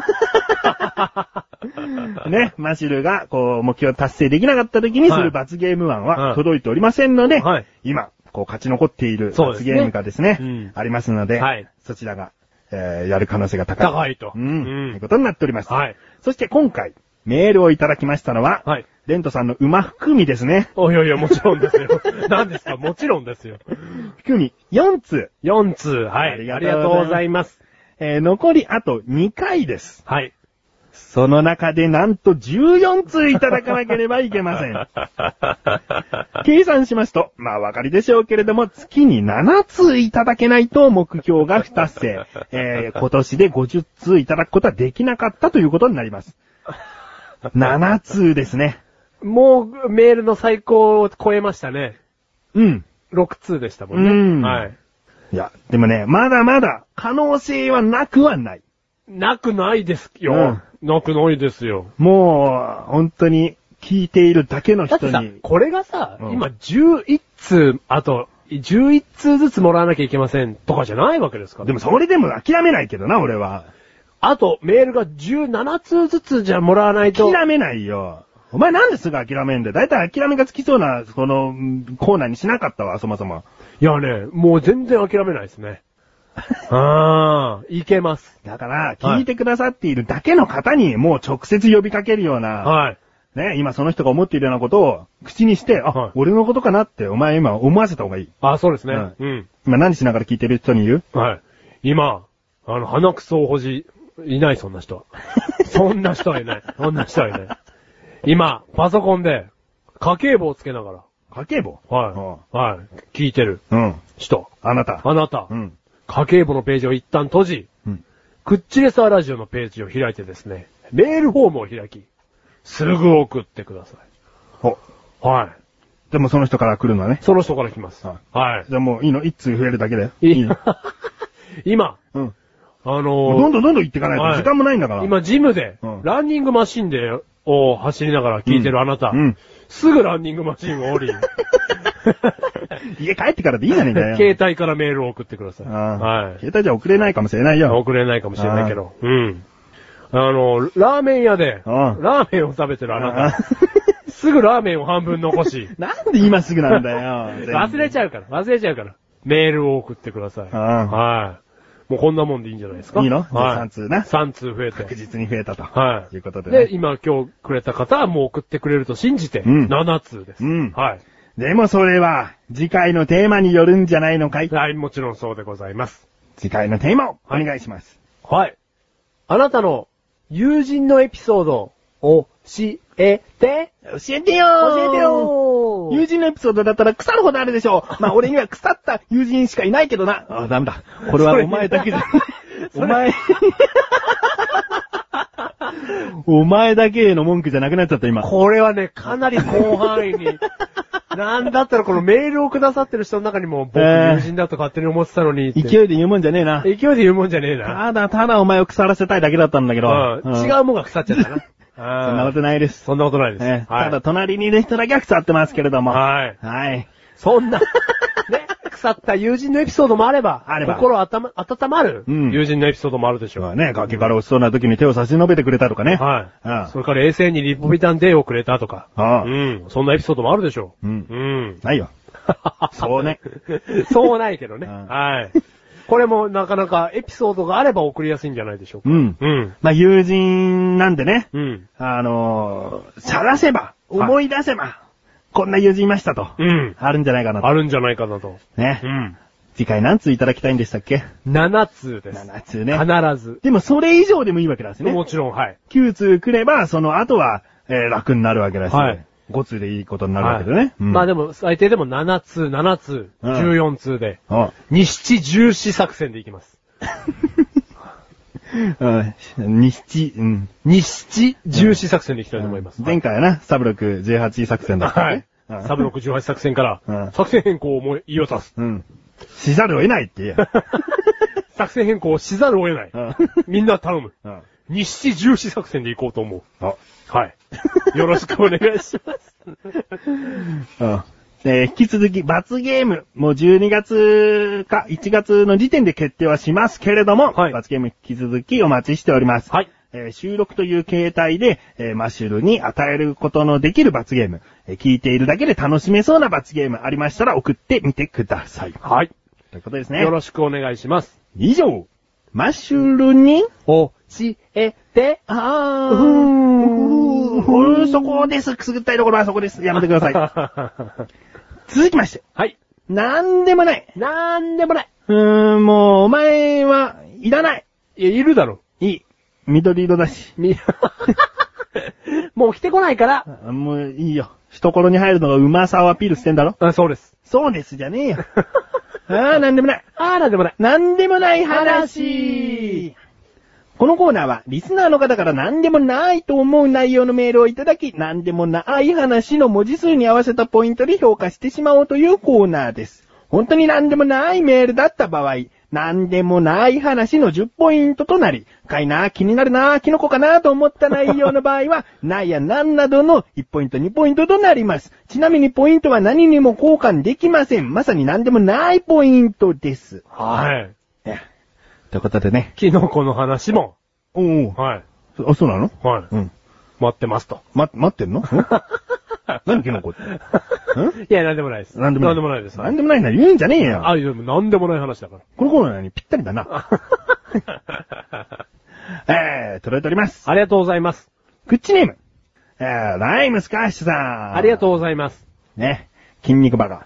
B: ね、マシルが、こう、目標達成できなかった時にす
A: はい
B: る罰ゲーム案
A: は
B: はい届いておりませんので、
A: はい
B: 今、こう、勝ち残っている
A: そうで
B: 罰
A: す
B: ゲ
A: ね
B: ームがですね、
A: うん
B: ありますので、
A: はい
B: そちらが、えーやる可能性が高い。
A: 高いと
B: う
A: うん
B: ん。ということになっております。
A: はい。
B: そして今回、メールをいただきましたのは、
A: はい
B: レントさんの馬含みですね。
A: おいやいや、もちろんですよ。 [LAUGHS] 何ですかもちろんですよ。
B: 含み4通、
A: 4通、はい。
B: あ
A: あ
B: り
A: り
B: がとうご
A: がとう
B: ざいます
A: ございます。
B: えー残りあと2回です。
A: はい。
B: その中でなんと14通いただかなければいけません。計算しますと、まあわかりでしょうけれども、月に7通いただけないと目標が2達成。えー今年で50通いただくことはできなかったということになります。7通ですね。
A: もう、メールの最高を超えましたね。
B: うん。
A: 6通でしたもんね。
B: うん
A: はい。
B: いや、でもね、まだまだ可能性はなくはない。
A: なくないですよ。なくないですよ。
B: もう、本当に聞いているだけの
A: だっ
B: 人
A: てさ
B: に、。
A: これがさ、
B: うん
A: 今11通、あと、11通ずつもらわなきゃいけませんとかじゃないわけですから。
B: でもそれでも諦めないけどな、俺は。
A: あと、メールが17通ずつじゃもらわないと。
B: 諦めないよ。お前なんですぐ諦めんだよ。だいたい諦めがつきそうな、この、うんコーナーにしなかったわ、そもそも。
A: いやね、もう全然諦めないです
B: [LAUGHS]
A: ね。ああ、いけます。
B: だから、聞いてくださっているだけの方に、もう直接呼びかけるような、
A: はい。
B: ね、今その人が思っているようなことを、口にして、
A: は
B: あ
A: い、
B: 俺のことかなって、お前今思わせた方がいい。
A: あ、そうですね。
B: うん
A: うん。
B: 今何しながら聞いてる人に言う
A: はい。今、あの、鼻くそをほじ、いない、そんな
B: [LAUGHS]
A: 人は。そんな人はいない。そんな人はいない。今、パソコンで、家計簿をつけなが
B: 家計簿
A: ら、はい。はい。聞いてる
B: うん。うん。
A: 人。
B: あなた。
A: あなた、
B: うん。
A: 家計簿のページを一旦閉じ、
B: うん。
A: クッチレサーラジオのページを開いてですね、メールフォームを開き、すぐ送ってくださ
B: ほ。
A: い。はい。
B: でもその人から来るのはね。
A: その人から来ます。
B: は
A: はい。
B: じゃあもういいの一通増えるだけだよ。
A: いい
B: の
A: 今、
B: うん。
A: あのー
B: どんどんどんどん行ってかないと、
A: はい
B: 時間もないんだから。
A: 今ジムで、
B: うん
A: ランニングマシンで、を走りながら聞いてるあなた、
B: うんうん
A: すぐランニングマシン
B: [LAUGHS]
A: を降り、
B: 家帰ってからでいいじゃねえかよ。
A: [LAUGHS] [LAUGHS] 携帯からメールを送ってください。
B: ああ
A: はい。
B: 携帯じゃ送れないかもしれないよ。
A: 送れないかもしれないけど。うん。あの、ラーメン屋で、
B: あ
A: ラ
B: あ
A: ーメンを食べてるあな
B: あ、
A: た、すぐラーメンを半分残し
B: [LAUGHS] なんで今すぐなんだよ。
A: [LAUGHS] 忘れちゃうから、忘れちゃうから、メールを送ってください。
B: ああ
A: はい。もうこんなもんでいいんじゃないですか。
B: いいのじゃあ
A: はい。
B: 三通な
A: 3通増え
B: 確
A: て。
B: 実に増えたと。
A: はい。
B: いう [LAUGHS] ことでね
A: で、今今日くれた方はもう送ってくれると信じて、
B: うん
A: 7通です。
B: うん
A: はい。
B: でもそれは、次回のテーマによるんじゃないのかい
A: はい、もちろんそうでございます。
B: 次回のテーマをお願いします。
A: はい。あなたの友人のエピソードを教えて、
B: 教えてよ
A: 教えてよー
B: 友人のエピソードだったら腐るほどあるでしょ
A: [LAUGHS]
B: う。まあ俺には腐った友人しかいないけどな。あ、ダメだ。これはお前だけ
A: [LAUGHS]
B: じゃ。お前。お前だけへの文句じゃなくなっちゃった今。
A: これはね、かなり広範囲
B: [LAUGHS]
A: に。なんだったらこのメールをくださってる人の中にも、僕
B: えー
A: 友人だと勝手に思ってたのにって。
B: 勢いで言うもんじゃねえ
A: [LAUGHS]
B: な。
A: 勢いで言うもんじゃねえな。
B: ただただお前を腐らせたいだけだったんだけど。
A: うん違
B: う
A: うもんが腐っちゃったな。
B: ん。そんなこ
A: あー
B: とないです。
A: そんなことないです。
B: ええ
A: は
B: ただ
A: い。
B: 隣にいる人だけは腐ってますけれども。
A: はい。
B: はい。
A: そんな、ね、腐った友人のエピソードもあれば、
B: あれば
A: 心温まる
B: うん
A: 友人のエピソードもあるでしょう。
B: 今日はね、崖から落ちそうな時に手を差し伸べてくれたとかね。
A: はい。
B: ああ
A: それから衛星にリポビタンデーをくれたとか。
B: ああ
A: うん。そんなエピソードもあるでしょう。
B: うん
A: うん。 [LAUGHS]
B: ないよ。そうね。
A: そうないけどね。
B: うん
A: はい。これもなかなかエピソードがあれば送りやすいんじゃないでしょうか。
B: うん
A: うん。
B: まあ、友人なんでね。
A: うん。
B: あのー、晒せば、
A: い
B: 思い出せば、こんな友人いましたと。
A: うん。
B: あるんじゃないかなと。
A: あるんじゃないかなと。
B: ね。
A: ん。
B: 次回何通いただきたいんでしたっけ
A: 7通です。
B: ?7 通ね。
A: 必ず。
B: でもそれ以上でもいいわけなんですね
A: も。ちろん、はい。
B: 9通来れば、その後は、えー楽になるわけだし、
A: はい
B: 5通でいいことになるわけでね。
A: はいまあで
B: も、
A: も、最低でも7通、7通、
B: うん
A: 14通で、
B: あ
A: 2、7、14作戦でいきます。
B: うん、二七、うん。
A: 2、7、14作戦でいきたいと思います。
B: 前回はな、サブロク18作戦だった
A: はい
B: ね。うん
A: サブロック18作戦か
B: う
A: ら
B: ん、
A: 作戦変更を思い言い渡す。
B: うん。しざるを得ないって言え
A: [LAUGHS]
B: よ。
A: 作戦変更をしざるを得ない。みんな頼む。
B: うん。
A: 2、7、14作戦でいこうと思う。
B: あ、
A: はい。よろしくお願いします。
B: うん。えー引き続き、罰ゲーム、もう12月か1月の時点で決定はしますけれども、
A: はい
B: 罰ゲーム引き続きお待ちしております。
A: はい。
B: えー収録という形態で、えーマッシュルに与えることのできる罰ゲーム、えー聞いているだけで楽しめそうな罰ゲームありましたら送ってみてください。
A: はい。
B: ということですね
A: よ。ろしくお願いします。
B: 以上、マッシュルに、
A: 教えて。
B: あ
A: ー
B: うーん、そこです。くすぐったいところはそこです。やめてくださ
A: [LAUGHS]
B: い。
A: は
B: 続きまして、
A: い。
B: なんでもない。
A: なんでもない。
B: うーん、もう、お前は、いらない。
A: いや、いるだろ。
B: いい。緑色だし。
A: み、もう来てこないから。
B: あもう、いいよ。懐に入るのがうまさをアピールしてんだろ
A: あ、そうです。
B: そうですじゃねえよ。ああ、なんでもない。
A: あーなんでもない。
B: なんでもない
A: 話
B: 話。このコーナーは、リスナーの方から何でもないと思う内容のメールをいただき、何でもない話の文字数に合わせたポイントで評価してしまおうというコーナーです。本当に何でもないメールだった場合、何でもない話の10ポイントとなり、深いな気になるなキノコかなと思った内容の場合は、ないやなんなどの1ポイント、2ポイントとなります。ちなみにポイントは何にも交換できません。まさに何でもないポイントです。
A: はい。
B: ええということでね。
A: キノコの話も。
B: おお
A: はい。
B: あ、そうなの
A: はい。
B: うん。
A: 待ってますと。
B: ま、待ってんのん
A: [LAUGHS]
B: 何キノコって。ん
A: いや、なんでもないです。
B: 何でもない。
A: なんでもないです。
B: 何でもないな、言うんじゃねえよ。
A: あ、でもなんでもない話だか
B: このコーナーにぴったりだな。
A: ら。
B: えー、届いております。
A: [LAUGHS] ありがとうございます。
B: グッチネーム。えー、ライムスカッシュさん。
A: ありがとうござい [LAUGHS] ます。
B: う。ね。筋肉バカ。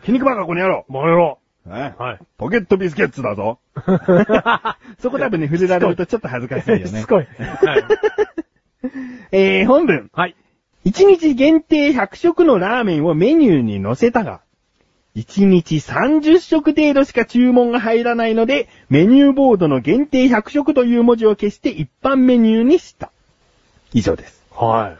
B: 筋肉バカこの野郎。
A: もうやろ
B: ね
A: う。 [LAUGHS] はい。
B: ポケットビスケッツだぞ。そこ多分ね、触れられるとちょっと恥ずかしいよね。
A: しつこい。はい。
B: えー、本文。
A: はい。
B: 一日限定100食のラーメンをメニューに載せたが、一日30食程度しか注文が入らないので、メニューボードの限定100食という文字を消して一般メニューにした。以上です。
A: は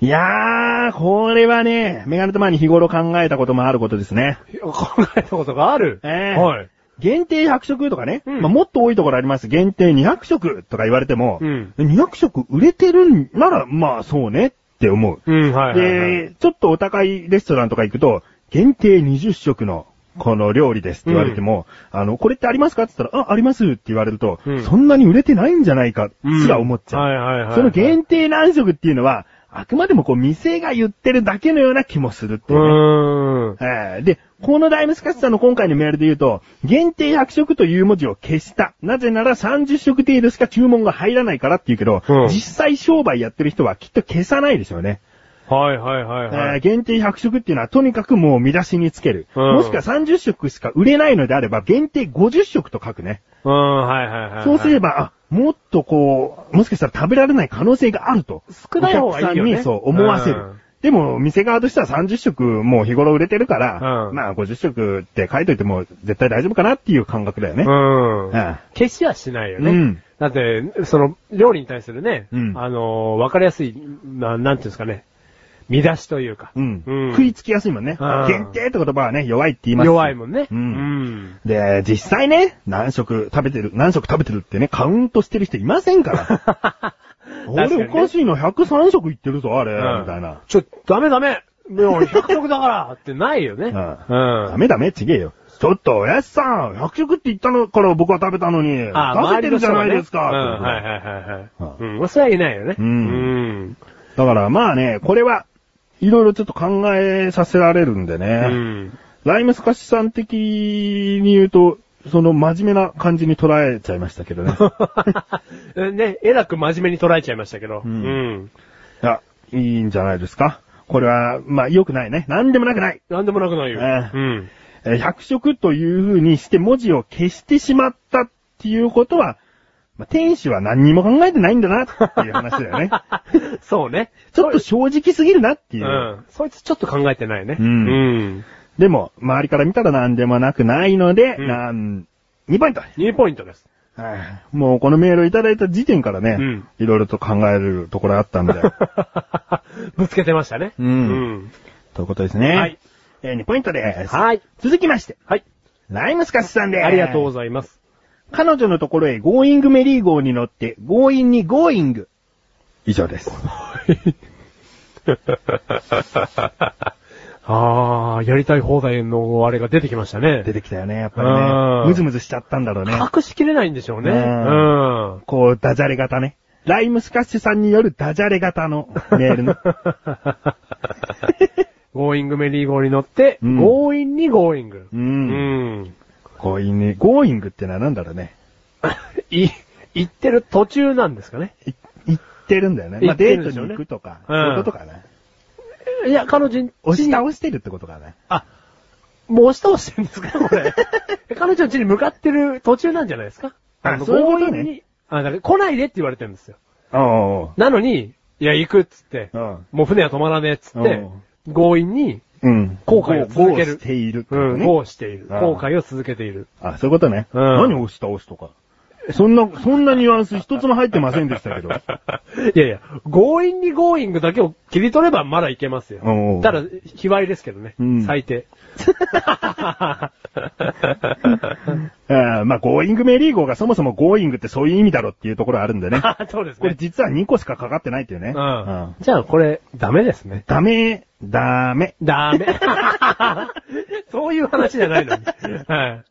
A: い
B: やー、これはね、メガネと前に日頃考えたこともあることですね。
A: い。考えたことがある。
B: ええ
A: はい。
B: 限定100食とかね、
A: うん
B: まあ、もっと多いところあります。限定200食とか言われても、
A: うん
B: 200食売れてるんなら、まあそうねっって思う。
A: うん、はいはい、はい。
B: で、ちょっとお高いレストランとか行くと、限定20食の、この料理ですって言われても、あの、これってありますかって言ったら、あ、ありますって言われると、
A: うん
B: そんなに売れてないんじゃないか、すら思っちゃう。
A: うんはいはいはいはい
B: その限定何食っていうのは、あくまでもこう、店が言ってるだけのような気もするって
A: う
B: いうね。
A: ーん。
B: えーで、このライムスカッシュさんの今回のメールで言うと、限定100食という文字を消した。なぜなら30食程度しか注文が入らないからって言うけど、
A: うん
B: 実際商売やってる人はきっと消さないでしょうね。
A: はいはいはいは
B: えー
A: い。
B: 限定100食っていうのはとにかくもう見出しにつける。
A: うん
B: もしくは30食しか売れないのであれば、限定50食と書くね。
A: うん、はいはいはい。
B: そうすれ
A: ば。
B: ば、あ、もっとこう、もしかしたら食べられない可能性があると。
A: 少ない方がいいよね
B: お客さんにそう思わせる。
A: うん
B: でも、店側としては30食もう日頃売れてるから、
A: うん
B: まあ50食って書いといても絶対大丈夫かなっていう感覚だよね。
A: うん。
B: え
A: 消しはしないよね。
B: うん
A: だって、その、料理に対するね、
B: うん
A: あのー、わかりやすい、ななんていうんですかね、見出しというか。
B: うん
A: うん
B: 食いつきやすいもんね。
A: うん
B: 限定って言葉はね、弱いって言います。
A: 弱いもんね。
B: うん。で、実際ね、何食食べてる、何食食べてるってね、カウントしてる人いませ
A: [LAUGHS]
B: んから。俺おか
A: い
B: しいな、103食いってるぞ、あれ、みたいな。
A: ちょ、ダメダメもう100食だから [LAUGHS] ってないよね。
B: うん
A: うん
B: ダメダメ、ちげえよ。ちょっと、おやっさん、100食って言ったのから僕は食べたのに、
A: あ
B: 食べてるじゃないですか。
A: うん、はい
B: って
A: はいはいはい。
B: う
A: うん、それは言えないよね。
B: うん
A: うん。
B: だからまあね、これは、いろいろちょっと考えさせられるんでね。
A: うん
B: ライムスカシさん的に言うと、その真面目な感じに捉えちゃいましたけど
A: [LAUGHS]
B: ね。
A: ね、えらく真面目に捉えちゃいましたけど。
B: う
A: うんん。
B: いや、いいんじゃないですか。これは、まあ良くないね。なんでもなくない。
A: なんでもなくないよ。
B: ええ
A: うん。
B: えー100色という風にして文字を消してしまったっていうことは、まあ、天使は何にも考えてないんだなっていう話だ
A: [LAUGHS]
B: よね。
A: そうね。
B: ちょっと正直すぎるなって
A: う
B: いう。
A: ん。そいつちょっと考えてないね。
B: うん
A: うん。
B: でも、周りから見たら何でもなくないので、
A: うん
B: なん、2ポイント。
A: 2ポイントです。 [LAUGHS]
B: はいもうこのメールをいただいた時点からね、
A: うん
B: いろいろと考えるところ
A: [LAUGHS]
B: あったんで。
A: ぶつけてましたね。
B: うん
A: うん。
B: ということですね。
A: はい。
B: えー2ポイントです。
A: はい。
B: 続きまして、
A: はい。
B: ライムスカスさんです。
A: ありがとうございます。 [LAUGHS]
B: 彼女のところへゴーイングメリー号に乗って、ゴーインにゴーイング。以上です。
A: ああ、やりたい放題のあれが出てきましたね
B: 出。てきたよね、やっぱ
A: う
B: りね。
A: ん
B: ムズムズしちゃったんだろうね。
A: 隠しきれないんでしょうね。
B: う
A: うんん。
B: こう、ダジャレ型ね。ライムスカッシュさんによるダジャレ型の
A: [LAUGHS]
B: メールの。
A: ゴーイングメリーゴーに乗って、
B: うん
A: ゴーインにゴーイング。
B: う。
A: うんん。 [LAUGHS]
B: ゴーインに、ゴーイングってのはなんだろうね。
A: い、行ってる途中なんですかね。
B: い言ってるんだよね。ま
A: 言
B: あ、
A: って
B: デ
A: るん
B: ート
A: でしょ
B: に
A: うね
B: 行くとか、
A: う
B: そ
A: ん
B: ういうことかな。
A: いや、彼女に、
B: 押し倒してるってことかな。
A: あ、もう押し倒してるんですかこ
B: [LAUGHS]
A: れ。彼女の家に向かってる途中なんじゃないですか
B: あ
A: の
B: そういうことね
A: 強引にあ、だから来ないでって言われてるんですよ。
B: あ
A: なのに、いや、行くっつって、
B: うん
A: もう船は止まらねえっつって、強引に、
B: あ。うん。
A: 後悔を続ける
B: ゴーしているってこ
A: う
B: と
A: ん、
B: ね。
A: こうしている。
B: ああ
A: 後悔を続けている。
B: あ、そういうことね。
A: うん
B: 何押し倒しとか。そんな、そんなニュアンス一つも入ってませんでしたけ
A: [LAUGHS]
B: ど。
A: いやいや、強引にゴーイングだけを切り取ればまだいけますよ
B: おう。
A: ただ、卑猥ですけどね。
B: うん
A: 最低。
B: あーまあ、ゴーイングメリーゴーがそもそもゴーイングってそういう意味だろっていうところあるんでね。
A: あ [LAUGHS] そうです
B: これ
A: ね。
B: 実は2個しかかかってないっていうね。
A: うん。じゃあ、これ、ダメですね。
B: ダメ、ダメ。
A: ダメ。 [LAUGHS] そういう話じゃないのに。はい。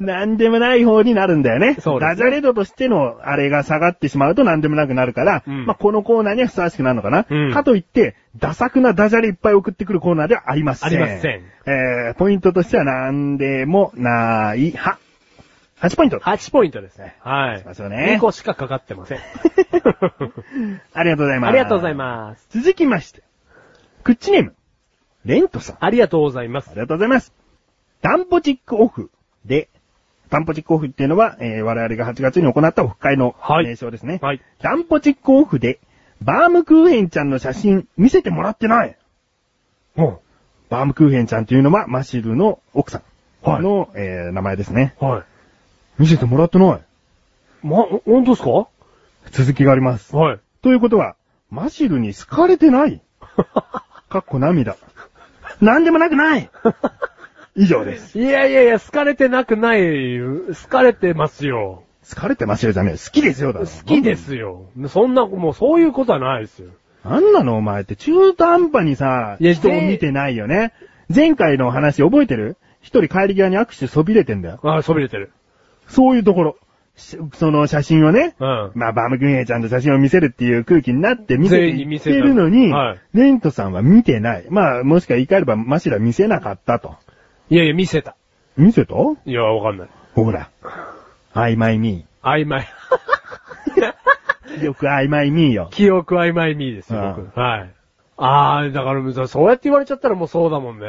B: なんでもない方になるんだよね。
A: そうですね
B: ダジャレ度としてのあれが下がってしまうとなんでもなくなるから、
A: うん
B: まあ、このコーナーにはふさわしくなるのかな。
A: うん
B: かといって、ダサくなダジャレいっぱい送ってくるコーナーではありません。
A: ありません。
B: えー、ポイントとしてはなんでもない、は。8ポイント。
A: 8ポイントですね。はい。
B: そうですよね
A: 2個しかかかってません。
B: ありがとうございます。
A: ありがとうございます。
B: す。続きまして、クッチネーム、レントさん。
A: ありがとうございます
B: あり。がとうございます。ダンポチックオフで、ダンポチックオフっていうのは、えー我々が8月に行ったオフ会の
A: はい
B: 名称ですね。
A: はい
B: ダンポチックオフで、バームクーヘンちゃんの写真見せてもらってない
A: は
B: バームクーヘンちゃんというのはマシルの奥さんの、えー名前ですね。
A: い。はい。
B: 見せてもらってない
A: ま、本当ですか
B: 続きがあります。
A: はい。
B: ということは、マシルに好かれてないかっこ涙。なんでもなくない以上で
A: [LAUGHS]
B: す。
A: いやいやいや、好かれてなくない、好かれてますよ。
B: 好かれてマシルじゃねえ。好きですよだろ
A: 好きですよ。そんな、もうそういうことはないですよ。
B: なんなのお前って中途半端にさ、
A: いや
B: 人を見てないよね。前回の話覚えてる一人帰り際に握手そびれてんだよ。
A: ああ、そびれてる。
B: そういうところ。しその写真をね、
A: うん。
B: まあ、バームクーヘンちゃんと写真を見せるっていう空気になって見せて
A: 全員に
B: い
A: 見
B: っ
A: せ
B: て
A: た
B: るのに、
A: はい
B: レントさんは見てない。まあ、もしか言い換えれば、マシラ見せなかったと。
A: いやいや、見せた。
B: 見せた
A: いや、わかんない。
B: ほら。曖昧み
A: 曖昧。 [LAUGHS]
B: ー。よく曖昧みーよ。
A: 記憶曖昧にですよ、
B: うん
A: 僕。はい。ああ、だからそう、そうやって言われちゃったらもうそうだもんね。だ
B: ん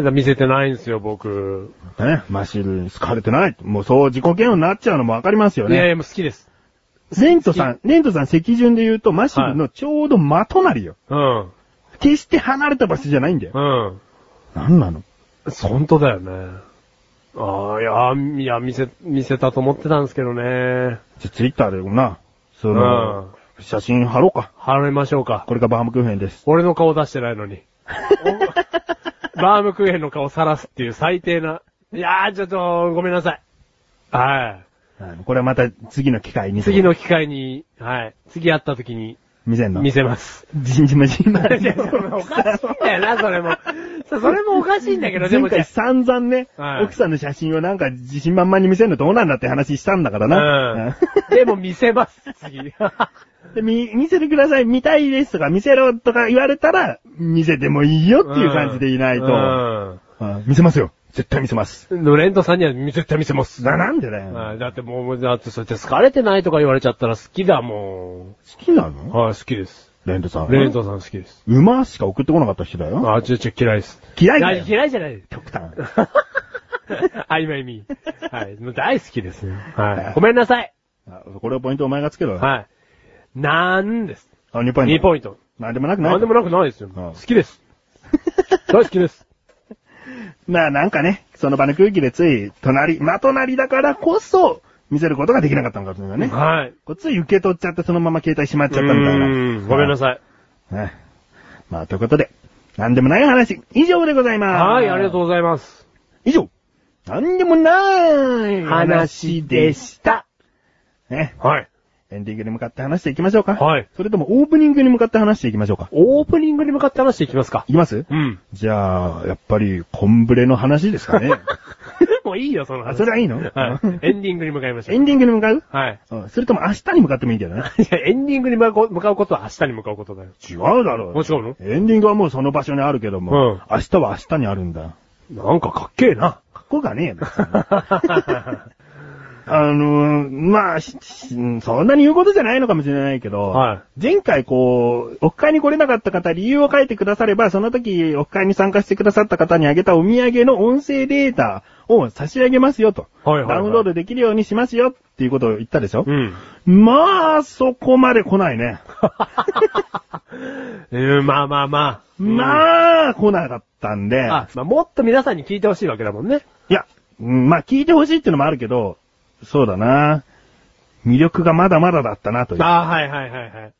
A: から見せてないんですよ、僕。
B: ね、マシルに好かれてない。もうそう自己嫌悪になっちゃうのもわかりますよ
A: いやい
B: ね。
A: や、もう好きです。
B: レントさん、レントさん席順で言うと、マシルのちょうど真隣よ。
A: うん。
B: 決して離れた場所じゃないんだよ。
A: うん。
B: なんなの
A: 本当だよね。ああ、いやー、いや、見せ、見せたと思ってたんですけどね。
B: じゃ、ツイッターでもな、そ
A: うん
B: の、写真貼ろうか。
A: 離れましょうか。
B: これがバームクーヘンです。
A: 俺の顔出してないの [LAUGHS] に。おバームクーヘンの顔さらすっていう最低な。いやー、ちょっと、ごめんなさい。は
B: あのこれはまた次の機会に。
A: い。次の機会に、はい。次会った時に、
B: 見せんの
A: 見せます。
B: じんじまじんま。
A: [LAUGHS] いやそれおかしいんだよな、それも。そそれもおかしいんだけど、で
B: [LAUGHS] 前
A: もじゃ
B: 回散々ね、
A: はい
B: 奥さんの写真をなんか自信満々に見せるのどうなんだって話したんだから
A: あ
B: な。
A: うん。でも見せます、
B: [LAUGHS]
A: 次。
B: うんでみ見せてください、見たいですとか、見せろとか言われたら、見せてもいいよっていう感じでいないと。
A: うん
B: うん見せますよ。絶対見せます。
A: でもレントさんには絶対見せます。
B: な、なんでだよ。
A: はいだってもう、だってそうやって好かれてないとか言われちゃったら好きだも。
B: 好きなんの
A: はい、好きです。
B: レントさん。
A: レントさん好きです。
B: 馬しか送ってこなかった人だよ。
A: あ、ちょ、ちょ、嫌いです。
B: 嫌いだよ
A: いや嫌いじゃない
B: [LAUGHS]
A: です。
B: 極端。
A: 曖昧に。はい。もう大好きですよ。はい。ごめんなさい。
B: あこれをポイントお前がつけろよ。
A: はい。なんです。
B: あ、2ポイント。
A: 2ポイント。
B: なんでもなくない
A: なんでもなくないですよ。
B: うん
A: 好き
B: [LAUGHS]
A: です。大好きです。
B: まあなんかね、その場の空気でつい、隣、ま隣だからこそ、見せることができなかったのかもしれないね。
A: はい。
B: こっち受け取っちゃってそのまま携帯しまっちゃったみたいな
A: うー。んごめんなさい。
B: い。ね、まあということで、なんでもない話、以上でございます。
A: はい、ありがとう
B: う。
A: ございます。
B: 以上、なんでもない。
A: 話でした
B: ね、
A: はい。
B: エンディングに向かって話していきましょうか。
A: はい。
B: それともオープニングに向かって話していきましょうか。
A: オープニングに向かって話していきますか。
B: いきます [LAUGHS]
A: うん。
B: じゃあ、やっぱり、コンブレの話です
A: [LAUGHS]
B: かね。
A: もういいよ、その話。
B: あそれはいいの
A: はい。エンディングに向かいましょ
B: [LAUGHS] エ
A: う。
B: ンディングに向かう
A: はい。
B: うんそれとも明日に向かってもいいんだよ
A: [LAUGHS]
B: ね。
A: いや、エンディングに向かう向かうことは明日に向かうことだよ。
B: 違うだろ
A: もう違うの
B: [LAUGHS] エンディングはもうその場所にあるけども、
A: うん
B: 明日は明日にあるんだ。
A: なんかかっけえ
B: [LAUGHS]
A: な。
B: かっこがねえよ。
A: [LAUGHS]
B: 別にあのー、まあ、ししそんなに言うことじゃないのかもしれないけど、
A: は
B: 前回こう、オフ会に来れなかった方、理由を書いてくだされば、その時、オフ会に参加してくださった方にあげたお土産の音声データを差し上げますよと。
A: はいはいはい
B: ダウンロードできるようにしますよっていうことを言ったでしょ、
A: うん。
B: まあ、そこまで来ないね。
A: うん、まあまあまあ。あ。
B: まあ、来なかったんで、
A: あ、まあ、もっと皆さんに聞いてほしいわけだもんね。
B: いや、うんまあ聞いてほしいってのもあるけど、そうだな。魅力がまだまだだったなという。あ、
A: ああ、はいはいはいはい。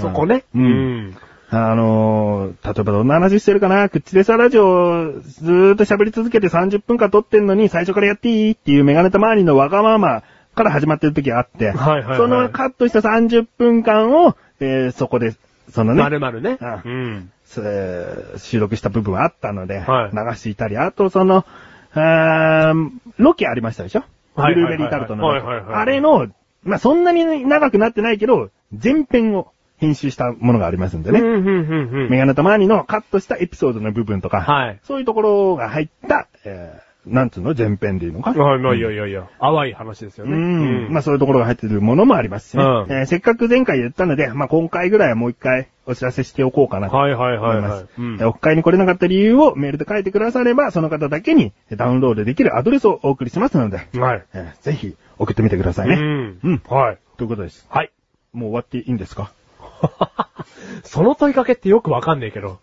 A: そこね。
B: うん
A: うん。
B: のー、例えばどんな話してるかな、口でさラジオずーっと喋り続けて30分間撮ってんのに最初からやっていいっていうメガネた周りのわがままから始まってる時あって、
A: はいはいはい
B: そのカットした30分間を、えーそこで、そのね、
A: まるまるね。
B: あ
A: うん。
B: えー収録した部分はあったので、
A: はい
B: 流していたり、あとその、うーんロケありましたでしょ
A: はいはいはいはい
B: ブルーベリータルトのロケ、
A: はいはいはい
B: あれの、まあ、そんなに長くなってないけど、前編を編集したものがありますんでね。
A: うん、うん、 [LAUGHS] うん、う
B: メ
A: ん。
B: ガネたまにのカットしたエピソードの部分とか、
A: はい
B: そういうところが入った、えーなんつうの前編でいいのか
A: はい、まあ、いやいやいや。淡い話ですよ
B: う
A: ね。
B: ん。まあ
A: ま
B: そういうところが入ってるものもありますしね。
A: うん
B: えーせっかく前回言ったので、まあ今回ぐらいはもう一回お知らせしておこうかなと
A: はいはいはい
B: 思いま
A: は
B: す
A: い。うん
B: でお会に来れなかった理由をメールで書いてくだされば、その方だけにダウンロードできるアドレスをお送りしますので、
A: あ。はい。
B: えーぜひ送ってみてくださいうね。
A: ん。
B: うん
A: はい。
B: ということです。
A: はい。 [LAUGHS]
B: もう終わっていいんですか
A: その問いかけってよくわかんねえけど。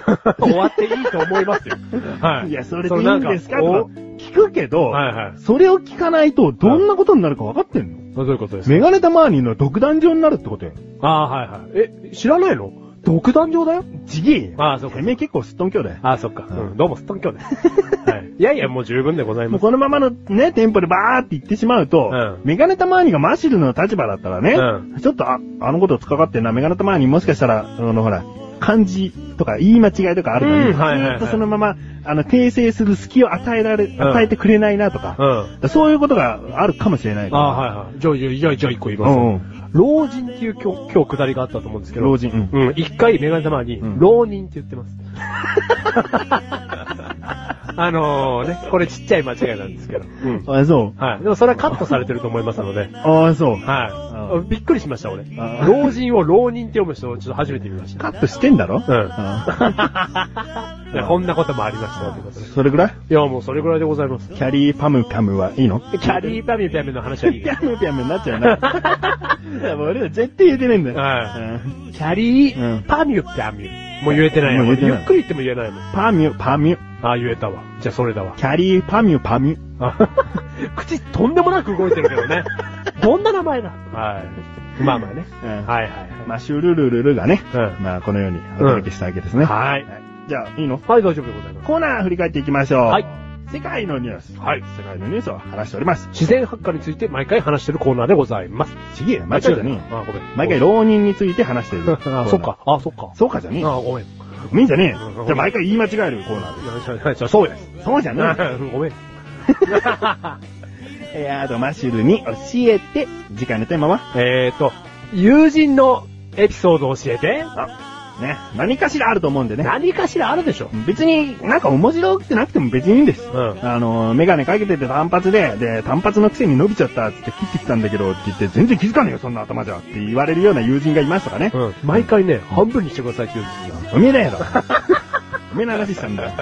A: [LAUGHS] 終わっていいと思いますよ。はい。
B: いや、それでいいんですかとか
A: お
B: 聞くけど、
A: はいはい。
B: それを聞かないとどんなことになるか分かってん
A: ど
B: の
A: ういうことですか
B: メガネたマーニーの独壇場になるってことよ。
A: ああ、はいはい。え、知らないの
B: 独壇場だよちげえよ。
A: ああそうか
B: てめえ結構すっとんきょうだよ。
A: あ、そっか。
B: うん
A: うん、どうもすっとんきょう [LAUGHS] です。はい。いやいや、もう十分でござい
B: も
A: ま
B: う
A: す。
B: このままのね、テンポでバーって行ってしまうと、
A: うん
B: メガネたまわりがマシルの立場だったらね、
A: う
B: ちょっとあ、あのことつかかってんな、メガネたまわりもしかしたら、あの、ほら、漢字とか言い間違いとかあるのに、
A: うんはいはいはい
B: ずっとそのまま、あの、訂正する隙を与えられ、
A: ん
B: 与えてくれないなとか、
A: うん。
B: そういうことがあるかもしれない
A: あ
B: から。
A: はいはい。じゃあ、じゃあ、じゃあ、じゃあ一個言います。
B: うんうん
A: 老人っていう今日、今日下りがあったと思うんですけど。
B: 老人うん
A: うん。一回メガネ様に、
B: うん
A: 浪人って言って [LAUGHS] ます。あのーね、これちっちゃい間違いなんですけど。うん。
B: あ、そう。
A: はい。でもそれはカットされてると思いますので。
B: あ、そう。
A: は
B: う
A: い。びっくりしました、俺。
B: あ
A: 老人を浪人って読む人をちょっと初めて見ました。
B: カットしてんだろ
A: うん
B: あ
A: [LAUGHS] いやこんなこともありましたよ、ということで。
B: それぐらい
A: いや、もうそれぐらいでございます。
B: キャリーパムカムはいいの
A: キャリーパミュパミュの話はいい
B: ピ。ャムピャムになっちゃうな。 [LAUGHS] いやもう俺ら絶対言えてねえんだよ。
A: は
B: うん
A: キャリ
B: うん
A: ーパミュパミュ。もう言えてないよ。
B: もう言えて
A: ゆ
B: ない
A: っくり言っても言えないもん。
B: パミュ、パミュ。
A: ああ、言えたわ。じゃあそれだわ。 [LAUGHS]
B: キャリーパミュ、パミュ。
A: あ口とんでもなく動いてるけどね。どんな名前だはい。まあまあね。
B: うん
A: はいはい
B: まあ、シュルルルルがね、
A: うん
B: まあ、このようにお届けしたわけですね。
A: はい。はい。
B: はいじゃあ、いいの
A: はい、大丈夫でございます。
B: コーナー振り返っていきましょう。
A: はい
B: 世界のニュース。
A: はい
B: 世界のニュースを話しております。
A: 自然発火について毎回話してるコーナーでございます。
B: ちげえよ、毎回じゃねえよ。
A: あ、ごめん。
B: 毎回浪人について話してる。
A: [LAUGHS] あ、そっか。。あ、そっか。
B: そうかじゃねえよ。
A: あ、ごめん。い
B: ごめんじゃねえよ
A: う。ん
B: じゃあ毎回言い間違えるコーナー
A: やいやいやそうや。
B: で。そうじゃねえよ。
A: ごめん。
B: えー、あと、マッシュルに教えて、次回のテーマは
A: えーと、友人のエピソードを教えて。
B: ね、何かしらあると思うんでね。
A: 何かしらあるでしょ。
B: 別になんか面白くなくても別にいいんです。
A: うん。
B: あの、メガネかけてて単発で、で、単発のくせに伸びちゃったっつって切ってきたんだけどって言って、全然気づかねえよ、そんな頭じゃって言われるような友人がいましたかね。
A: うん。毎回ね、半分にしてくださいって言うんです
B: おめえだやろ。 [LAUGHS] おめえの話したんだよ。
A: よ。 [LAUGHS]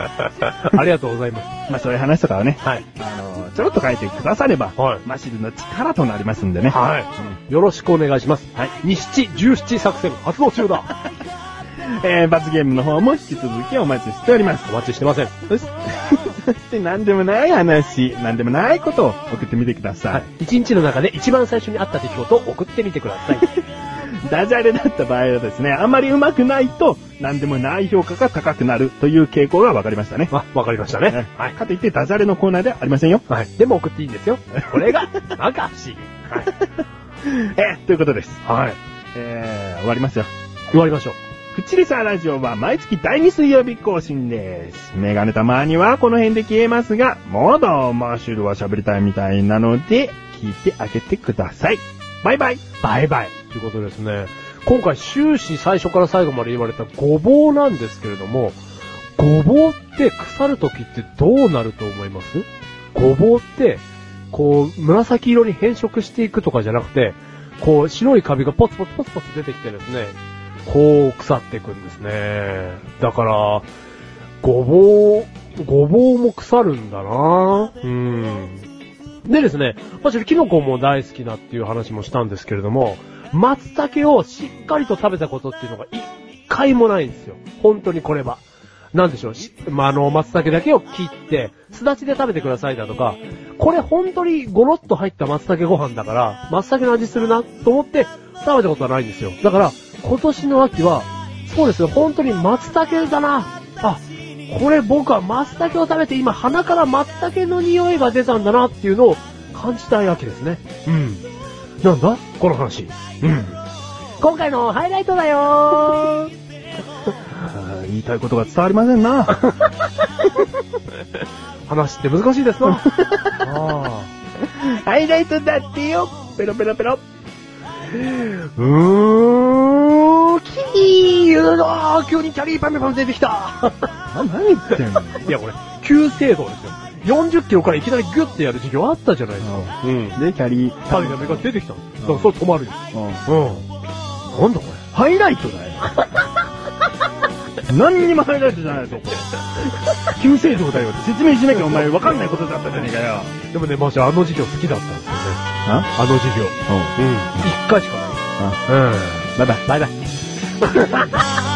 A: ありがとうございます。
B: まあそういう話とかはね、
A: はい。
B: あの、ちょろっと書いてくだされば、
A: はい
B: マシルの力となりますんでね。
A: はい。よろしくお願いします。
B: はい。
A: 西七十七作戦発動中だ。
B: えー、罰ゲームの方も引き続きお待ちしております。
A: お待ちしてません。
B: そして、そして何 [LAUGHS] でもない話、何でもないことを送ってみてください。
A: い。一日の中で一番最初にあった出来事を送ってみてください。
B: ダジャレだった場合はですね、あんまり上手くないと、何でもない評価が高くなるという傾向が分かりましたね。
A: あ、 [LAUGHS] わかりましたね。
B: はい。かといってダジャレのコーナーではありませんよ。
A: はい。でも送っていいんですよ。これ [LAUGHS] が、なんか不思議。
B: えーということです。
A: はい。はい。
B: えー、終わりますよ。
A: 終わりましょう。
B: フッチリサーラジオは毎月第2水曜日更新です。メガネたまにはこの辺で消えますが、まだマッシュルは喋りたいみたいなので、聞いてあげてください。バイバイ。
A: バイバイ。ということですね。今回終始最初から最後まで言われたごぼうなんですけれども、ごぼうって腐るときってどうなると思いますごぼうって、こう、紫色に変色していくとかじゃなくて、こう、白いカビがポツポツポツポツ出てきてですね、こう腐っていくんですね。だから、ごぼう、ごぼうも腐るんだなうん。でですね、まあ、ちょっとキノコも大好きだっていう話もしたんですけれども、松茸をしっかりと食べたことっていうのが一回もないんですよ。本当にこれは。なんでしょう、しまあ、あの、松茸だけを切って、すだちで食べてくださいだとか、これ本当にゴロッと入った松茸ご飯だから、松茸の味するなと思って食べたことはないんですよ。だから、今年の秋は、そうですね、本当に松茸だな。あ、これ僕は松茸を食べて今鼻から松茸の匂いが出たんだなっていうのを感じたいわけですね。うん。なんだこの話。
B: [LAUGHS]
A: うん。今回のハイライトだよー
B: 言いたいことが伝わりませんな。
A: 話って難しいですな。 [LAUGHS] あ
B: ハイライトだってよ。ペロペロペロ。
A: ーうーん、キーうわー急にキャリーパンパン出てきた
B: な、何言ってんの
A: いや、これ、急制度ですよ。40キロからいきなりギュッてやる授業あったじゃないですか。うん。
B: で、キャリー。
A: パンが目が出てきたんですだからそれ止まるよ。うん。なんだこれ。
B: ハイライトだよ。何にもハイライトじゃないぞ、これ。急成長だよって説明しなきゃお前分かんないことだったじゃねえかよ。
A: でもね、マジあの授業好きだったんですよね。
B: あ
A: あの授業。
B: うん。
A: うん。一回しかない。うん。
B: バイバイ。
A: バイバイ。